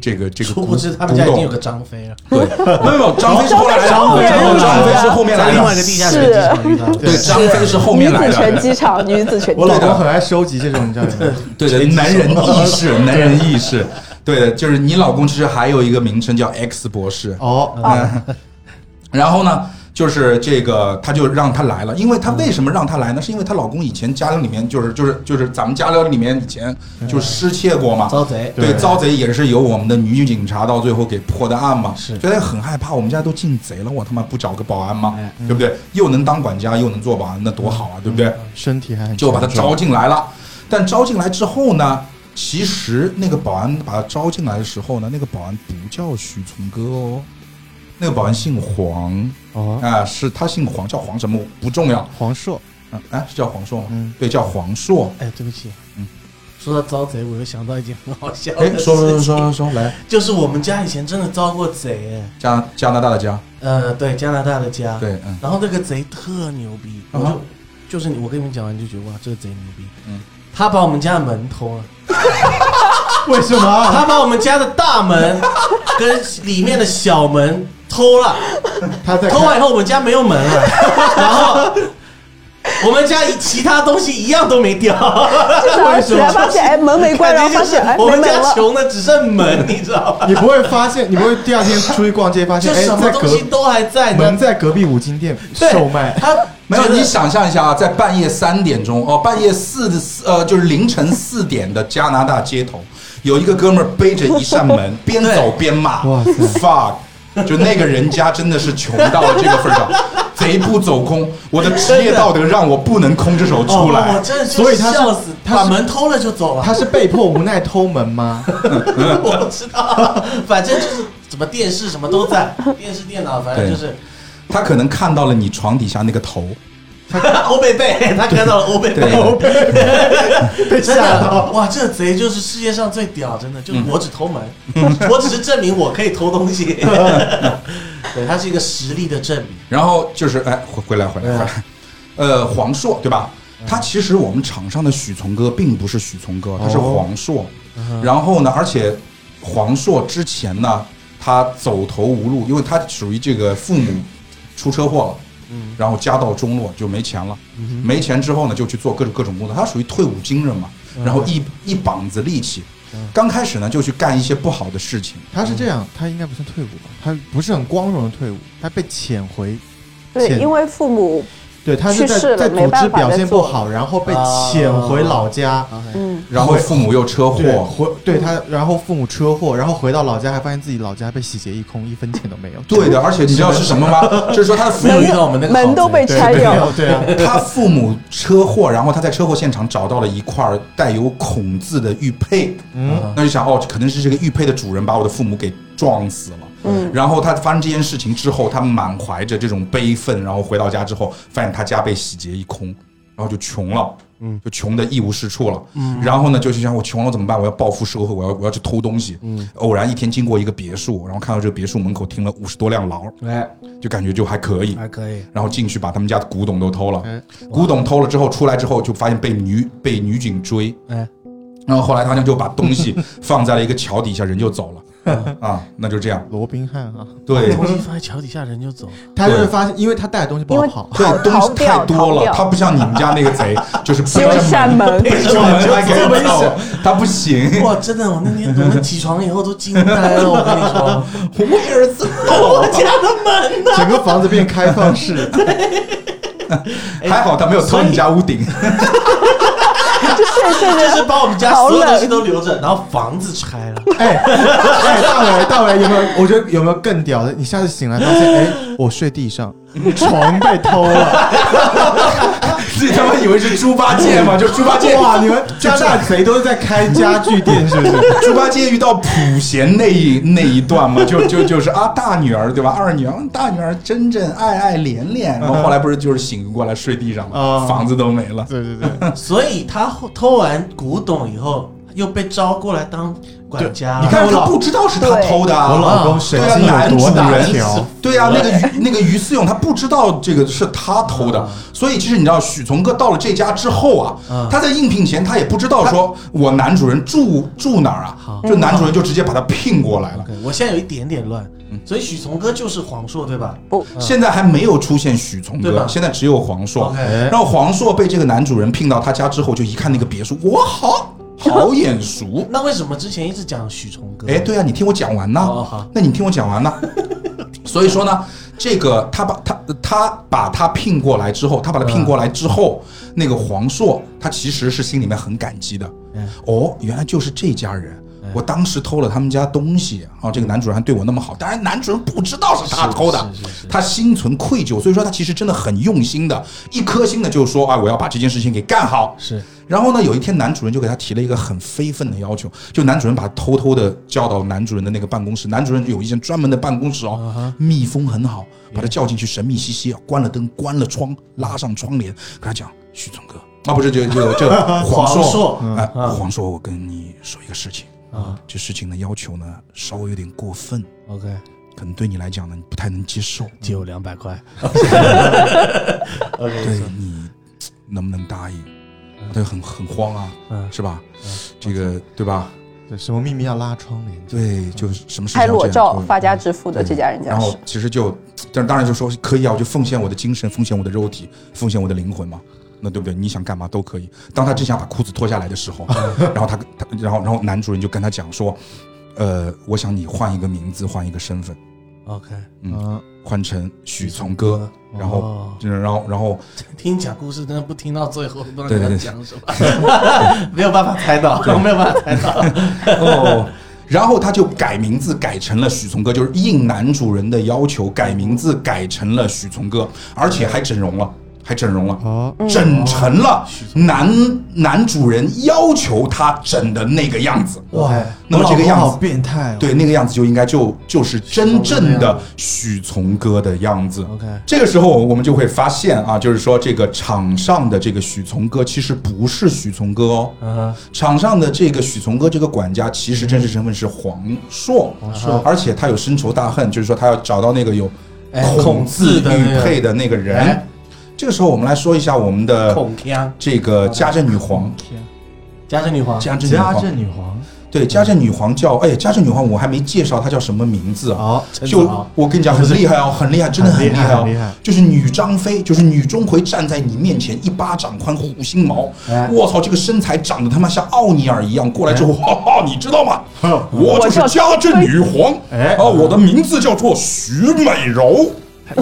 Speaker 2: 这个这个
Speaker 1: 殊
Speaker 2: 古
Speaker 1: 不知他们
Speaker 2: 古
Speaker 1: 家已经
Speaker 2: 董
Speaker 1: 有个张飞了，
Speaker 2: 对，没有没有，张飞是后来来的，
Speaker 1: 张飞
Speaker 2: 张飞张飞
Speaker 1: 张
Speaker 2: 是后面来
Speaker 1: 在
Speaker 2: 的，
Speaker 1: 另外一个地下拳击场遇到的。
Speaker 2: 对，张飞是后
Speaker 3: 女
Speaker 2: 面来
Speaker 3: 子拳
Speaker 2: 的，
Speaker 3: 击场，女子拳击
Speaker 4: 我老
Speaker 3: 场，
Speaker 4: 公很爱收集这种，你知道吗？
Speaker 2: 对的，男人意识，男人意识，对的，就是你老公其实还有一个名称叫 X 博士，嗯
Speaker 4: 哦，
Speaker 2: (laughs) 然后呢，就是这个，她就让她来了，因为她为什么让她来呢？是因为她老公以前家里面就是就是就是咱们家里面以前就失窃过嘛，
Speaker 1: 遭贼，
Speaker 2: 对，
Speaker 4: 对
Speaker 2: 遭贼也是由我们的女警察到最后给破的案嘛，
Speaker 1: 是
Speaker 2: 觉得很害怕，我们家都进贼了，我他妈不找个保安吗
Speaker 1: 哎？
Speaker 2: 对不对？又能当管家，又能做保安，那多好啊，对不对？
Speaker 4: 身体还很
Speaker 2: 就把他
Speaker 4: 健壮
Speaker 2: 招进来了。但招进来之后呢，其实那个保安把他招进来的时候呢，那个保安不叫许从哥哦，那个保安姓黄
Speaker 4: 哦，
Speaker 2: 啊、是他姓黄，叫黄什么不重要，
Speaker 4: 黄硕，
Speaker 2: 嗯、哎，是叫黄硕吗？
Speaker 4: 嗯，
Speaker 2: 对，叫黄硕。
Speaker 1: 哎，对不起，
Speaker 2: 嗯
Speaker 1: 说到遭贼，我又想到一件很好笑
Speaker 2: 哎，
Speaker 1: 的
Speaker 2: 说说
Speaker 1: 事
Speaker 2: 说
Speaker 1: 情，
Speaker 2: 说说来，
Speaker 1: 就是我们家以前真的遭过贼，哎
Speaker 2: 加加拿大的加，
Speaker 1: 呃，对，加拿大的家，
Speaker 2: 对，嗯，
Speaker 1: 然后那个贼特牛逼，我
Speaker 2: 啊哈
Speaker 1: 就就是你，我跟你们讲完就觉得哇，这个贼牛逼，
Speaker 2: 嗯
Speaker 1: 他把我们家的门偷了，
Speaker 4: (laughs) 为什么？
Speaker 1: 他把我们家的大
Speaker 4: (laughs)
Speaker 1: 门跟里面的小门偷了，
Speaker 4: (laughs) 他在
Speaker 1: 偷完以后我们家没有门
Speaker 4: (laughs)
Speaker 1: 了，然后我们家其他东西一样都没
Speaker 4: (laughs)
Speaker 1: 掉，
Speaker 3: 就早上起来发现哎
Speaker 1: (laughs)
Speaker 3: 门没关，然后发
Speaker 1: 就是
Speaker 3: 现哎
Speaker 1: 我
Speaker 3: 没
Speaker 1: 们
Speaker 3: 门
Speaker 1: 家
Speaker 3: 了，
Speaker 1: 穷的只剩门，你知道吧？
Speaker 4: 你不会发现，你不会第二天出去逛街发
Speaker 1: 就
Speaker 4: 现，哎，
Speaker 1: 什么
Speaker 4: 在
Speaker 1: 东西
Speaker 4: 隔
Speaker 1: 都还在
Speaker 4: 门
Speaker 1: 呢，
Speaker 4: 在隔壁五金店
Speaker 1: 对
Speaker 4: 售卖，
Speaker 1: 他
Speaker 2: 没有，
Speaker 1: 觉得
Speaker 2: 你想象一下啊，在半夜三点钟哦，半夜四四呃，就是凌晨四点的加拿大街头，有一个哥们儿背着一
Speaker 1: (laughs)
Speaker 2: 扇门，边走边骂，
Speaker 4: 哇塞
Speaker 2: ，fuck，就那个人家真的是穷到了这个份儿上，贼不走空，我的职业道德让我不能空着手
Speaker 1: 哦
Speaker 2: 出来
Speaker 1: 我。真的就
Speaker 4: 所以他是
Speaker 1: 笑死，
Speaker 4: 他
Speaker 1: 把
Speaker 4: 是
Speaker 1: 门偷了就走 (laughs) 了。
Speaker 4: 他嗯是被迫无奈偷门吗？
Speaker 1: 我不知道，反正就是什么电视什么都
Speaker 4: (laughs)
Speaker 1: 在，电视、电脑，反正就是
Speaker 2: 他可能看到了你床底下那个头，
Speaker 1: (laughs) 欧贝贝，他看到了欧贝贝 (laughs)
Speaker 2: 对，
Speaker 1: 被
Speaker 4: 吓到嗯
Speaker 1: 哇，这贼就是世界上最屌，真的，就是我只偷门， (laughs) 我只是证明我可以偷东
Speaker 4: (laughs)
Speaker 1: 西。对，他是一个实力的证明。
Speaker 2: 然后就是哎，回回来回来回来， (laughs) 呃，黄硕对吧？他其实我们场上的许从哥并不是许从哥，他是黄硕。然后呢，而且黄硕之前呢，他走投无路，因为他属于这个父母出车祸了，然后家道中落就没钱了，没钱之后呢，就去做各种各种工作，他属于退伍军人嘛，然后一一膀子力气，刚开始呢就去干一些不好的事情，
Speaker 4: 他是这样，他应该不是退伍吧？他不是很光荣的退伍，他被遣回。
Speaker 3: 对，
Speaker 4: 遣
Speaker 3: 因为父母
Speaker 4: 对他是
Speaker 3: 去世了
Speaker 4: 在在
Speaker 3: 没
Speaker 4: 组织
Speaker 3: 办法
Speaker 4: 表现
Speaker 3: 再
Speaker 4: 不
Speaker 3: 做
Speaker 4: 好，然后被遣回老家。
Speaker 3: 嗯
Speaker 2: 然后父母又车
Speaker 4: 对，
Speaker 2: 祸，
Speaker 4: 回对他，然后父母车祸，然后回到老家还发现自己老家被洗劫一空，一分钱都没有。
Speaker 2: 对的，而且你知道是什么吗？就是说他的父母
Speaker 1: 没有遇到我们那个
Speaker 3: 门都被
Speaker 4: 对，
Speaker 3: 拆
Speaker 4: 没
Speaker 3: 掉
Speaker 4: 有
Speaker 3: 了，
Speaker 4: 对啊，
Speaker 2: 他父母车祸，然后他在车祸现场找到了一块儿带有“孔”字的玉佩，
Speaker 4: 嗯，
Speaker 2: 那就想哦，可能是这个玉佩的主人把我的父母给撞死了。
Speaker 3: 嗯，
Speaker 2: 然后他发生这件事情之后，他满怀着这种悲愤，然后回到家之后，发现他家被洗劫一空，然后就穷了，嗯，就穷的一无是处了。嗯，然后呢，就是想我穷了怎么办？我要报复社会，我要我要去偷东西。嗯，偶然一天经过一个别墅，然后看到这个别墅门口停了五十多辆劳，
Speaker 1: 哎，
Speaker 2: 就感觉就还可以。
Speaker 1: 还可以。
Speaker 2: 然后进去把他们家的古董都偷了
Speaker 4: 嗯，
Speaker 2: 古董偷了之后出来之后就发现被女被女警追，
Speaker 1: 哎，
Speaker 2: 然后后来他们就把东
Speaker 4: (laughs)
Speaker 2: 西放在了一个桥底下，人就走
Speaker 4: 嗯
Speaker 2: 了，啊，那就这样，
Speaker 4: 罗宾汉啊， (laughs)
Speaker 2: 对
Speaker 1: 东西放在桥底下，人就走。
Speaker 4: 他就是发现，因为他带的东西不好跑，
Speaker 2: 对，东
Speaker 3: 逃
Speaker 2: 西太
Speaker 3: 掉
Speaker 2: 多
Speaker 3: 逃
Speaker 2: 了，
Speaker 3: 掉
Speaker 2: 他不像你们家那个
Speaker 4: (laughs)
Speaker 2: 贼，就是
Speaker 3: 只有
Speaker 2: 背
Speaker 3: 一
Speaker 2: 着
Speaker 3: 扇
Speaker 2: 门，
Speaker 3: 门，
Speaker 2: 背着门还给
Speaker 1: 么
Speaker 2: 你走，他不行，
Speaker 1: 哇，真的，我那天我们起床以后都惊呆了，我跟你说。
Speaker 2: 我儿子，
Speaker 1: 我家的门呢？
Speaker 4: 整个房子变开放式，哎
Speaker 2: 还好他没有偷你家屋顶，
Speaker 3: 就睡睡
Speaker 1: 就
Speaker 2: 啊
Speaker 3: 着
Speaker 1: 是把我们家所有东西都留着，然后房子拆了。
Speaker 4: 哎，哎，大伟，大伟有没有？我觉得有没有更屌的？你下次醒来发现，哎，我睡地上，床被偷了，
Speaker 2: 自 (laughs) 己他妈以为是猪八戒嘛，就猪八戒
Speaker 4: 哇，你
Speaker 2: (laughs)
Speaker 4: 们家大贼都是在开家具店是不是？
Speaker 2: 猪八戒遇到普贤那一那一段嘛，就就就是啊，大女儿对吧？二女儿，嗯大女儿真正爱爱恋恋，然后后来不是就是醒过来睡地上
Speaker 4: 嗯啊
Speaker 2: 了，房子都没了。
Speaker 4: (laughs) 对对对，
Speaker 1: 所以他后偷完古董以后，又被招过来当管家了。
Speaker 2: 你看他不知道是他偷的
Speaker 4: 啊我
Speaker 2: 啊，
Speaker 4: 老公神经有多大条？
Speaker 2: 对啊，那个于那个于思勇他不知道这个是他偷
Speaker 4: 嗯
Speaker 2: 的，所以其实你知道许从哥到了这家之后啊，
Speaker 1: 嗯
Speaker 2: 他在应聘前他也不知道说我男主人住住哪儿啊
Speaker 1: 好，
Speaker 2: 就男主人就直接把他聘过来了。
Speaker 1: OK，我现在有一点点乱，
Speaker 2: 嗯
Speaker 1: 所以许从哥就是黄硕对吧？
Speaker 3: 不，
Speaker 2: 现在还没有出现许从
Speaker 1: 对
Speaker 2: 哥
Speaker 1: 吧，
Speaker 2: 现在只有黄硕
Speaker 1: OK。。
Speaker 2: 然后黄硕被这个男主人聘到他家之后，就一看那个别墅，我好好眼熟
Speaker 1: 那为什么之前一直讲许从哥？
Speaker 2: 哎，对啊，你听我讲完
Speaker 1: 哦
Speaker 2: 呐
Speaker 1: 好，
Speaker 2: 那你听我讲
Speaker 1: (laughs)
Speaker 2: 完呐。所以说呢，这个他把他他把他聘过来之后，他把他聘过来之后，
Speaker 1: 嗯
Speaker 2: 那个黄硕他其实是心里面很感激的。
Speaker 1: 嗯
Speaker 2: 哦，原来就是这家人。我当时偷了他们家东西啊，这个男主人还对我那么好，当然男主人不知道是他偷的，
Speaker 1: 是是是是
Speaker 2: 他心存愧疚，所以说他其实真的很用心的，一颗心的就说啊，我要把这件事情给干好。
Speaker 1: 是
Speaker 2: 然后呢，有一天男主人就给他提了一个很非分的要求，就男主人把他偷偷的叫到男主人的那个办公室，男主人有一间专门的办公室哦，密封很好，把他叫进去，神秘兮兮，关了灯，关了窗，拉上窗帘，跟他讲，许从哥。啊，不是，这这这 (laughs) 黄
Speaker 1: 黄硕
Speaker 2: 硕，
Speaker 1: 嗯
Speaker 2: 哎，
Speaker 1: 啊
Speaker 2: 黄硕，我跟你说一个事情，
Speaker 1: 啊
Speaker 2: 这事情的要求呢稍微有点过分，
Speaker 1: ，OK，
Speaker 2: 可能对你来讲呢你不太能接受，
Speaker 1: 借我两百块。
Speaker 2: 对你能不能答应？他就很很慌啊，
Speaker 1: 嗯
Speaker 2: 是吧？这个对吧？
Speaker 4: 对，什么秘密要拉窗帘？
Speaker 2: 对，就是什么事情要
Speaker 3: 拍
Speaker 2: 这
Speaker 3: 裸
Speaker 2: 样
Speaker 3: 照
Speaker 2: 做
Speaker 3: 发家致富的这家人家
Speaker 2: 然后
Speaker 3: 是，
Speaker 2: 其实就，但当然就说可以啊，我就奉献我的精神，奉献我的肉体，奉献我的灵魂嘛。那对不对？你想干嘛都可以。当他真想把裤子脱下来的时 (laughs) 候，然后他他，然后然后男主人就跟他讲说，呃，我想你换一个名字，换一个身份，
Speaker 1: OK，
Speaker 4: 嗯，
Speaker 2: 换成许从哥。然后，
Speaker 1: 哦
Speaker 2: 就是然后然后
Speaker 1: 听讲故事真的不听到最后，不知道
Speaker 2: 对
Speaker 1: 你
Speaker 2: 对
Speaker 1: 要
Speaker 2: 对
Speaker 1: 讲什么， (laughs) 没有办法猜到，没有办法猜到。
Speaker 2: 哦， (laughs) 然后他就改名字改成了许从哥，就是应男主人的要求改名字改成了许从哥，而且还整容了，还整容了。
Speaker 4: 哦，
Speaker 2: 整成了男男主人要求他整的那个样子。
Speaker 4: 哇，
Speaker 2: 那么这个样子
Speaker 4: 我老公好变态哦。
Speaker 2: 对，那个样子就应该就就是真正的许从哥的样子。
Speaker 1: OK
Speaker 2: 这个时候我们就会发现啊，就是说这个场上的这个许从哥其实不是许从哥哦，
Speaker 1: 嗯，
Speaker 2: 场上的这个许从哥这个管家其实真实身份是黄硕，黄硕，而且他有深仇大恨，就是说他要找到那个有
Speaker 1: 哎
Speaker 2: 孔字
Speaker 1: 孔字的那
Speaker 2: 玉
Speaker 1: 个
Speaker 2: 佩的那个人
Speaker 1: 哎。
Speaker 2: 这个时候我们来说一下我们
Speaker 1: (laughs)
Speaker 2: 的
Speaker 1: 孔锵，
Speaker 2: 这个家政女皇，
Speaker 1: 家政女皇，
Speaker 2: 家政女
Speaker 4: 家
Speaker 2: 皇，
Speaker 4: 政女皇，
Speaker 2: 对家政女皇叫哎，家政女皇我还没介绍她叫什么名字啊？
Speaker 4: 哦，
Speaker 1: 陈子
Speaker 2: 就
Speaker 1: 豪
Speaker 2: 我跟你讲，很厉害哦，很厉害，真的很厉害哦
Speaker 4: 很厉害很厉害，
Speaker 2: 就是女张飞，就是女钟馗站在你面前，一巴掌宽，虎心毛
Speaker 1: 哎，
Speaker 2: 我操，这个身材长得他妈像奥尼尔一样，过来之后，哈哈，你知道吗？我就是家政女皇，
Speaker 4: 哎
Speaker 2: 啊，我的名字叫做徐美柔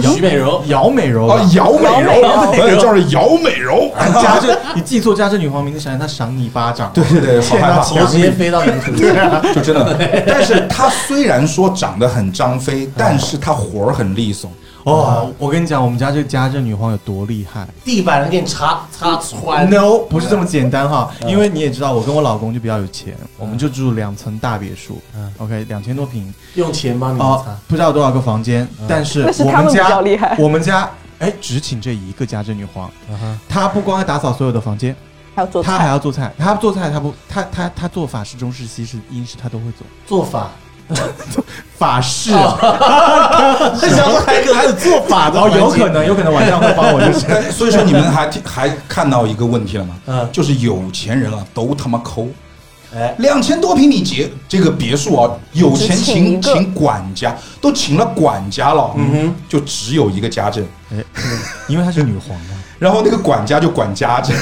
Speaker 1: 徐美柔，
Speaker 4: 姚美柔
Speaker 2: 啊，姚美柔，
Speaker 3: 姚
Speaker 2: 哎，就是姚美柔，
Speaker 4: (laughs) 家政，你记错家政女皇名字，想想她赏你一巴掌。
Speaker 2: (laughs)
Speaker 4: 啊
Speaker 2: 对对对，好害怕，
Speaker 1: 头直接飞到你的头上。
Speaker 2: (laughs) 就真的。但是他虽然说长得很张飞，
Speaker 4: 嗯
Speaker 2: 但是他活儿很利索。
Speaker 4: 哦，我跟你讲，我们家这个家政女皇有多厉害。
Speaker 1: 地板给你插插穿。
Speaker 4: No，不是这
Speaker 1: 嗯
Speaker 4: 么简单哈，因为你也知道，我跟我老公就比较有钱，我们就住两层大别墅
Speaker 1: 嗯
Speaker 4: ，OK，两千多平，
Speaker 1: 用钱帮你
Speaker 4: 哦
Speaker 1: 擦。，
Speaker 4: 不知道有多少个房间，但是
Speaker 3: 那是
Speaker 4: 我
Speaker 3: 他们比
Speaker 4: 家
Speaker 3: 较厉害
Speaker 4: 我们家哎只请这一个家政女皇，
Speaker 1: 嗯
Speaker 4: 她不光要打扫所有的房间，
Speaker 3: 还有做
Speaker 4: 她还
Speaker 3: 菜，
Speaker 4: 要做菜，她做菜她不她她她做法式、中式、西式、英式她都会做，
Speaker 1: 做法，
Speaker 4: 法式啊
Speaker 1: 他想说还可还有做法的
Speaker 4: 哦
Speaker 1: 环节，
Speaker 4: 有可能有可能晚上会帮
Speaker 2: (laughs)
Speaker 4: 我就是
Speaker 2: 哎所以说你们
Speaker 4: (laughs)
Speaker 2: 还听还看到一个问题了吗？
Speaker 1: 嗯
Speaker 2: 就是有钱人啊，都他妈抠。
Speaker 1: 哎，
Speaker 2: 两千多平米结这个别墅啊，有钱
Speaker 3: 只请
Speaker 2: 请
Speaker 3: 一个
Speaker 2: 请管家，都请了管家了，
Speaker 1: 嗯哼，
Speaker 2: 就只有一个家政，
Speaker 4: 哎，因为她是女皇嘛，
Speaker 2: 然后那个管家就管家
Speaker 4: (laughs)
Speaker 2: 政。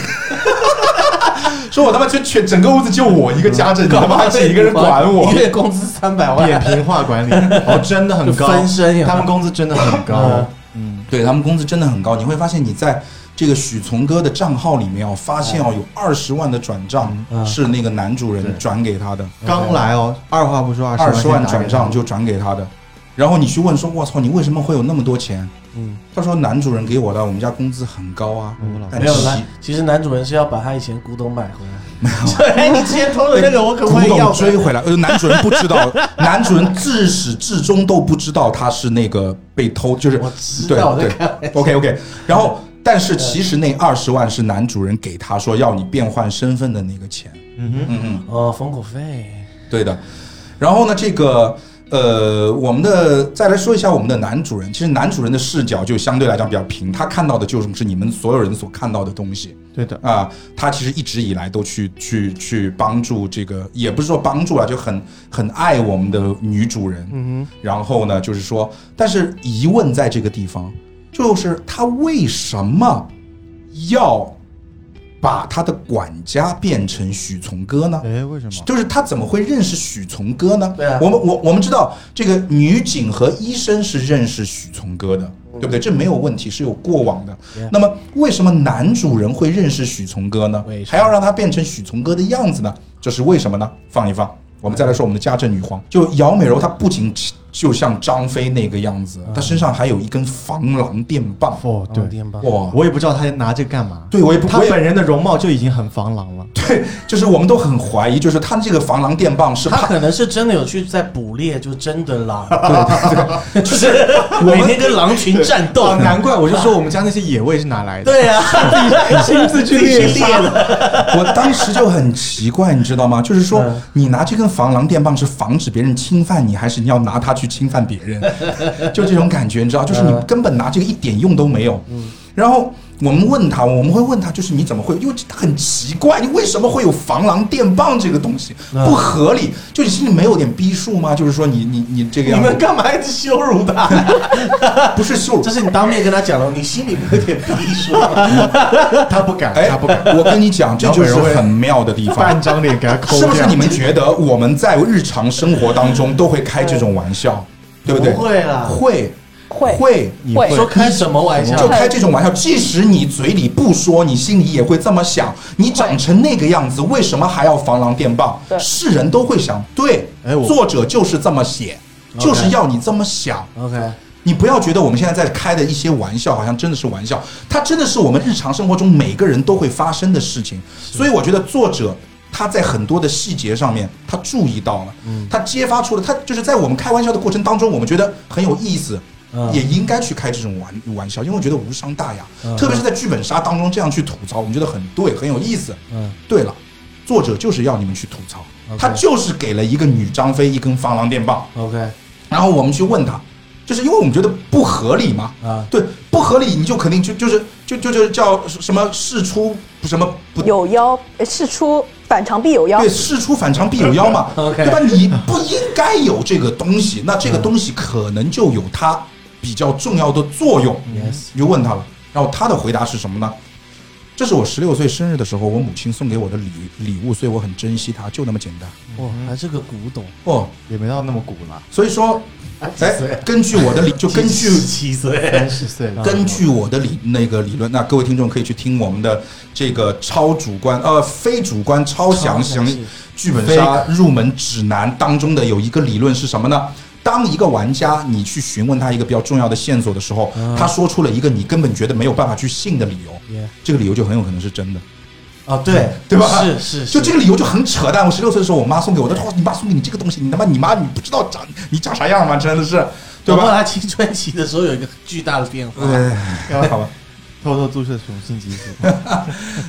Speaker 2: 说我他妈就全整个屋子就我一个家政，你他妈还请一个人管我
Speaker 1: 一？月哦工资三百
Speaker 4: 扁
Speaker 1: 万，
Speaker 4: 平化管理哦真的很
Speaker 1: 就
Speaker 4: 高，
Speaker 1: 翻身呀
Speaker 4: 他们工资真的很高
Speaker 1: 嗯，
Speaker 4: 嗯，
Speaker 2: 对他们工资真的很高，你会发现你在这个许从哥的账号里面哦，发现哦有二十万的转账
Speaker 1: 嗯
Speaker 2: 是那个男主人转给他的，
Speaker 4: 刚来哦，二话不说
Speaker 2: 二十
Speaker 4: 万
Speaker 2: 万
Speaker 4: 先打
Speaker 2: 转
Speaker 4: 给她
Speaker 2: 账就转给他的，然后你去问说：“我操，你为什么会有那么多钱
Speaker 5: 嗯，？”
Speaker 2: 他说：“男主人给我的，我们家工资很高啊。
Speaker 4: 我老
Speaker 1: (laughs)
Speaker 2: 但
Speaker 1: 没有
Speaker 2: 其
Speaker 1: 啦，其实男主人是要把他以前古董买回来。 (laughs) 对，你之前偷 (laughs) 的那个，我可不
Speaker 2: 古
Speaker 1: 可以要
Speaker 2: 董
Speaker 1: 回
Speaker 2: 追
Speaker 1: 来？
Speaker 2: 回
Speaker 1: (laughs)
Speaker 2: 来，呃，男主人不知道，男主人自始至终都不知道他是那个被偷，就是
Speaker 1: 我知
Speaker 2: 对
Speaker 1: 道，我在
Speaker 2: 对
Speaker 1: 开玩笑。嗯
Speaker 2: ，OK OK。然后，但是其实那二十万是男主人给他说要你变换身份的那个钱。
Speaker 4: 嗯哼，
Speaker 2: (laughs) 嗯嗯，
Speaker 1: 哦，封口费。
Speaker 2: 对的。然后呢，这个呃，我们的再来说一下我们的男主人。其实男主人的视角就相对来讲比较平，他看到的就是你们所有人所看到的东西。
Speaker 4: 对的，
Speaker 2: 啊、他其实一直以来都去去去帮助这个，也不是说帮助啊，就很很爱我们的女主人。嗯然后呢，就是说，但是疑问在这个地方，就是他为什么要把他的管家变成许从哥呢？
Speaker 4: 哎，为什么？
Speaker 2: 就是他怎么会认识许从哥呢？
Speaker 1: 对啊
Speaker 2: 我们我我们知道这个女警和医生是认识许从哥的，对不对？这没有问题，是有过往的。
Speaker 1: 嗯 Yeah
Speaker 2: 那么为什么男主人会认识许从哥呢
Speaker 1: 为？什
Speaker 2: 还
Speaker 1: 么
Speaker 2: 要让他变成许从哥的样子呢？这是为什么呢？放一放，我们再来说我们的家政女皇，就姚美柔，她不仅就像张飞那个样子，她身上还有一根防狼电棒。
Speaker 4: 哦，
Speaker 1: 嗯哦
Speaker 4: 对，
Speaker 1: 电棒。
Speaker 2: 哇，
Speaker 4: 我也不知道他拿这个干嘛。
Speaker 2: 对我也不
Speaker 4: 他
Speaker 2: 我也
Speaker 4: 本人的容貌就已经很防狼了。
Speaker 2: 对，就是我们都很怀疑，就是他这个防狼电棒是
Speaker 1: 他
Speaker 2: 怕
Speaker 1: 可能是真的有去在捕猎，就真的狼，就是
Speaker 2: 们
Speaker 1: 每天跟狼群战斗
Speaker 4: (laughs) 哦，。难怪我就说我们家那些野味是哪来的？
Speaker 1: 对啊呀，
Speaker 4: (laughs) 亲自去猎
Speaker 1: 自己猎的。
Speaker 2: (laughs) 我当时就很奇怪，你知道吗？就是说
Speaker 1: 嗯，
Speaker 2: 你拿这根防狼电棒是防止别人侵犯你，还是你要拿它去侵犯别人？ (laughs) 就这种感觉，你知道，就是
Speaker 1: 嗯
Speaker 2: 你根本拿这个一点用都没有。然后我们问他，我们会问他，就是你怎么会？因为这很奇怪，你为什么会有防狼电棒这个东西？
Speaker 1: 嗯
Speaker 2: 不合理。就你心里没有点逼数吗？就是说你，你你这个
Speaker 1: 你
Speaker 2: 样
Speaker 1: 们
Speaker 2: 子
Speaker 1: 干嘛一直羞辱他？
Speaker 2: 不
Speaker 1: (laughs)
Speaker 2: 是羞辱
Speaker 1: 这。是你当面跟他讲了，你心里没有点逼数吗？
Speaker 4: (laughs) 他不敢，
Speaker 2: 哎
Speaker 4: 他不
Speaker 2: (laughs)
Speaker 4: 敢，，
Speaker 2: 我跟你讲，这就是很妙的地方
Speaker 4: 半。张脸给他抠
Speaker 2: 是
Speaker 4: 掉。
Speaker 2: 不是你们觉得我们在日常生活当中都会开这种玩笑，对不对？
Speaker 1: 不会啦，
Speaker 2: 会
Speaker 3: 会
Speaker 2: 会，
Speaker 4: 你
Speaker 3: 会
Speaker 1: 说开什么玩笑？
Speaker 2: 就开这种玩笑。即使你嘴里不说，你心里也会这么想。你长成那个样子，为什么还要防狼电棒？
Speaker 3: 对
Speaker 2: 是人都会想。对
Speaker 4: 哎我，
Speaker 2: 作者就是这么写，
Speaker 1: OK
Speaker 2: 就是要你这么想。
Speaker 1: OK，
Speaker 2: 你不要觉得我们现在在开的一些玩笑，好像真的是玩笑，它真的是我们日常生活中每个人都会发生的事情。所以我觉得作者他在很多的细节上面，他注意到了，
Speaker 1: 嗯
Speaker 2: 他揭发出了，他就是在我们开玩笑的过程当中，我们觉得很有意思。
Speaker 1: 嗯
Speaker 2: 也应该去开这种玩玩笑，因为我觉得无伤大雅，
Speaker 1: 嗯
Speaker 2: 特别是在剧本杀当中这样去吐槽，我们觉得很对，很有意思。
Speaker 1: 嗯，
Speaker 2: 对了，作者就是要你们去吐槽，
Speaker 1: OK
Speaker 2: 他就是给了一个女张飞一根防狼电棒，
Speaker 1: OK
Speaker 2: 然后我们去问他，就是因为我们觉得不合理嘛，
Speaker 1: 啊，
Speaker 2: 对，不合理你就肯定就就是就就就叫什么事出什么不
Speaker 3: 有妖呃事出反常必有妖
Speaker 2: 对，，事出反常必有妖嘛
Speaker 1: (laughs) OK 嗯
Speaker 2: 对吧？你不应该有这个东西，那这个东西可能就有它比较重要的作用。
Speaker 1: Yes
Speaker 2: 你就问他了，然后他的回答是什么呢？这是我十六岁生日的时候，我母亲送给我的礼礼物，所以我很珍惜它，就那么简单。
Speaker 1: 哇，还是个古董，
Speaker 2: 哦，
Speaker 4: 也没到那么古了，
Speaker 2: 所以说，哎，
Speaker 1: (laughs)
Speaker 2: 根据我的理，就根据
Speaker 1: 七岁，
Speaker 4: 三十岁了。
Speaker 2: 根
Speaker 4: (laughs)
Speaker 2: 据我的理那个理论，那各位听众可以去听我们的这个超主观呃非主观超详
Speaker 1: 超详
Speaker 2: 细
Speaker 1: 细
Speaker 2: 剧本杀入门指南当中的有一个理论是什么呢？当一个玩家你去询问他一个比较重要的线索的时候，他说出了一个你根本觉得没有办法去信的理由
Speaker 1: Yeah，
Speaker 2: 这个理由就很有可能是真的。
Speaker 1: 哦对
Speaker 2: 对吧
Speaker 1: 是是，
Speaker 2: 就这
Speaker 1: 个
Speaker 2: 个理由就很扯淡。我十六岁的时候，我妈送给我的，她说你妈送给你这个东西，你他妈你妈你不知道长你长啥样吗？真的是，对吧？
Speaker 1: 他青春期的时候有一个巨大的变化，
Speaker 2: 哎，好吧。
Speaker 4: 偷偷注射雄性激素，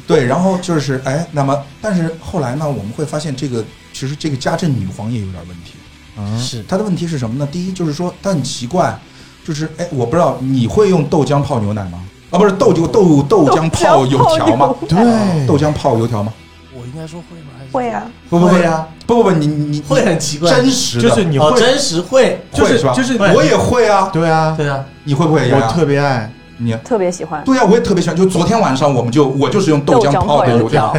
Speaker 2: 对，然后就是哎，那么但是后来呢，我们会发现这个其实这个家政女皇也有点问题。
Speaker 4: 嗯，
Speaker 1: 是
Speaker 2: 她的问题是什么呢？第一就是说，她很奇怪，就是哎，我不知道你会用豆浆泡牛奶吗？啊，不是豆就豆豆浆泡油条吗？
Speaker 4: 对
Speaker 2: 豆浆泡油条吗？
Speaker 1: 我应该说会吗？还是
Speaker 3: 会啊，
Speaker 2: 不不不
Speaker 1: 会啊，
Speaker 2: 不不不，你你
Speaker 1: 会很奇怪，
Speaker 2: 真实的
Speaker 4: 就是你
Speaker 1: 哦
Speaker 4: 会，
Speaker 1: 真实会，
Speaker 2: 会是吧？
Speaker 4: 就是
Speaker 1: 会
Speaker 2: 我也会啊，
Speaker 4: 对啊，
Speaker 1: (laughs) 对啊，
Speaker 2: 你会不会呀？
Speaker 4: 我特别爱，
Speaker 2: 你
Speaker 3: 特别喜欢。
Speaker 2: 对呀、我也特别喜欢。就昨天晚上，我们就我就是用豆
Speaker 3: 豆
Speaker 2: 浆
Speaker 3: 浆
Speaker 2: 泡
Speaker 3: 泡
Speaker 2: 的
Speaker 3: 油
Speaker 2: 油条，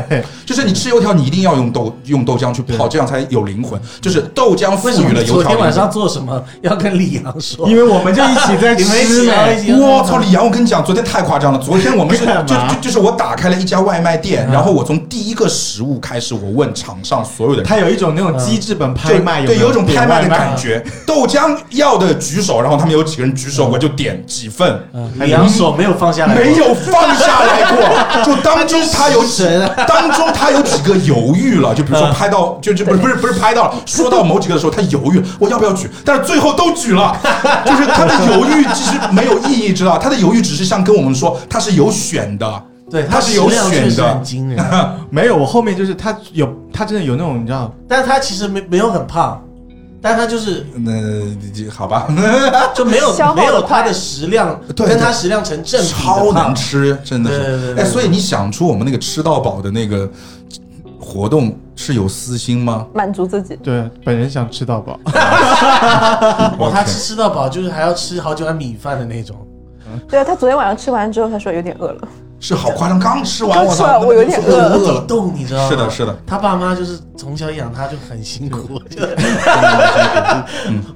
Speaker 2: 就是你吃油条，你一定要用豆用豆浆去泡，这样才有灵魂。就是豆浆赋
Speaker 1: 为什
Speaker 2: 予
Speaker 1: 么
Speaker 2: 了
Speaker 1: 你
Speaker 2: 油
Speaker 1: 昨
Speaker 2: 条
Speaker 1: 天晚
Speaker 2: 灵魂
Speaker 1: 上。做什么要跟李阳说？
Speaker 4: (laughs) 因为我们就一起在
Speaker 1: 你们一
Speaker 4: 吃
Speaker 1: 起
Speaker 4: 呢。
Speaker 1: 聊一起
Speaker 2: 我操，李阳，我跟你讲，昨天太夸张了。昨天我
Speaker 1: (laughs)
Speaker 2: 们是
Speaker 1: 啊
Speaker 4: 干嘛
Speaker 2: 就就就是我打开了一家外卖店，然后我从第一个食物开始，我问场上所有的
Speaker 1: 嗯
Speaker 2: 人，
Speaker 4: 它有一种那种机制本拍卖，
Speaker 2: 就对，
Speaker 4: 有
Speaker 2: 有种拍卖
Speaker 4: 卖
Speaker 2: 的感。觉。豆浆要的举手，然后他们有几个人举手，我就点几份，
Speaker 1: 嗯李阳手没有放下来，
Speaker 2: 没有放下
Speaker 1: (laughs)
Speaker 2: 来过。就当中他有几
Speaker 1: 神嗯啊，
Speaker 2: 当中他有几个犹豫了，就比如说拍到，就就不是不是不是拍
Speaker 1: (laughs)
Speaker 2: 到了，说到某几个的时候，他犹豫我要不要举，但是最后都举
Speaker 1: (laughs)
Speaker 2: 了，就是他的犹豫其实没有意义，知道？他的犹豫只是像跟我们说他是有选的，
Speaker 1: 对，
Speaker 2: 他是有
Speaker 1: 食量确
Speaker 2: 选
Speaker 1: 实
Speaker 2: 的
Speaker 5: 很，惊人。
Speaker 4: 没有，我后面就是它有，它真的有那种你知道，
Speaker 1: 但他其实没没有很胖，但他就是
Speaker 2: 那好吧，
Speaker 1: 就没有
Speaker 3: 消耗得
Speaker 1: 没有他
Speaker 3: 快
Speaker 1: 的食量，
Speaker 2: 对
Speaker 1: 跟他食量成正比的
Speaker 2: 超
Speaker 1: 胖
Speaker 2: 能吃，真的
Speaker 1: 对对
Speaker 2: 是
Speaker 1: 对。对
Speaker 2: 哎，所以你想出我们那个吃到饱的那个活动是有私心吗？
Speaker 3: 满足自己，
Speaker 4: 对，本人想吃到饱。 (laughs)
Speaker 1: 哦，他
Speaker 2: OK
Speaker 1: 吃吃到饱就是还要吃好几碗米饭的那种。
Speaker 3: 对啊，他昨天晚上吃完之后，他说有点饿
Speaker 1: (laughs)
Speaker 3: 了，
Speaker 2: 是好夸张，刚吃完，
Speaker 3: 刚
Speaker 2: 我
Speaker 3: 吃
Speaker 2: 操
Speaker 3: 完，我有点
Speaker 2: 那
Speaker 3: 饿
Speaker 2: 个
Speaker 1: 无
Speaker 2: 肚子饿
Speaker 1: 底
Speaker 2: 了。
Speaker 1: 洞，你知道吗？
Speaker 2: 是的，是的，
Speaker 1: 他爸妈就是从小养他就很辛苦，就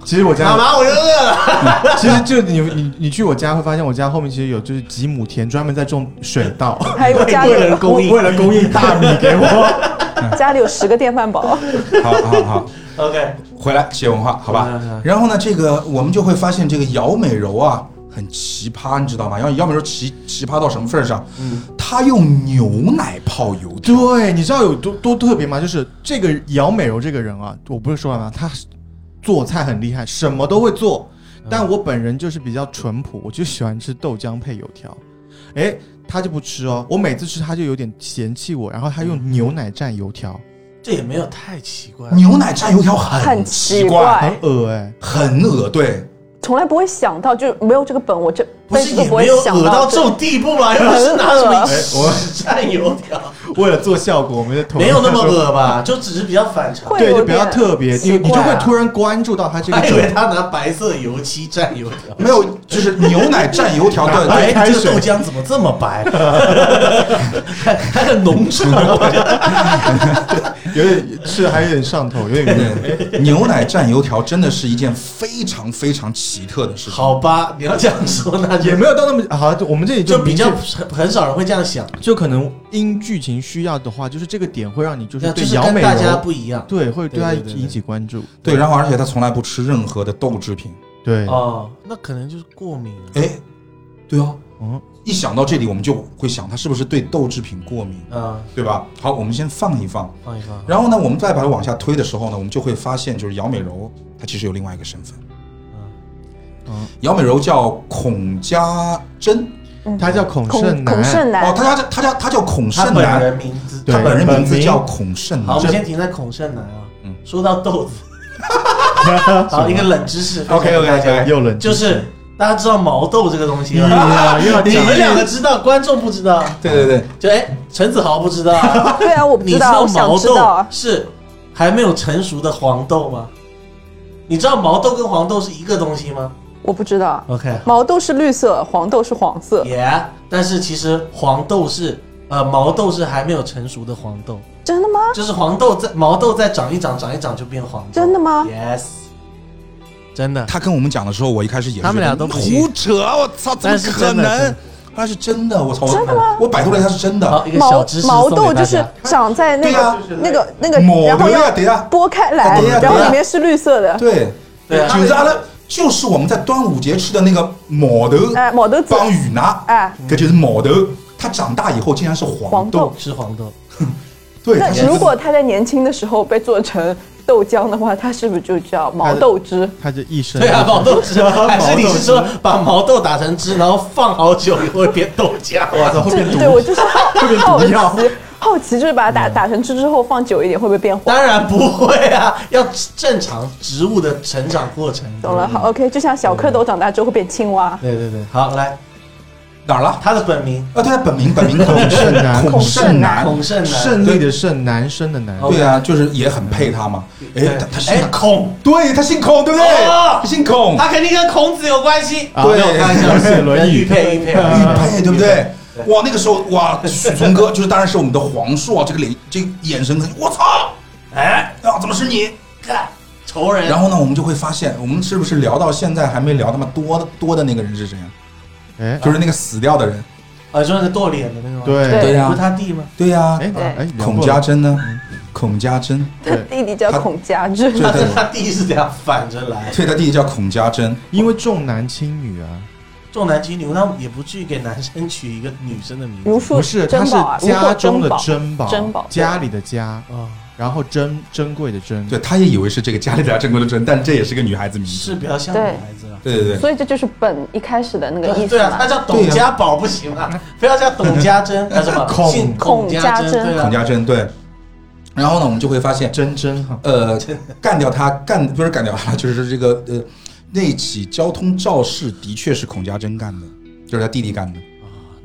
Speaker 4: 其实我
Speaker 1: 妈
Speaker 4: 家，
Speaker 1: 妈我就饿了。 (laughs)
Speaker 4: 其实就你你你去我家会发现，我家后面其实有就是几亩田专门在种水稻， (laughs)
Speaker 3: 还有家里
Speaker 1: 为了供应
Speaker 4: 为了供应大米给我。
Speaker 3: 家里有 (laughs) 十个电饭煲，
Speaker 2: 好好好，
Speaker 1: (laughs) OK，
Speaker 2: 回来企业文化，好吧
Speaker 1: 回来回来？
Speaker 2: 然后呢，这个我们就会发现这个姚美柔啊，很奇葩，你知道吗？姚姚美柔奇奇葩到什么份儿上？她用牛奶泡油条，
Speaker 4: 对，你知道有多多特别吗？就是这个姚美柔这个人啊，我不是说了吗？她做菜很厉害，什么都会做。但我本人就是比较淳朴，我就喜欢吃豆浆配油条。
Speaker 1: 嗯
Speaker 4: 哎，她就不吃哦，我每次吃她就有点嫌弃我，然后她用牛奶蘸油条，
Speaker 1: 这也没有太奇怪。
Speaker 2: 牛奶蘸油条
Speaker 3: 很
Speaker 2: 奇
Speaker 3: 奇
Speaker 2: 怪，
Speaker 3: 怪
Speaker 4: 很，恶哎、
Speaker 2: 很恶对。
Speaker 3: 从来不会想到，就没有这个本，我这
Speaker 1: 不
Speaker 3: 辈
Speaker 1: 是
Speaker 3: 子都
Speaker 1: 也
Speaker 3: 不
Speaker 1: 没
Speaker 3: 会
Speaker 1: 有
Speaker 3: 想
Speaker 1: 恶到
Speaker 3: 到
Speaker 1: 这种地步吧？又不是拿什么屎蘸油条，
Speaker 4: 为了做效果，我们就投入
Speaker 1: 没有那么
Speaker 4: 她说
Speaker 1: 恶吧？就只是比较反常。
Speaker 3: 会
Speaker 4: 对，
Speaker 3: 有
Speaker 4: 就比较
Speaker 3: 点
Speaker 4: 特别，你
Speaker 1: 奇
Speaker 4: 你就
Speaker 1: 怪啊
Speaker 4: 会突然关注到她这个
Speaker 1: 还以
Speaker 4: 种
Speaker 1: 为他拿白色油漆蘸油条。
Speaker 2: 没有，就是牛奶蘸油
Speaker 1: (laughs)
Speaker 2: 条的，
Speaker 1: 哎，
Speaker 4: 开
Speaker 1: 这个
Speaker 4: 水
Speaker 1: 豆浆怎么这么白？ (laughs) 还还很浓稠，
Speaker 4: 有点吃还有点上头，有点 (laughs) 晕。
Speaker 2: 对牛奶蘸油条真的是一件非常非常奇特的事情。
Speaker 1: 好吧，你要这样说，那就
Speaker 4: 也没有到那么好，我们这里
Speaker 1: 就比较
Speaker 4: 明确
Speaker 1: 很很少人会这样想，
Speaker 4: 就可能因剧情需要的话，就是这个点会让你就是
Speaker 1: 那就
Speaker 4: 对
Speaker 1: 是
Speaker 4: 姚
Speaker 1: 跟
Speaker 4: 美
Speaker 1: 大家
Speaker 4: 柔，
Speaker 1: 不一样
Speaker 4: 对，会对她
Speaker 1: 对对对对
Speaker 4: 引起关注。
Speaker 2: 对，然后而且他从来不吃任何的豆制品。
Speaker 4: 对，
Speaker 1: 哦。那可能就是过敏了。
Speaker 2: 哎，对哦，
Speaker 4: 嗯，
Speaker 2: 一想到这里，我们就会想他是不是对豆制品过敏，
Speaker 1: 啊，
Speaker 2: 对吧？好，我们先放一放，
Speaker 1: 放一放。
Speaker 2: 然后呢，我们再把它往下推的时候呢，我们就会发现，就是姚美柔她其实有另外一个身份。
Speaker 4: 嗯
Speaker 2: 姚美柔叫孔家珍
Speaker 4: 她叫孔
Speaker 3: 孔
Speaker 4: 胜
Speaker 3: 孔
Speaker 4: (laughs) 男，
Speaker 3: 胜
Speaker 2: 哦，
Speaker 3: 男，
Speaker 2: 她家她家她叫孔
Speaker 1: 他
Speaker 2: 胜
Speaker 1: 本
Speaker 2: 男，
Speaker 1: 人名字，
Speaker 4: 对
Speaker 2: 她本人名字
Speaker 4: 本名
Speaker 2: 叫孔胜
Speaker 1: 好，
Speaker 2: 男
Speaker 1: 我。们先停在孔胜男啊。
Speaker 2: 嗯
Speaker 1: 说到豆子，好，一个冷知识。
Speaker 2: OK，OK，OK
Speaker 1: 分享给大家
Speaker 4: 又冷知
Speaker 1: 就
Speaker 4: 识
Speaker 1: 是大家知道毛豆这个东西
Speaker 4: 哎
Speaker 1: 吗？
Speaker 4: 呀又要
Speaker 1: 你
Speaker 4: (laughs) 讲
Speaker 1: 们两个知道，观众不知道。
Speaker 2: 对对对，
Speaker 1: 就哎，陈子豪不知道啊，
Speaker 3: 对啊，我不
Speaker 1: 你知
Speaker 3: 知道，
Speaker 1: 道
Speaker 3: 我想
Speaker 1: 毛
Speaker 3: 知道
Speaker 1: 豆
Speaker 3: 啊，
Speaker 1: 是还没有成熟的黄豆吗？你知道毛豆跟黄豆是一个东西吗
Speaker 3: 我不知道，
Speaker 1: ？OK，
Speaker 3: 毛豆是绿色，黄豆是黄色，
Speaker 1: 也、yeah,，但是其实黄豆是呃毛豆是还没有成熟的黄豆，
Speaker 3: 真的吗？
Speaker 1: 就是黄豆在毛豆再长一长，长一长就变黄豆。
Speaker 3: 真的吗
Speaker 1: ？Yes，真的。
Speaker 2: 他跟我们讲的时候，我一开始也是
Speaker 1: 他们俩
Speaker 2: 觉得
Speaker 1: 都不信
Speaker 2: 胡扯，我操，怎么
Speaker 1: 但是
Speaker 2: 可
Speaker 1: 真的真
Speaker 2: 能
Speaker 1: 的？
Speaker 2: 他是真的，我操，
Speaker 3: 真的吗
Speaker 2: 我百度了一下是真的
Speaker 1: 好，。一个小
Speaker 3: 毛
Speaker 1: 知识
Speaker 3: 毛
Speaker 1: 送
Speaker 3: 豆
Speaker 1: 给大
Speaker 3: 就是
Speaker 1: 家。
Speaker 3: 长在那
Speaker 2: 对啊
Speaker 3: 个那个那个，
Speaker 2: 抹
Speaker 3: 然后
Speaker 2: 对呀
Speaker 3: 要
Speaker 2: 对呀
Speaker 3: 剥开
Speaker 2: 啊
Speaker 3: 来
Speaker 2: 对呀，
Speaker 3: 然后
Speaker 2: 对呀
Speaker 3: 里面是绿色的，
Speaker 2: 对
Speaker 1: 对啊
Speaker 2: 就是阿拉就是我们在端午节吃的那个毛豆
Speaker 3: 哎，毛豆籽，
Speaker 2: 帮雨拿，
Speaker 3: 哎，
Speaker 2: 这就是毛豆。它长大以后竟然是黄
Speaker 3: 黄
Speaker 2: 豆
Speaker 3: 豆，
Speaker 1: 吃黄豆，
Speaker 2: 对。它
Speaker 3: 那
Speaker 2: 是
Speaker 3: 如果他在年轻的时候被做成豆浆的话，他是不是就叫毛豆汁？
Speaker 4: 她这一生
Speaker 1: 对啊，毛豆 (laughs) 汁，还是你
Speaker 4: 毛豆
Speaker 1: 是
Speaker 4: 汁
Speaker 1: 说把毛豆打成汁，然后放好久以后会变豆浆？
Speaker 4: 我操，会变
Speaker 3: 这
Speaker 4: 毒
Speaker 3: 对我就是
Speaker 4: (laughs)
Speaker 3: 好好
Speaker 4: 毒药嗯
Speaker 3: 奇，好奇就是把它打打成汁之后放久一点会不会变黄？
Speaker 1: 当然不会啊，要正常植物的成长过程。
Speaker 4: 嗯
Speaker 3: 懂了，好，OK，就像小蝌蚪长大之后会变青蛙。
Speaker 1: 对对对，好，来，
Speaker 2: 哪儿了？
Speaker 1: 他的本名
Speaker 2: 啊，对啊，本名本名
Speaker 4: 孔胜
Speaker 2: (laughs)
Speaker 4: 男
Speaker 2: 孔胜男，
Speaker 1: 孔胜男，哦
Speaker 4: 胜利的胜，男生的男，
Speaker 2: 对啊，就是也很配他嘛。哎，他他姓
Speaker 1: 哎孔，
Speaker 2: 对他姓孔，对不对？
Speaker 1: 哦
Speaker 2: 他姓孔，
Speaker 1: 他肯定跟孔子有关系。
Speaker 4: 啊
Speaker 2: 对
Speaker 4: 没有开玩笑，写轮
Speaker 1: 玉
Speaker 4: 椅，
Speaker 1: 佩，玉佩，
Speaker 4: 啊
Speaker 2: 玉佩，对不对？哇，那个时候哇，许嵩哥就是当然是我们的皇叔啊，这个脸这个眼神，我操，哎啊，怎么是你？
Speaker 1: 看仇人。
Speaker 2: 然后呢，我们就会发现，我们是不是聊到现在还没聊他妈多多的那个人是谁啊？
Speaker 4: 哎，
Speaker 2: 就是那个死掉的人。
Speaker 1: 啊，就是那个剁脸的那个，，啊
Speaker 4: 对，
Speaker 3: 对
Speaker 1: 不是他弟吗？
Speaker 2: 对呀、
Speaker 4: 哎
Speaker 3: 对
Speaker 4: 哎，聊
Speaker 2: 孔
Speaker 4: 过
Speaker 2: 家
Speaker 4: 了嗯
Speaker 2: 珍呢？孔家珍，
Speaker 3: 他
Speaker 4: 对
Speaker 3: (laughs) 弟弟叫
Speaker 2: 他
Speaker 3: 孔家之，
Speaker 2: 对
Speaker 1: 他
Speaker 2: 对
Speaker 1: 跟他弟是这样反着来，
Speaker 2: 对，他弟弟叫孔家珍。
Speaker 4: 因为重男轻女啊，
Speaker 1: 重男轻女，那也不至于给男生取一个女生的名字。
Speaker 3: (laughs) 如
Speaker 4: 不
Speaker 3: 数
Speaker 4: 是，它
Speaker 3: 珍宝啊，
Speaker 4: 是
Speaker 3: 如
Speaker 4: 家
Speaker 3: 获
Speaker 4: 中
Speaker 3: 珍
Speaker 4: 的
Speaker 3: 宝，
Speaker 4: 珍宝，
Speaker 3: 珍宝
Speaker 4: 家里的家，
Speaker 1: 啊，
Speaker 4: 然后珍珍贵的珍，
Speaker 2: 对，他也以为是这个家里的珍贵的珍，但这也是个女孩子名字。
Speaker 1: 是比较像女孩子啊了。
Speaker 2: 对对对，
Speaker 3: 所以这就是本一开始的那个意思
Speaker 1: 对啊，
Speaker 3: 嘛
Speaker 1: 他。叫董家宝不行啊，非要叫董家珍，啊什么
Speaker 4: 孔
Speaker 1: 姓孔家珍，对啊，
Speaker 2: 孔
Speaker 3: 孔家珍
Speaker 4: 呃
Speaker 2: 家珍对。然后呢，我们就会发现，
Speaker 4: 珍珍哈，
Speaker 2: 呃，干掉他，干不是干掉他， (laughs) 就是这个呃，那起交通肇事的确是孔家珍干的，就是他弟弟干的。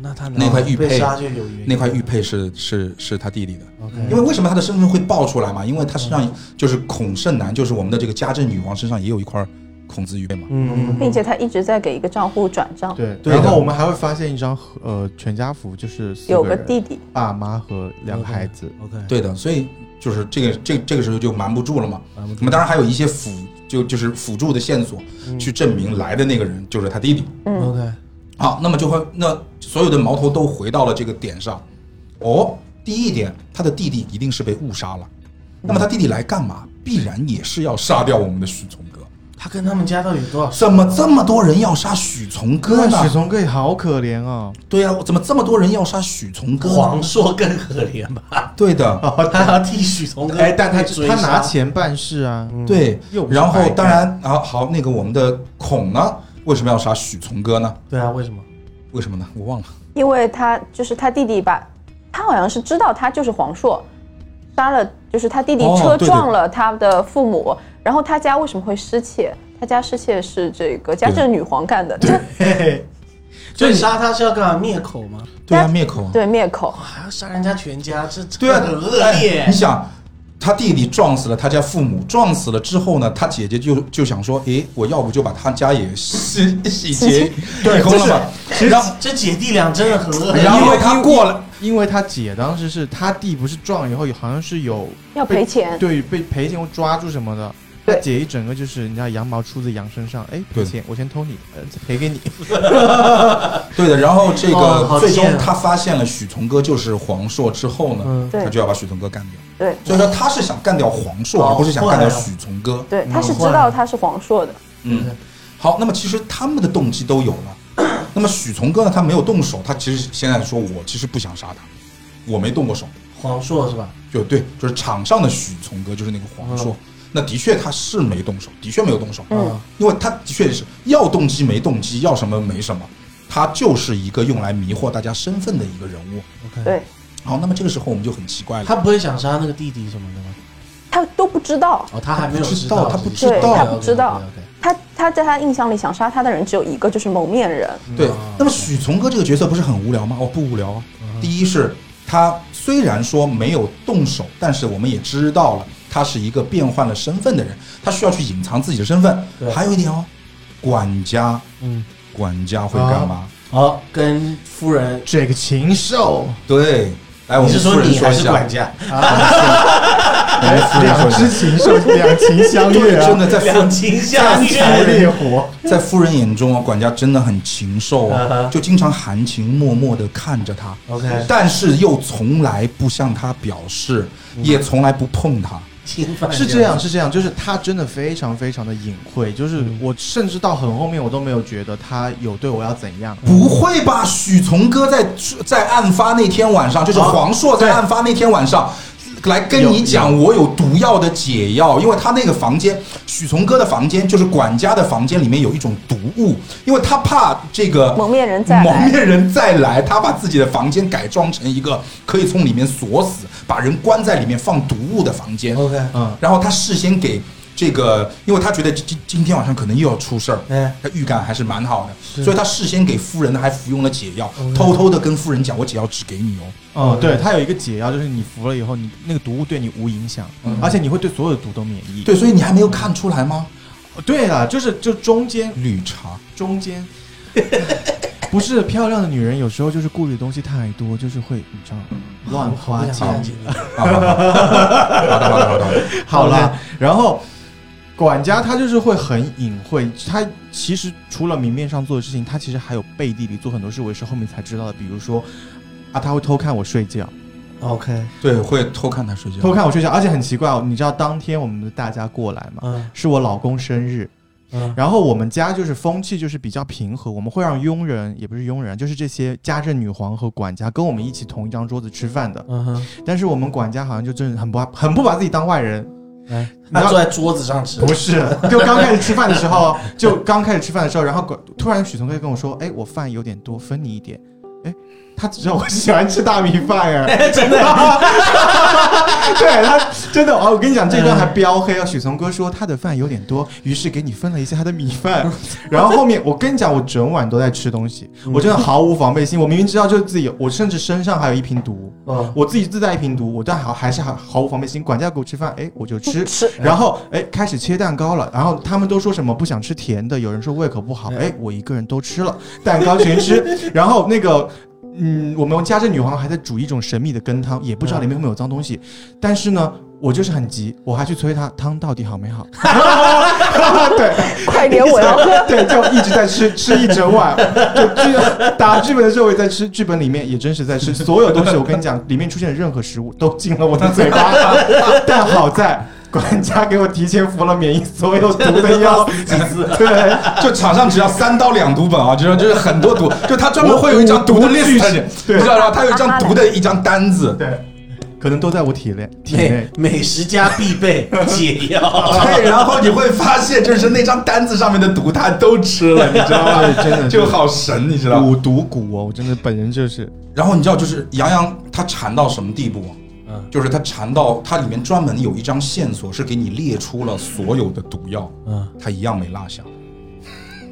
Speaker 1: 那他
Speaker 2: 那块玉佩
Speaker 1: 被杀就有原因
Speaker 2: 那块玉佩是是是他弟弟的，因
Speaker 1: OK
Speaker 2: 为为什么他的身份会爆出来嘛？因为他身上就是孔圣男，就是我们的这个嘉贞女王身上也有一块孔子玉佩嘛。
Speaker 1: 嗯
Speaker 3: 并且他一直在给一个账户转账，
Speaker 4: 对，
Speaker 2: 对
Speaker 4: 然
Speaker 2: 的
Speaker 4: 后我们还会发现一张合呃全家福，就是四
Speaker 3: 有
Speaker 4: 个
Speaker 3: 个
Speaker 4: 人
Speaker 3: 弟弟，
Speaker 4: 爸妈和两个孩子，
Speaker 1: OK，
Speaker 2: 对的，所以就是这个这这个时候就瞒不住了嘛。
Speaker 1: 瞒不住嗯
Speaker 2: 我们当然还有一些辅就就是辅助的线索去证明来的那个人就是他弟弟。
Speaker 3: 嗯，
Speaker 1: OK，
Speaker 2: 好，那么就会那所有的矛头都回到了这个点上。哦，第一点，他的弟弟一定是被误杀了。那么他弟弟来干嘛？必然也是要杀掉我们的许从哥。
Speaker 1: 他跟他们家到底有多少？
Speaker 2: 怎么这么多人要杀许从哥呢？
Speaker 4: 那许嵩哥也好可怜哦，
Speaker 2: 对呀、我怎么这么多人要杀许从哥呢？
Speaker 1: 黄硕更可怜吧，
Speaker 2: 对的，
Speaker 1: 他要替许嵩哥
Speaker 4: 哎，但他
Speaker 1: 被追
Speaker 4: 他拿
Speaker 1: 杀
Speaker 4: 钱办事啊，
Speaker 2: 对
Speaker 4: 又。不是
Speaker 2: 然
Speaker 4: 白
Speaker 2: 后
Speaker 4: 干
Speaker 2: 当然啊，好，那个我们的孔呢，为什么要杀许从哥呢？
Speaker 1: 对啊，为什么？
Speaker 2: 为什么呢？我忘了。
Speaker 3: 因为他就是他弟弟把，他好像是知道他就是黄硕，杀了就是他弟弟
Speaker 2: 哦
Speaker 3: 车
Speaker 2: 对对
Speaker 3: 撞了他的父母，然后他家为什么会失窃？他家失窃是这个家政女皇干的，这
Speaker 1: 嘿嘿，追杀他是要干嘛？灭口吗？
Speaker 2: 对啊，
Speaker 3: 但
Speaker 2: 灭口啊。
Speaker 3: (laughs) 对灭口，
Speaker 1: 还要杀人家全家，这这
Speaker 2: 对啊，
Speaker 1: 很恶
Speaker 2: 哎
Speaker 1: 劣
Speaker 2: 你。想，他弟弟撞死了他家父母，撞死了之后呢，他姐姐就就想说，诶，我要不就把他家也洗洗劫一空了嘛。然后，
Speaker 1: 这姐弟俩真的很恶劣。
Speaker 2: 然后他过了，
Speaker 4: 因为他姐当时是他弟不是撞以后好像是有
Speaker 3: 要
Speaker 4: 被
Speaker 3: 赔钱
Speaker 4: 对，被赔钱或抓住什么的。他
Speaker 3: 对
Speaker 4: 姐一整个就是，你知道羊毛出自羊身上，哎，
Speaker 2: 对
Speaker 4: 赔钱，我先偷你，呃，赔给你，
Speaker 2: 对的，然后这
Speaker 1: 哦
Speaker 2: 个
Speaker 1: 好
Speaker 2: 最终
Speaker 1: 贱啊
Speaker 2: 他发现了许从哥就是黄硕之后呢，
Speaker 1: 嗯
Speaker 3: 对
Speaker 2: 他就要把许从哥干掉。
Speaker 3: 对
Speaker 2: 所以说他是想干掉黄硕，
Speaker 1: 哦
Speaker 2: 而不是想干掉许从哥。
Speaker 3: 对，他是知
Speaker 1: 坏
Speaker 3: 道
Speaker 1: 了
Speaker 3: 他是黄硕的，
Speaker 2: 嗯，好，那么其实他们的动机都有了。那么许从哥呢，他没有动手，他其实现在说我其实不想杀他，我没动过手。
Speaker 1: 黄硕是吧？
Speaker 2: 就对，就是场上的许从哥就是那个黄硕，那的确他是没动手，的确没有动手，
Speaker 4: 哦
Speaker 3: 嗯
Speaker 2: 因为他的确是要动机没动机，要什么没什么，他就是一个用来迷惑大家身份的一个人物。
Speaker 1: ，OK，
Speaker 3: 对
Speaker 2: 好，那么这个时候我们就很奇怪了，
Speaker 1: 他不会想杀那个弟弟什么的吗？
Speaker 3: 他都不知道，
Speaker 1: 哦，他还没有
Speaker 2: 他不知
Speaker 3: 道对他不知道
Speaker 1: OK，
Speaker 3: 他他在他印象里想杀他的人只有一个，就是蒙面人，
Speaker 1: 嗯啊
Speaker 2: 对，那么许从哥这个角色不是很无聊吗？哦，不无聊啊。
Speaker 1: 嗯
Speaker 2: 第一是他虽然说没有动手，但是我们也知道了他是一个变换了身份的人，他需要去隐藏自己的身份
Speaker 1: 对。
Speaker 2: 还有一点哦，管家，
Speaker 1: 嗯，啊
Speaker 2: 管家会干嘛？
Speaker 1: 好，跟夫人，
Speaker 4: 这个禽兽，
Speaker 2: 对，来，我
Speaker 1: 你
Speaker 2: 们
Speaker 1: 是
Speaker 2: 夫人
Speaker 1: 你
Speaker 2: 说
Speaker 1: 还
Speaker 2: 一
Speaker 1: 是
Speaker 2: 下，
Speaker 1: 管 (laughs) 家？
Speaker 2: 来，夫人
Speaker 4: 啊两
Speaker 2: 说一下，
Speaker 4: 只禽兽，两情相悦
Speaker 2: 对，
Speaker 4: 啊，
Speaker 2: 真的在夫
Speaker 1: 两情相
Speaker 4: 柴
Speaker 1: 悦，
Speaker 4: 烈火，
Speaker 2: 在夫人眼中啊，管家真的很禽兽
Speaker 1: 嗯
Speaker 2: 啊，
Speaker 1: 哼
Speaker 2: 就经常含情脉脉的看着他
Speaker 1: OK
Speaker 2: 但是又从来不向他表示，也从来不碰他。
Speaker 1: 侵犯
Speaker 4: 是这样，是这样，就是他真的非常非常的隐晦，就是我甚至到很后面我都没有觉得他有对我要怎样，嗯
Speaker 2: 不会吧？许从哥在在案发那天晚上，就是
Speaker 1: 啊
Speaker 2: 黄硕在案发那天晚上。来跟你讲，我有毒药的解药，因为他那个房间，许从哥的房间就是管家的房间，里面有一种毒物，因为他怕这个
Speaker 3: 蒙面人再来
Speaker 2: 蒙面人再来，他把自己的房间改装成一个可以从里面锁死，把人关在里面放毒物的房间。
Speaker 1: OK，
Speaker 4: 嗯，
Speaker 2: 然后他事先给这个，因为他觉得今今今天晚上可能又要出事儿，
Speaker 1: 哎，
Speaker 2: 他预感还是蛮好的，所以他事先给夫人还服用了解药，偷偷的跟夫人讲，我解药只给你哦。
Speaker 4: 哦，对，它有一个解药，就是你服了以后，你那个毒物对你无影响，而且你会嗯对所有的毒都免疫。
Speaker 2: 对，所以你还没有看出来吗？
Speaker 4: 哦，对啊，就是就中间
Speaker 2: 绿茶，
Speaker 4: 中间，不是漂亮的女人，有时候就是顾虑的东西太多，就是会你知道乱花
Speaker 1: 我
Speaker 4: 钱
Speaker 1: 想。
Speaker 2: 好好好的好的好的好的，
Speaker 4: (laughs) 好啦，然后管家他就是会很隐晦，他其实除了明面上做的事情，他其实还有背地里做很多事，我也是后面才知道的。比如说啊，他会偷看我睡觉，
Speaker 1: OK，
Speaker 2: 对，会偷看他睡觉，
Speaker 4: 偷看我睡觉，而且很奇怪哦，你知道当天我们的大家过来嘛，
Speaker 1: 嗯
Speaker 4: 是我老公生日，
Speaker 1: 嗯
Speaker 4: 然后我们家就是风气就是比较平和，我们会让佣人也不是佣人，就是这些家政女皇和管家跟我们一起同一张桌子吃饭的。
Speaker 1: 嗯哼，
Speaker 4: 但是我们管家好像就真的很不很不把自己当外人，
Speaker 1: 来，
Speaker 4: 你
Speaker 1: 他
Speaker 4: 要
Speaker 1: 坐在桌子上吃，
Speaker 4: (laughs) 不是，就刚开始吃饭的时候，就刚开始吃饭的时候，然后管突然许从飞跟我说：“哎，我饭有点多，分你一点。”哎，他只知道我喜欢吃大米饭哎。 (laughs)
Speaker 1: 真的，啊
Speaker 4: 对他真的哦，我跟你讲，这段还标黑啊。许嵩哥说他的饭有点多，于是给你分了一些他的米 (laughs) 饭。然后后面我跟你讲，我整晚都在吃东西，我真的毫无防备心。我明明知道就是自己有，我甚至身上还有一瓶毒，
Speaker 1: (laughs) 哦，
Speaker 4: 我自己自带一瓶毒，我但还还是毫毫无防备心。管家给我吃饭，哎，我就吃。
Speaker 3: 吃
Speaker 4: 然后哎，开始切蛋糕了。然后他们都说什么不想吃甜的，有人说胃口不好，哎，我一个人都吃了，蛋糕全吃。然后那个，嗯，我们家政女皇还在煮一种神秘的羹汤，也不知道里面会不会有脏东西。但是呢，我就是很急，我还去催她汤到底好没好。 (laughs) 对，
Speaker 3: 快点，我要喝。
Speaker 4: 对， (laughs) 就一直在吃，吃一整晚。就剧打剧本的时候我也在吃，剧本里面也真实在吃，所有东西我跟你讲，里面出现的任何食物都进了我的嘴
Speaker 3: (laughs)
Speaker 4: 巴。但好在管家给我提前服了免疫所有毒的药，
Speaker 3: (laughs)
Speaker 1: 几次，
Speaker 4: 对，
Speaker 2: 就场上只要三刀两毒本啊，就是就是很多毒，就他专门会有一张毒的 list，
Speaker 4: 对
Speaker 2: 你知道吧？他有一张毒的一张单子，
Speaker 4: 对，可能都在我体内体内
Speaker 1: 美。美食家必 (laughs) 备解药，
Speaker 2: 对，然后你会发现，就是那张单子上面的毒他都吃了，你知道吗？
Speaker 4: 对真的是
Speaker 2: 就好神，你知道吗？
Speaker 4: 蛊毒蛊哦，我真的本人就是
Speaker 2: 然后你知道，就是杨洋他馋到什么地步吗？
Speaker 1: 嗯
Speaker 2: 就是他馋到它里面专门有一张线索是给你列出了所有的毒药，
Speaker 1: 嗯，
Speaker 2: 他一样没落下。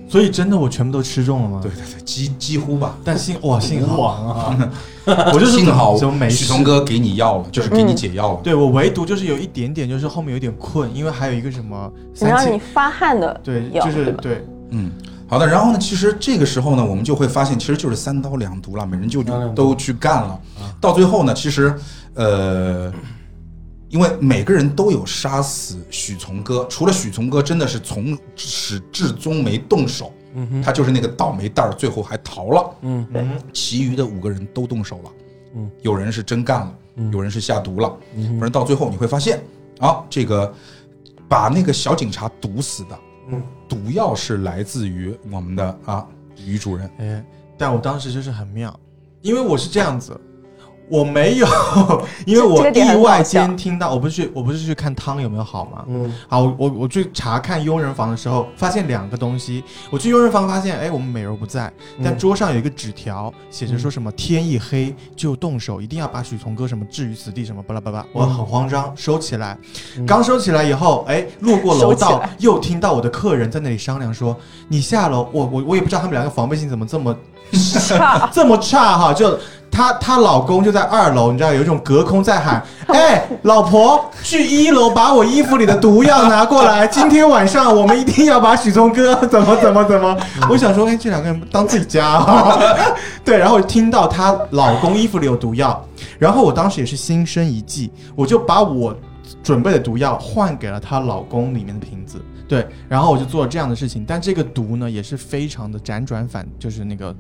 Speaker 4: 所以真的我全部都吃中了吗？
Speaker 2: 对，对对，几几乎吧。
Speaker 4: 但幸哇幸好，
Speaker 1: 啊，
Speaker 4: (laughs) 我就是
Speaker 2: 幸好
Speaker 4: 怎么没
Speaker 2: 许
Speaker 4: 事
Speaker 2: 嵩哥给你药了，就是给你解药了。
Speaker 4: 对我唯独就是有一点点，就是后面有点困，因为还有一个什么
Speaker 3: 能
Speaker 4: 三
Speaker 3: 让你
Speaker 4: 七，
Speaker 3: 发汗的
Speaker 4: 对，
Speaker 3: 药，
Speaker 4: 就是 (laughs)
Speaker 3: 吧？
Speaker 4: 对，
Speaker 2: 嗯，好的。然后呢，其实这个时候呢，我们就会发现，其实就是三刀两毒了，每人就
Speaker 1: 刀两毒啊
Speaker 2: 都去干了。到最后呢，其实呃，因为每个人都有杀死许从哥，除了许从哥真的是从始至终没动手，他就是那个倒霉蛋儿，最后还逃了。
Speaker 1: 嗯
Speaker 2: 其余的五个人都动手了，
Speaker 1: 嗯，
Speaker 2: 有人是真干了，有人是下毒了，反正到最后你会发现啊，这个把那个小警察毒死的，
Speaker 1: 嗯，
Speaker 2: 毒药是来自于我们的
Speaker 3: 嗯
Speaker 2: 啊于主任，
Speaker 4: 哎，但我当时就是很妙，因为我是这样子，我没有， (laughs) 因为
Speaker 3: 这
Speaker 4: 我
Speaker 3: 个点
Speaker 4: 意
Speaker 3: 很
Speaker 4: 外
Speaker 3: 搞笑
Speaker 4: 间听到，我不是去我不是去看汤有没有好吗？
Speaker 1: 嗯
Speaker 4: 好，我我我去查看佣人房的时候，发现两个东西。我去佣人房发现，哎，我们美柔不在，但桌上有一个纸条，写着说什么“天一黑就动手，一定要把许从哥什么置于死地”什么巴拉巴拉。我很慌张，收起来。刚收起来以后，哎，路过楼
Speaker 3: 收起
Speaker 4: 道
Speaker 3: 来，
Speaker 4: 又听到我的客人在那里商量说：“你下楼。我”我我也不知道他们两个防备心怎么这么
Speaker 3: 差
Speaker 4: (laughs) 这么差哈，就她她老公就在二楼，你知道有一种隔空在喊，哎，老婆去一楼把我衣服里的毒药拿过来，今天晚上我们一定要把许嵩哥怎么怎么怎么。我想说，哎，这两个人当自己家、啊哈，对，然后听到她老公衣服里有毒药，然后我当时也是心生一计，我就把我。准备的毒药换给了她老公里面的瓶子，对，然后我就做了这样的事情，但这个毒呢也是非常的辗转反，就是那个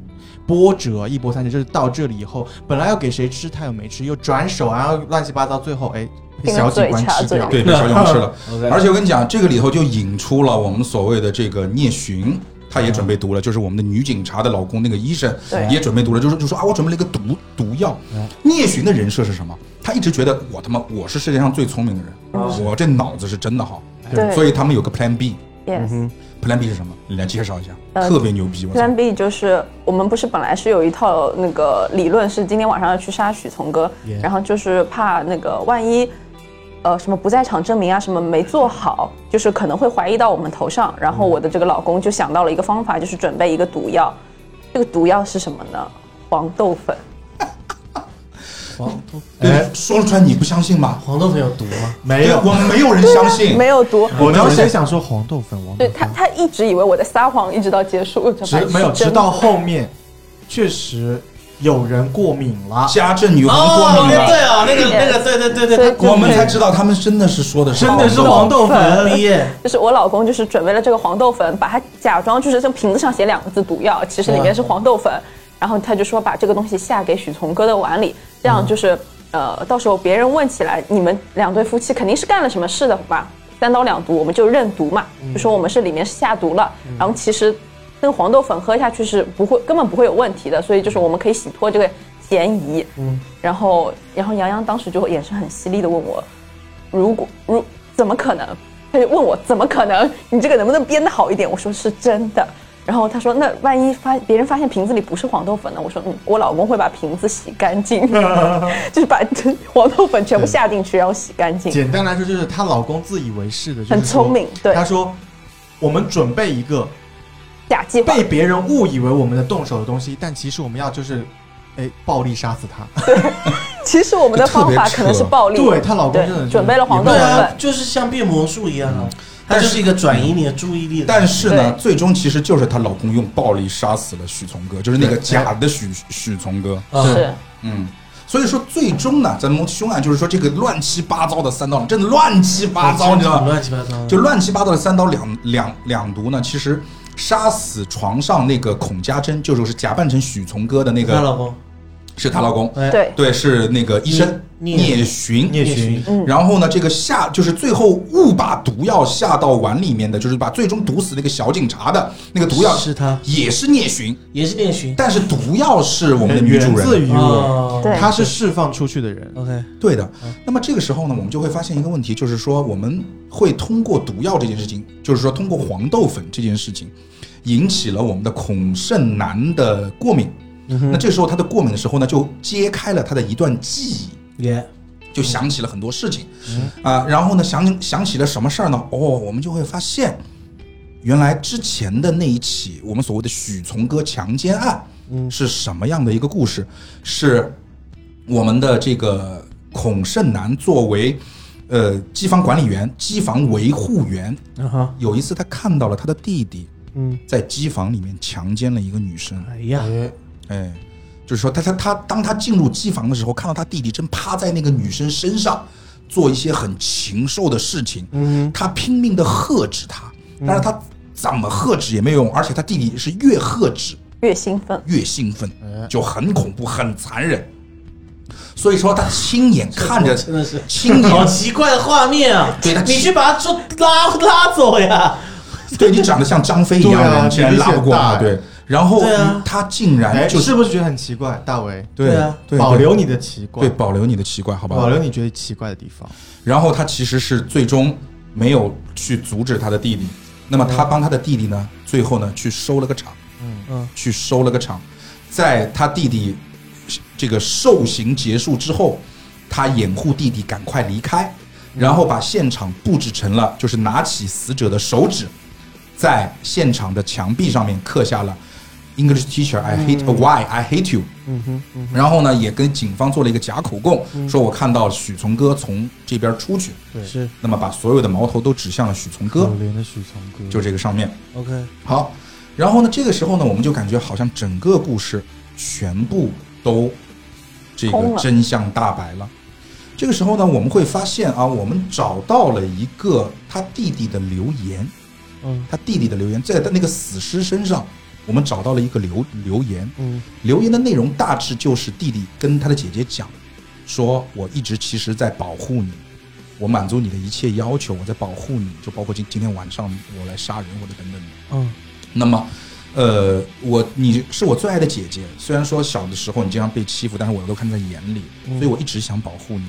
Speaker 4: 波折，一波三折，就是到这里以后，本来要给谁吃，他又没吃，又转手啊，然后乱七八糟，最后哎，被
Speaker 3: 变
Speaker 4: 小
Speaker 3: 成
Speaker 4: 警
Speaker 3: 嘴
Speaker 4: 官
Speaker 3: 馋
Speaker 4: 吃
Speaker 3: 嘴
Speaker 4: 掉。
Speaker 2: 对，被
Speaker 3: (laughs)
Speaker 2: 小警察吃了。
Speaker 1: ，OK，
Speaker 2: 而且我跟你讲，这个里头就引出了我们所谓的这个聂寻。她也准备毒了，就是我们的女警察的老公那个医生
Speaker 3: 嗯对嗯
Speaker 2: 也准备毒了，就是就说啊，我准备了一个毒毒药。聂寻的人设是什么？他一直觉得我他妈我是世界上最聪明的人，我这脑子是真的好，
Speaker 3: 嗯对
Speaker 2: 所以他们有个 Plan B。
Speaker 3: yes。
Speaker 2: Plan B 是什么？你来介绍一下，
Speaker 3: 呃
Speaker 2: 特别牛逼，我操
Speaker 3: Plan B 就是我们不是本来是有一套那个理论，是今天晚上要去杀许从哥
Speaker 1: Yeah
Speaker 3: 然后就是怕那个万一呃什么不在场证明啊，什么没做好，就是可能会怀疑到我们头上。然
Speaker 4: 嗯
Speaker 3: 后我的这个老公就想到了一个方法，就是准备一个毒药。这个毒药是什么呢？黄豆粉。
Speaker 1: 黄豆
Speaker 2: 对，哎说出来你不相信吗？
Speaker 1: 黄豆粉有毒吗？
Speaker 4: 没
Speaker 2: 对我们没有人相信。
Speaker 3: 没有毒。
Speaker 4: 我当时也想说黄豆粉，黄豆
Speaker 3: 对
Speaker 4: 粉，
Speaker 3: 他，他一直以为我在撒谎，一直到结束。就发
Speaker 4: 直
Speaker 3: 现
Speaker 4: 没有，
Speaker 3: 是真
Speaker 4: 直
Speaker 3: 的
Speaker 4: 到后面确实有人过敏了，
Speaker 2: 家政女王过敏
Speaker 3: 哦
Speaker 1: 对
Speaker 2: 了，
Speaker 1: 啊，那个那个，对对对对，
Speaker 3: 对
Speaker 1: 他
Speaker 2: 我们才知道他们真的是说的是
Speaker 4: 真的是黄豆粉
Speaker 1: 毕。业
Speaker 3: 就是我老公就是准备了这个黄豆粉，把它假装就是这瓶子上写两个字毒药，其实里面是黄豆粉。然后他就说把这个东西下给许从哥的碗里，这样就是、呃，到时候别人问起来，你们两对夫妻肯定是干了什么事的吧？三刀两毒，我们就认毒嘛，就说我们是里面是下毒了。然后其实那个黄豆粉喝下去是不会根本不会有问题的，所以就是我们可以洗脱这个嫌疑。嗯，然后然后杨洋当时就也是很犀利的问我，如果如怎么可能？他就问我怎么可能？你这个能不能编得好一点？我说是真的。然后他说那万一发别人发现瓶子里不是黄豆粉呢？我说嗯， (laughs) 我老公会把瓶子洗干
Speaker 4: (laughs)
Speaker 3: 净，就是把黄豆粉全部下进去，然后洗干净。
Speaker 4: 简单来说就是她老公自以为是的，就是
Speaker 3: 很
Speaker 4: 说
Speaker 3: 聪
Speaker 4: (laughs)
Speaker 3: 明对
Speaker 4: 他说我们准备一个
Speaker 3: 假计划
Speaker 4: 被别人误以为我们的动手的东西，但其实我们要就是，哎，暴力杀死他。
Speaker 3: 其实我们的方法可能是暴力。
Speaker 4: 对她老公真的
Speaker 3: 对准备了黄豆
Speaker 1: 对
Speaker 3: 粉，
Speaker 1: 啊，就是像变魔术一样啊，它就是一个转移你的注意力的。
Speaker 2: 但是呢，
Speaker 3: 对
Speaker 2: 最终其实就是她老公用暴力杀死了许从哥，就是那个假的许许从哥。
Speaker 1: 啊
Speaker 3: 是
Speaker 2: 嗯，所以说最终呢，咱们凶啊案就是说这个乱七八糟的三刀，真的乱七八糟，你
Speaker 1: (laughs)
Speaker 2: 知道吗？
Speaker 1: 乱七八糟，
Speaker 2: 就乱七八糟的三刀两两两毒呢，其实杀死床上那个孔家珍，就就是假扮成许从哥的那
Speaker 1: 她
Speaker 2: 个，
Speaker 1: 老公
Speaker 2: 是她老公，
Speaker 1: 哎
Speaker 3: 对
Speaker 2: 对，是那个医生
Speaker 1: 聂
Speaker 2: 聂寻，
Speaker 4: 聂寻，
Speaker 2: 然后呢，这个下就是最后误把毒药下到碗里面的，就是把最终毒死那个小警察的那个毒药
Speaker 1: 是他
Speaker 2: 也是聂寻，
Speaker 1: 也是练寻
Speaker 2: 但是毒药是我们的 (laughs) 女
Speaker 4: 源
Speaker 2: 主
Speaker 4: 自
Speaker 2: 人，
Speaker 4: 于我，
Speaker 1: 哦
Speaker 3: 对
Speaker 4: 她是释放出去的人。
Speaker 1: OK，
Speaker 2: 对的。
Speaker 4: 嗯
Speaker 2: 那么这个时候呢，我们就会发现一个问题，就是说我们会通过毒药这件事情，就是说通过黄豆粉这件事情，引起了我们的孔胜男的过敏。
Speaker 4: 嗯
Speaker 2: 那这时候他的过敏的时候呢，就揭开了他的一段记忆。
Speaker 1: 也
Speaker 2: 就想起了很多事情，啊、然后呢，想想起了什么事儿呢？哦，我们就会发现，原来之前的那一起我们所谓的许从哥强奸案，是什么样的一个故事？是我们的这个孔胜男作为呃机房管理员、机房维护员，
Speaker 1: 啊哈，
Speaker 2: 有一次他看到了他的弟弟
Speaker 1: 嗯，
Speaker 2: 在机房里面强奸了一个女生，
Speaker 1: 哎呀，
Speaker 2: 哎，就是说他他他，当他进入机房的时候，看到他弟弟正趴在那个女生身上做一些很禽兽的事情，嗯，他拼命的呵止她，但是他怎么呵止也没有用，而且他弟弟是越呵止
Speaker 3: 越兴奋。
Speaker 2: 越兴奋，
Speaker 4: 哎
Speaker 2: 就很恐怖很残忍。所以说他亲眼看着，
Speaker 1: (laughs) 真的是
Speaker 2: 亲
Speaker 1: 好
Speaker 4: (laughs)
Speaker 2: 眼
Speaker 1: 奇怪的画面啊！
Speaker 2: 对他
Speaker 1: 你去把他抓拉拉走呀！
Speaker 2: 对你长得像张飞一样的
Speaker 4: 对啊
Speaker 2: 人，竟然拉不过他，
Speaker 4: 你力气很
Speaker 2: 对，然后
Speaker 1: 对啊
Speaker 2: 他竟
Speaker 4: 哎，
Speaker 2: 然就是
Speaker 4: 不是觉得很奇怪，大为？
Speaker 2: 对
Speaker 1: 对啊
Speaker 2: 对
Speaker 4: 保
Speaker 2: 对
Speaker 4: 留你的奇怪，
Speaker 2: 对保留你的奇怪，好吧，
Speaker 4: 保留你觉得奇怪的地方。
Speaker 2: 然后他其实是最终没有去阻止他的弟弟，那么他帮他的弟弟呢，最后呢去收了个场，
Speaker 1: 嗯，
Speaker 2: 去收了个场，在他弟弟这个受刑结束之后，他掩护弟弟赶快离开，然后把现场布置成了就是拿起死者的手指，在现场的墙壁上面刻下了 English teacher I hate why I hate you。然后呢，也跟警方做了一个假口供，说我看到许从哥从这边出去，
Speaker 1: 是
Speaker 2: 那么把所有的矛头都指向了许从
Speaker 4: 可
Speaker 2: 哥，
Speaker 4: 怜的许从哥，
Speaker 2: 就这个上面。
Speaker 1: OK，
Speaker 2: 好，然后呢，这个时候呢，我们就感觉好像整个故事全部都这
Speaker 3: 通
Speaker 2: 个
Speaker 3: 了
Speaker 2: 真相大白了。这个时候呢，我们会发现啊，我们找到了一个他弟弟的留言，
Speaker 1: 嗯，
Speaker 2: 他弟弟的留言在他那个死尸身上，我们找到了一个留留言，
Speaker 1: 嗯，
Speaker 2: 留言的内容大致就是弟弟跟他的姐姐讲，说我一直其实在保护你，我满足你的一切要求，我在保护你，就包括今今天晚上我来杀人或者等等你。
Speaker 1: 嗯，
Speaker 2: 那么，呃，我你是我最爱的姐姐，虽然说小的时候你经常被欺负，但是我都看在眼里，所以我一直想保护你。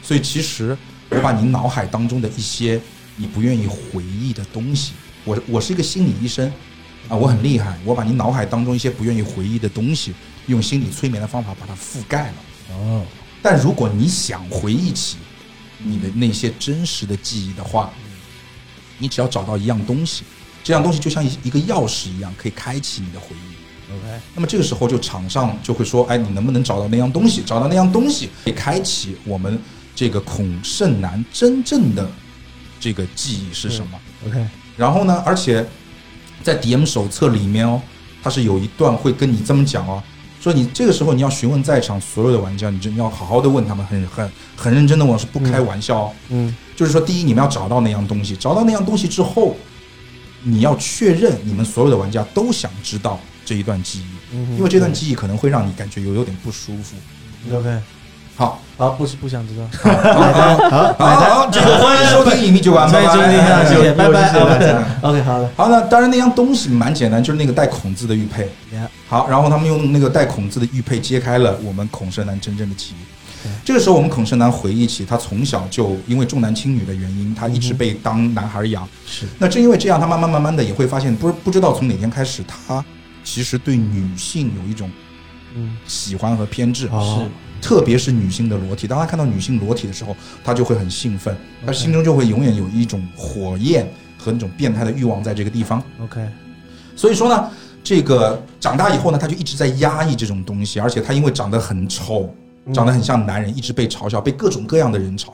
Speaker 2: 所以其实我把你脑海当中的一些你不愿意回忆的东西，我我是一个心理医生。啊，我很厉害，我把你脑海当中一些不愿意回忆的东西，用心理催眠的方法把它覆盖了。
Speaker 1: 哦，
Speaker 2: 但如果你想回忆起，你的那些真实的记忆的话，你只要找到一样东西，这样东西就像一一个钥匙一样，可以开启你的回忆。
Speaker 1: OK，
Speaker 2: 那么这个时候就场上就会说，哎，你能不能找到那样东西？找到那样东西，可以开启我们这个孔圣男真正的这个记忆是什么？
Speaker 5: OK，
Speaker 2: 然后呢，而且在 DM 手册里面哦，它是有一段会跟你这么讲哦，说你这个时候你要询问在场所有的玩家，你真要好好的问他们，很很很认真的问，是不开玩笑哦。
Speaker 5: 嗯，
Speaker 2: 就是说，第一，你们要找到那样东西，找到那样东西之后，你要确认你们所有的玩家都想知道这一段记忆，因为这段记忆可能会让你感觉有有点不舒服。
Speaker 1: OK，
Speaker 2: 好，
Speaker 1: 好，不是不想知道。
Speaker 2: 好，好，这个欢迎收听《隐秘酒馆》，
Speaker 1: 再
Speaker 2: 拜拜
Speaker 1: 见，谢谢，拜拜，
Speaker 2: 拜拜
Speaker 1: 拜
Speaker 2: 拜拜
Speaker 1: 拜。OK，好了，
Speaker 2: 好，那当然那样东西蛮简单，就是那个带孔字的玉佩。
Speaker 1: Yeah
Speaker 2: 好，然后他们用那个带孔字的玉佩揭开了我们孔圣男真正的记忆。这个时候，我们孔圣男回忆起他从小就因为重男轻女的原因，他一直被当男孩养。
Speaker 1: 是
Speaker 2: 那正因为这样，他慢慢慢慢的也会发现，不是不知道从哪天开始，他其实对女性有一种
Speaker 1: 嗯
Speaker 2: 喜欢和偏执。
Speaker 4: 哦
Speaker 1: 是
Speaker 2: 特别是女性的裸体，当他看到女性裸体的时候，他就会很兴奋，他心中就会永远有一种火焰和那种变态的欲望在这个地方。
Speaker 1: OK，
Speaker 2: 所以说呢，这个长大以后呢，他就一直在压抑这种东西，而且他因为长得很丑，长得很像男人，一直被嘲笑，被各种各样的人嘲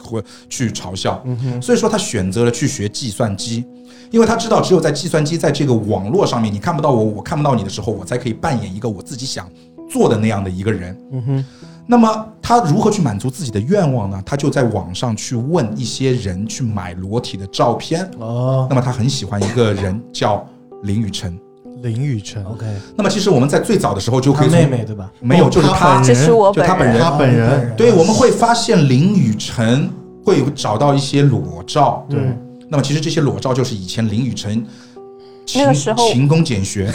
Speaker 2: 会去嘲笑。所以说他选择了去学计算机，因为他知道只有在计算机在这个网络上面，你看不到我，我看不到你的时候，我才可以扮演一个我自己想做的那样的一个人。嗯哼。那么他如何去满足自己的愿望呢？他就在网上去问一些人去买裸体的照片。
Speaker 1: 哦
Speaker 2: 那么他很喜欢一个人叫林雨辰。
Speaker 4: 林雨辰，
Speaker 1: ，OK，
Speaker 2: 那么其实我们在最早的时候就可
Speaker 1: 他
Speaker 2: 以从
Speaker 1: 妹妹对吧？
Speaker 2: 没有，就是
Speaker 4: 他
Speaker 2: 他，
Speaker 3: 这是我
Speaker 2: 就
Speaker 3: 本
Speaker 2: 他本
Speaker 3: 人。
Speaker 2: 人。
Speaker 4: 他哦本人
Speaker 2: 对，我们会发现林雨辰会找到一些裸照，对。那么其实这些裸照就是以前林雨辰勤
Speaker 3: 那个时候
Speaker 2: 勤工俭学，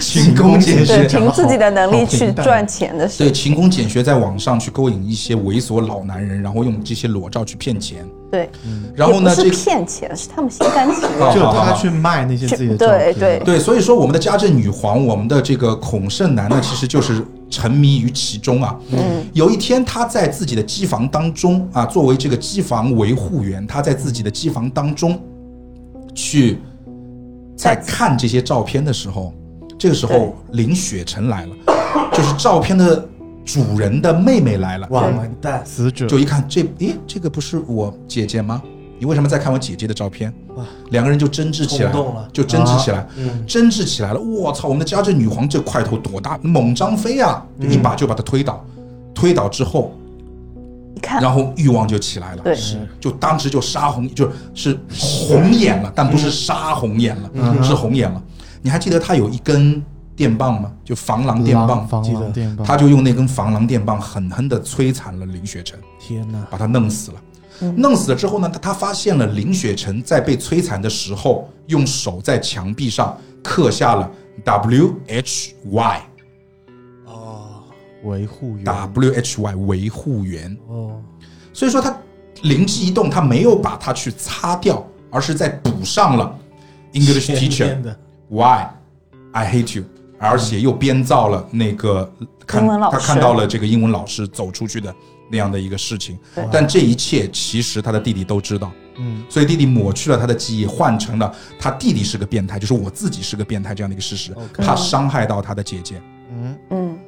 Speaker 2: 勤工俭
Speaker 3: 对，
Speaker 2: 学，
Speaker 3: 凭自己的能力
Speaker 4: 好平
Speaker 3: 去
Speaker 4: 淡
Speaker 3: 赚钱的事
Speaker 2: 对，勤工俭学，在网上去勾引一些猥琐老男人，然后用这些裸照去骗钱。
Speaker 3: 对，
Speaker 2: 然后呢，
Speaker 3: 也
Speaker 2: 这
Speaker 3: 不
Speaker 2: 个
Speaker 3: 是骗钱，是他们心甘情
Speaker 2: 好
Speaker 3: 愿。
Speaker 4: 就
Speaker 2: 好好
Speaker 4: 他去卖那些自己的照
Speaker 3: 对
Speaker 4: 片，
Speaker 3: 对
Speaker 2: 对，所以说我们的家政女皇，我们的这个孔圣男呢，其实就是沉迷于其中啊。
Speaker 3: 嗯，
Speaker 2: 有一天，他在自己的机房当中啊，作为这个机房维护员，他在自己的机房当中去在看这些照片的时候，这个时候林雪辰来了，就是照片的主人的妹妹来了，
Speaker 1: 哇，
Speaker 3: 对
Speaker 1: 完蛋，
Speaker 4: 死者
Speaker 2: 就一看这，诶，这个不是我姐姐吗？你为什么在看我姐姐的照片？
Speaker 1: 哇
Speaker 2: 两个人就争执起来
Speaker 1: 冲动了
Speaker 2: 就争执起来。
Speaker 1: 嗯，
Speaker 2: 争执起来了。我操，我们的家政女皇这块头多大，猛张飞啊，一把就把他推倒。推倒之后，
Speaker 3: 你看，
Speaker 2: 然后欲望就起来了，
Speaker 3: 啊对，
Speaker 2: 就当时就杀红，就是是红眼了，但不是杀红眼了，是红眼了。你还记得他有一根电棒吗？就防狼电棒，
Speaker 4: 防
Speaker 1: 记得
Speaker 4: 狼电棒，
Speaker 2: 他就用那根防狼电棒狠狠地摧残了林雪辰。
Speaker 1: 天哪，
Speaker 2: 把他弄死了。弄死了之后呢，他他发现了林雪辰在被摧残的时候，用手在墙壁上刻下了 W H Y
Speaker 1: 哦
Speaker 4: 维护员
Speaker 2: W H Y 维护员。
Speaker 1: 哦，
Speaker 2: 所以说他灵机一动，他没有把它去擦掉，而是在补上了 English
Speaker 1: 前
Speaker 2: teacher
Speaker 1: 面的
Speaker 2: Why I hate you，而且又编造了那个看
Speaker 3: 英文老
Speaker 2: 他
Speaker 3: 师
Speaker 2: 看到了这个英文老师走出去的那样的一个事情。但这一切其实他的弟弟都知道，
Speaker 1: 嗯，
Speaker 2: 所以弟弟抹去了他的记忆，换成了他弟弟是个变态，就是我自己是个变态这样的一个事实，怕伤害到他的姐姐。
Speaker 3: 嗯，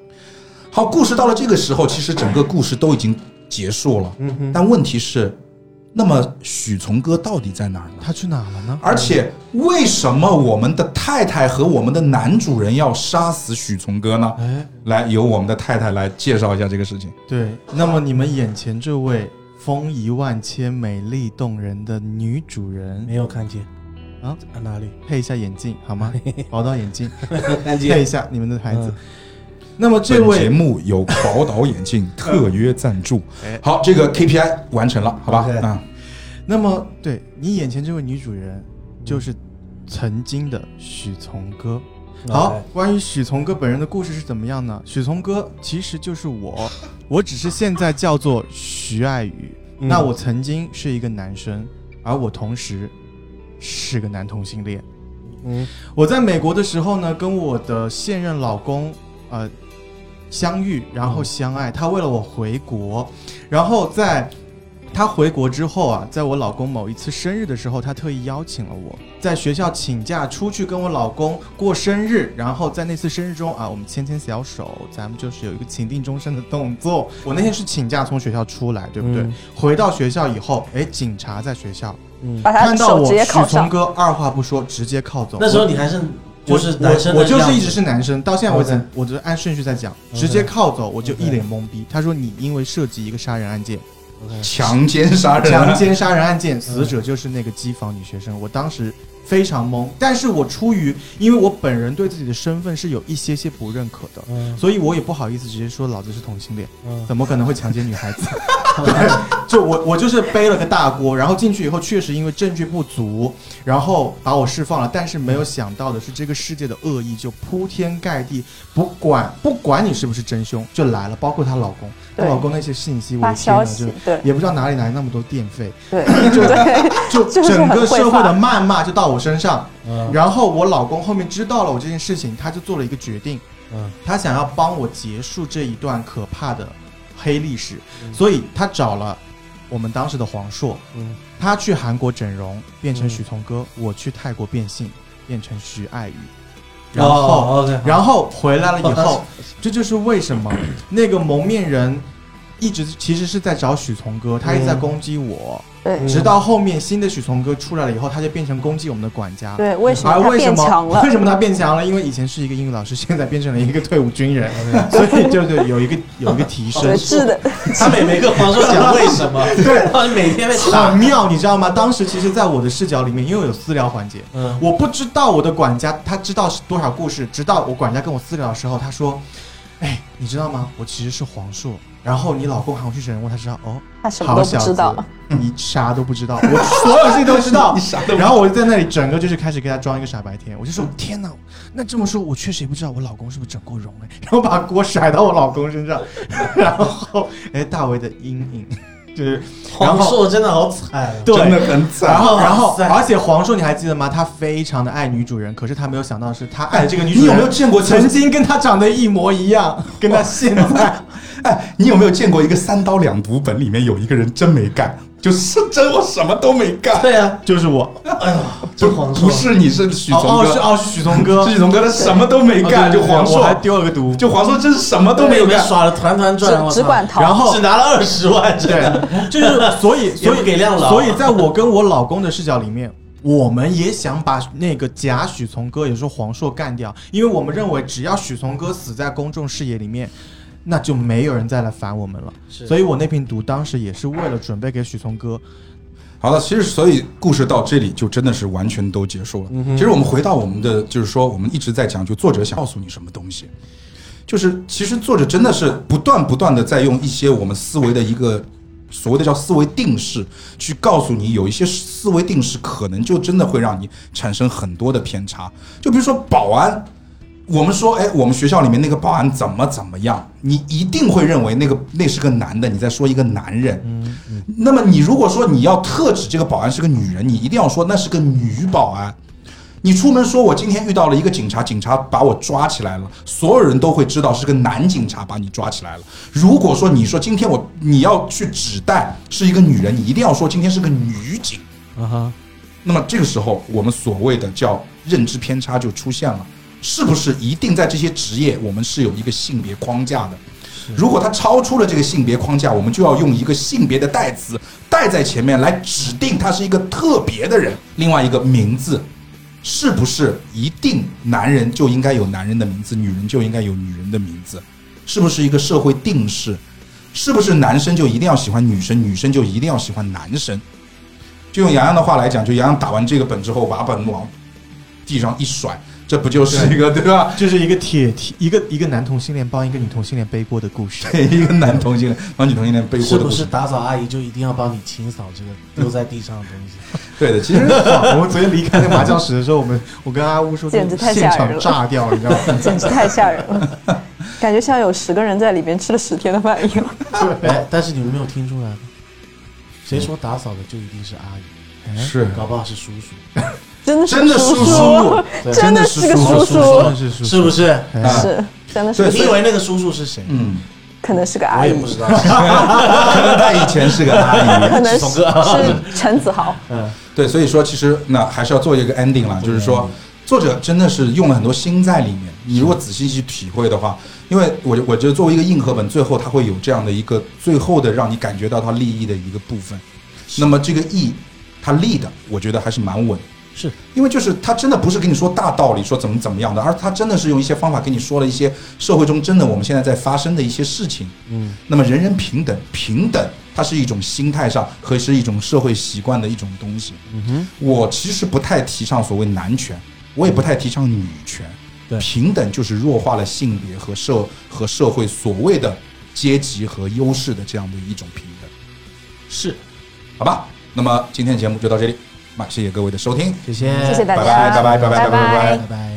Speaker 2: 好，故事到了这个时候，其实整个故事都已经结束了。嗯、但问题是，那么许从哥到底在哪儿呢？
Speaker 4: 他去哪了呢？
Speaker 2: 而且为什么我们的太太和我们的男主人要杀死许从哥呢？
Speaker 4: 哎，
Speaker 2: 来，由我们的太太来介绍一下这个事情。
Speaker 4: 对，那么你们眼前这位风仪万千、美丽动人的女主人，
Speaker 1: 没有看见
Speaker 4: 啊？
Speaker 1: 哪里？
Speaker 4: 配一下眼镜
Speaker 1: (laughs)
Speaker 4: 好吗？宝岛眼镜，
Speaker 1: 看
Speaker 4: 配一
Speaker 1: 见
Speaker 4: 下你们的牌子
Speaker 1: 嗯。
Speaker 4: 那么这
Speaker 2: 本节
Speaker 4: 位
Speaker 2: 目由宝岛眼镜特约赞助。
Speaker 4: 哎
Speaker 2: 好，这个 KPI 完成了，好吧？
Speaker 1: OK
Speaker 2: 啊，
Speaker 4: 那么对你眼前这位女主人，就是
Speaker 1: 嗯
Speaker 4: 曾经的许从
Speaker 1: 哦
Speaker 4: 哥。好，关于许从哥本人的故事是怎么样呢？许从哥其实就
Speaker 1: (laughs)
Speaker 4: 是我，我只是现在叫做徐爱宇。
Speaker 1: 嗯
Speaker 4: 那我曾经是一个男生，而我同时是个男同性恋。
Speaker 1: 嗯
Speaker 4: 我在美国的时候呢，跟我的现任老公呃相遇，然后相爱。他为了我回国，然后在他回国之后啊，在我老公某一次生日的时候，他特意邀请了我，在学校请假出去跟我老公过生日，然后在那次生日中啊，我们牵牵小手，咱们就是有一个情定终身的动作。我那天是请假从学校出来，对不对？
Speaker 5: 嗯
Speaker 4: 回到学校以后，哎，警察在学校
Speaker 5: 嗯
Speaker 3: 把他
Speaker 4: 看
Speaker 3: 的
Speaker 4: 到
Speaker 3: 手
Speaker 4: 我
Speaker 3: 直接
Speaker 4: 许
Speaker 3: 铐
Speaker 4: 峰
Speaker 3: 上。
Speaker 4: 哥，二话不说直接铐走。
Speaker 1: 那时候你还是
Speaker 4: 我
Speaker 1: 就是男生的
Speaker 4: 我我就
Speaker 1: 样
Speaker 4: 是
Speaker 1: 子
Speaker 4: 一直是男生，到现在为止
Speaker 1: OK
Speaker 4: 我就按顺序在讲，
Speaker 5: OK
Speaker 4: 直接铐走，我就一脸懵逼。他说你因为涉及一个杀人案件，
Speaker 2: 强奸杀人，
Speaker 4: 嗯 (laughs)
Speaker 2: 啊
Speaker 4: 强奸杀人案件，死者就是那个机房女学生。我当时非常懵，但是我出于因为我本人对自己的身份是有一些些不认可的，
Speaker 5: 嗯
Speaker 4: 所以我也不好意思直接说老子是同性恋，
Speaker 5: 嗯
Speaker 4: 怎么可能会强奸女孩子？对 (laughs) 就我我就是背了个大锅，然后进去以后确实因为证据不足，然后把我释放了。但是没有想到的是，这个世界的恶意就铺天盖地，不管不管你是不是真凶就来了，包括她老公，她
Speaker 3: 对
Speaker 4: 老公那些信息，我
Speaker 3: 发
Speaker 4: 的天哪，
Speaker 3: 消
Speaker 4: 就
Speaker 3: 息，对
Speaker 4: 也不知道哪里来那么多
Speaker 3: (laughs)
Speaker 4: 电费，
Speaker 3: 对
Speaker 4: 就
Speaker 3: 对，
Speaker 4: 就
Speaker 3: 就是
Speaker 4: 整
Speaker 3: 很
Speaker 4: 个
Speaker 3: 会
Speaker 4: 社会
Speaker 3: 发
Speaker 4: 的谩骂就到我身上。
Speaker 5: 嗯
Speaker 4: 然后我老公后面知道了我这件事情，他就做了一个决定，
Speaker 5: 嗯
Speaker 4: 他想要帮我结束这一段可怕的黑历史，
Speaker 5: 嗯
Speaker 4: 所以他找了我们当时的黄硕，
Speaker 5: 嗯
Speaker 4: 他去韩国整容变成
Speaker 5: 嗯
Speaker 4: 许从哥，我去泰国变性变成徐爱宇，然后。
Speaker 1: 哦，OK，
Speaker 4: 然后回来了以
Speaker 1: 哦
Speaker 4: 后， (clears throat) 这就是为什么那个蒙面人一直其实是在找许从哥，他一直在
Speaker 5: 嗯
Speaker 4: 攻击我，
Speaker 3: 对
Speaker 5: 嗯
Speaker 4: (laughs) 直到后面新的许从哥出来了以后，他就变成攻击我们的管家。
Speaker 3: 对，为什
Speaker 4: 而
Speaker 3: 么他
Speaker 4: 啊为什
Speaker 3: 变强
Speaker 4: 么
Speaker 3: 了
Speaker 4: 为？什么他变强了？因为以前是一个英语老师，现在变成了一个退伍军人，所以就对有一个有一个提
Speaker 3: 哦对，
Speaker 4: 升，
Speaker 3: 是的，
Speaker 1: 他每每个黄叔讲为什么，
Speaker 4: 对，
Speaker 1: 他每天
Speaker 4: (laughs)
Speaker 1: 被
Speaker 4: 很
Speaker 1: 打，
Speaker 4: 妙，你知道吗？当时其实，在我的视角里面，因为有私聊环节，
Speaker 5: 嗯
Speaker 4: 我不知道我的管家他知道是多少故事，直到我管家跟我私聊的时候，他说：“哎，你知道吗？我其实是黄硕。”然后你老公喊我去整容，他知道哦，
Speaker 3: (laughs) 他什么
Speaker 4: 好
Speaker 3: 都不
Speaker 4: 小
Speaker 3: 知
Speaker 4: 子嗯
Speaker 3: 道。，
Speaker 4: 你啥都不知道，我所有事情都知 (laughs) 道。嗯然后我就在那里整个就是开始给他装一个傻白甜，我就说天哪，那这么说，我确实也不知道我老公是不是整过容哎，然后把锅甩到我老公身上， (laughs) 然后哎大为的阴影 (laughs) 就是，然
Speaker 1: 黄
Speaker 4: 后
Speaker 1: 硕真的好惨，啊
Speaker 4: 对
Speaker 2: 真的很惨。
Speaker 4: (laughs) 然后，然后
Speaker 1: 哇，塞
Speaker 4: 而且黄硕，你还记得吗？他非常的爱女主人，可是他没有想到的是，他爱的这个女主
Speaker 2: 你
Speaker 4: 人，
Speaker 2: 有没有见过
Speaker 4: 曾经跟他长得一模一样， (laughs) 跟他现在
Speaker 2: 哎，你有没有见过一个三刀两读本里面有一个人真没干，就是真我什么都没干，
Speaker 1: 对啊，
Speaker 4: 就是我？
Speaker 1: 哎呦，
Speaker 2: 不
Speaker 1: 这黄硕
Speaker 2: 不是你是许
Speaker 4: 哦
Speaker 2: 从
Speaker 4: 哦，是
Speaker 2: 哥，
Speaker 4: 哦，是许嵩
Speaker 2: (laughs)
Speaker 4: 哥
Speaker 2: 是，许从哥他什么都没干，
Speaker 4: 哦
Speaker 2: 就
Speaker 4: 对对对
Speaker 2: 黄
Speaker 4: 我还
Speaker 2: 硕，
Speaker 4: 丢了个毒，
Speaker 2: 就黄硕真是什么都
Speaker 1: 都
Speaker 2: 没
Speaker 1: 被
Speaker 2: 有
Speaker 1: 你们
Speaker 2: 干。
Speaker 1: 耍的团团转，我
Speaker 3: 只
Speaker 1: 操
Speaker 3: 只管逃，
Speaker 4: 然后
Speaker 1: 只拿了二十万，真
Speaker 4: 对
Speaker 1: 的，， (laughs)
Speaker 4: 就是所以
Speaker 1: 也
Speaker 4: 所
Speaker 1: 不
Speaker 4: 以
Speaker 1: 给量了，
Speaker 4: 所以在我跟我老公的视角里面。我们也想把那个假许从哥，也就是黄硕干掉，因为我们认为只要许从哥死在公众视野里面，那就没有人再来烦我们了。
Speaker 1: 是
Speaker 4: 所以我那瓶毒当时也是为了准备给许从哥。
Speaker 2: 好了，其实所以故事到这里就真的是完全都结束了。其实我们回到我们的，就是说我们一直在讲，就作者想告诉你什么东西，就是其实作者真的是不断不断的在用一些我们思维的一个所谓的叫思维定式，去告诉你有一些思维定式可能就真的会让你产生很多的偏差。就比如说保安，我们说，哎，我们学校里面那个保安怎么怎么样，你一定会认为那个那是个男的，你在说一个男人。那么你如果说你要特指这个保安是个女人，你一定要说那是个女保安。你出门说我今天遇到了一个警察，警察把我抓起来了，所有人都会知道是个男警察把你抓起来了。如果说你说今天我你要去指代是一个女人，你一定要说今天是个女警。
Speaker 1: 嗯
Speaker 5: 啊哈，
Speaker 2: 那么这个时候，我们所谓的叫认知偏差就出现了，是不是一定在这些职业我们是有一个性别框架的？如果它超出了这个性别框架，我们就要用一个性别的代词带在前面来指定他是一个特别的人。另外一个名字，是不是一定男人就应该有男人的名字，女人就应该有女人的名字？是不是一个社会定式？是不是男生就一定要喜欢女生，女生就一定要喜欢男生？就用洋洋的话来讲，就洋洋打完这个本之后，把本往地上一甩，这不就是一个对吧？ (laughs)
Speaker 4: 就是一个铁蹄，一个一个男同性恋帮一个女同性恋背锅的故
Speaker 1: (laughs)
Speaker 4: 事。
Speaker 2: 对，一个男同性恋帮女同性恋背
Speaker 1: 是
Speaker 2: 锅的
Speaker 1: 不
Speaker 2: 故
Speaker 1: 是
Speaker 2: 事。
Speaker 1: 打扫阿姨就一定要帮你清扫这个丢在地上的东西？
Speaker 2: 对的，其实
Speaker 4: 我们昨天离开那个麻将室的时候，我们我跟阿乌说，
Speaker 3: 简直太
Speaker 4: 现
Speaker 3: 吓人
Speaker 4: 场
Speaker 3: 了
Speaker 4: 炸掉，你知道
Speaker 1: (laughs)
Speaker 3: (laughs)
Speaker 4: 吗？
Speaker 3: 简直太吓人了，感觉像有十个人在里边吃了十天的饭一样。
Speaker 1: 哎，但是你们没有听出来吗？谁说打扫的就一定是阿姨？ (laughs)
Speaker 2: 是
Speaker 1: 搞不好是叔
Speaker 3: (laughs)
Speaker 1: 叔，
Speaker 3: 真的是
Speaker 2: 真的
Speaker 3: 叔
Speaker 2: 叔叔，
Speaker 3: 真的是个
Speaker 2: 叔
Speaker 3: 叔
Speaker 4: 真的
Speaker 3: 叔，
Speaker 4: 是叔叔
Speaker 1: 是不是？
Speaker 2: 啊
Speaker 3: 是真的
Speaker 2: 对
Speaker 3: 是
Speaker 1: 你以为那个叔叔是谁？
Speaker 2: 嗯，
Speaker 3: 可能是个
Speaker 1: 我
Speaker 3: 阿
Speaker 1: 也
Speaker 3: 姨
Speaker 1: 不，知道。
Speaker 2: 可能他以前是个阿姨，
Speaker 3: 可能是
Speaker 1: 是峰哥
Speaker 3: 是陈子豪。
Speaker 2: 对，所以说其实那还是要做一个 ending 啦，就是说作者真的是用了很多心在里面。你如果仔细去体会的话，因为我我觉得作为一个硬核本，最后它会有这样的一个最后的让你感觉到它利益的一个部分。那么这个义，它利的，我觉得还是蛮稳。
Speaker 5: 是
Speaker 2: 因为就是他真的不是跟你说大道理，说怎么怎么样的，而他真的是用一些方法跟你说了一些社会中真的我们现在在发生的一些事情。
Speaker 5: 嗯，
Speaker 2: 那么人人平等，平等它是一种心态上和是一种社会习惯的一种东西。嗯哼，我其实不太提倡所谓男权，我也不太提倡女权。
Speaker 5: 对
Speaker 2: 平等就是弱化了性别和社和社会所谓的阶级和优势的这样的一种平等，
Speaker 5: 是，
Speaker 2: 好吧？那么今天节目就到这里，那谢谢各位的收听，
Speaker 1: 谢谢，
Speaker 4: 嗯
Speaker 3: 谢谢大
Speaker 2: 拜
Speaker 3: 家
Speaker 2: 拜拜拜拜拜拜拜拜。
Speaker 1: 拜拜。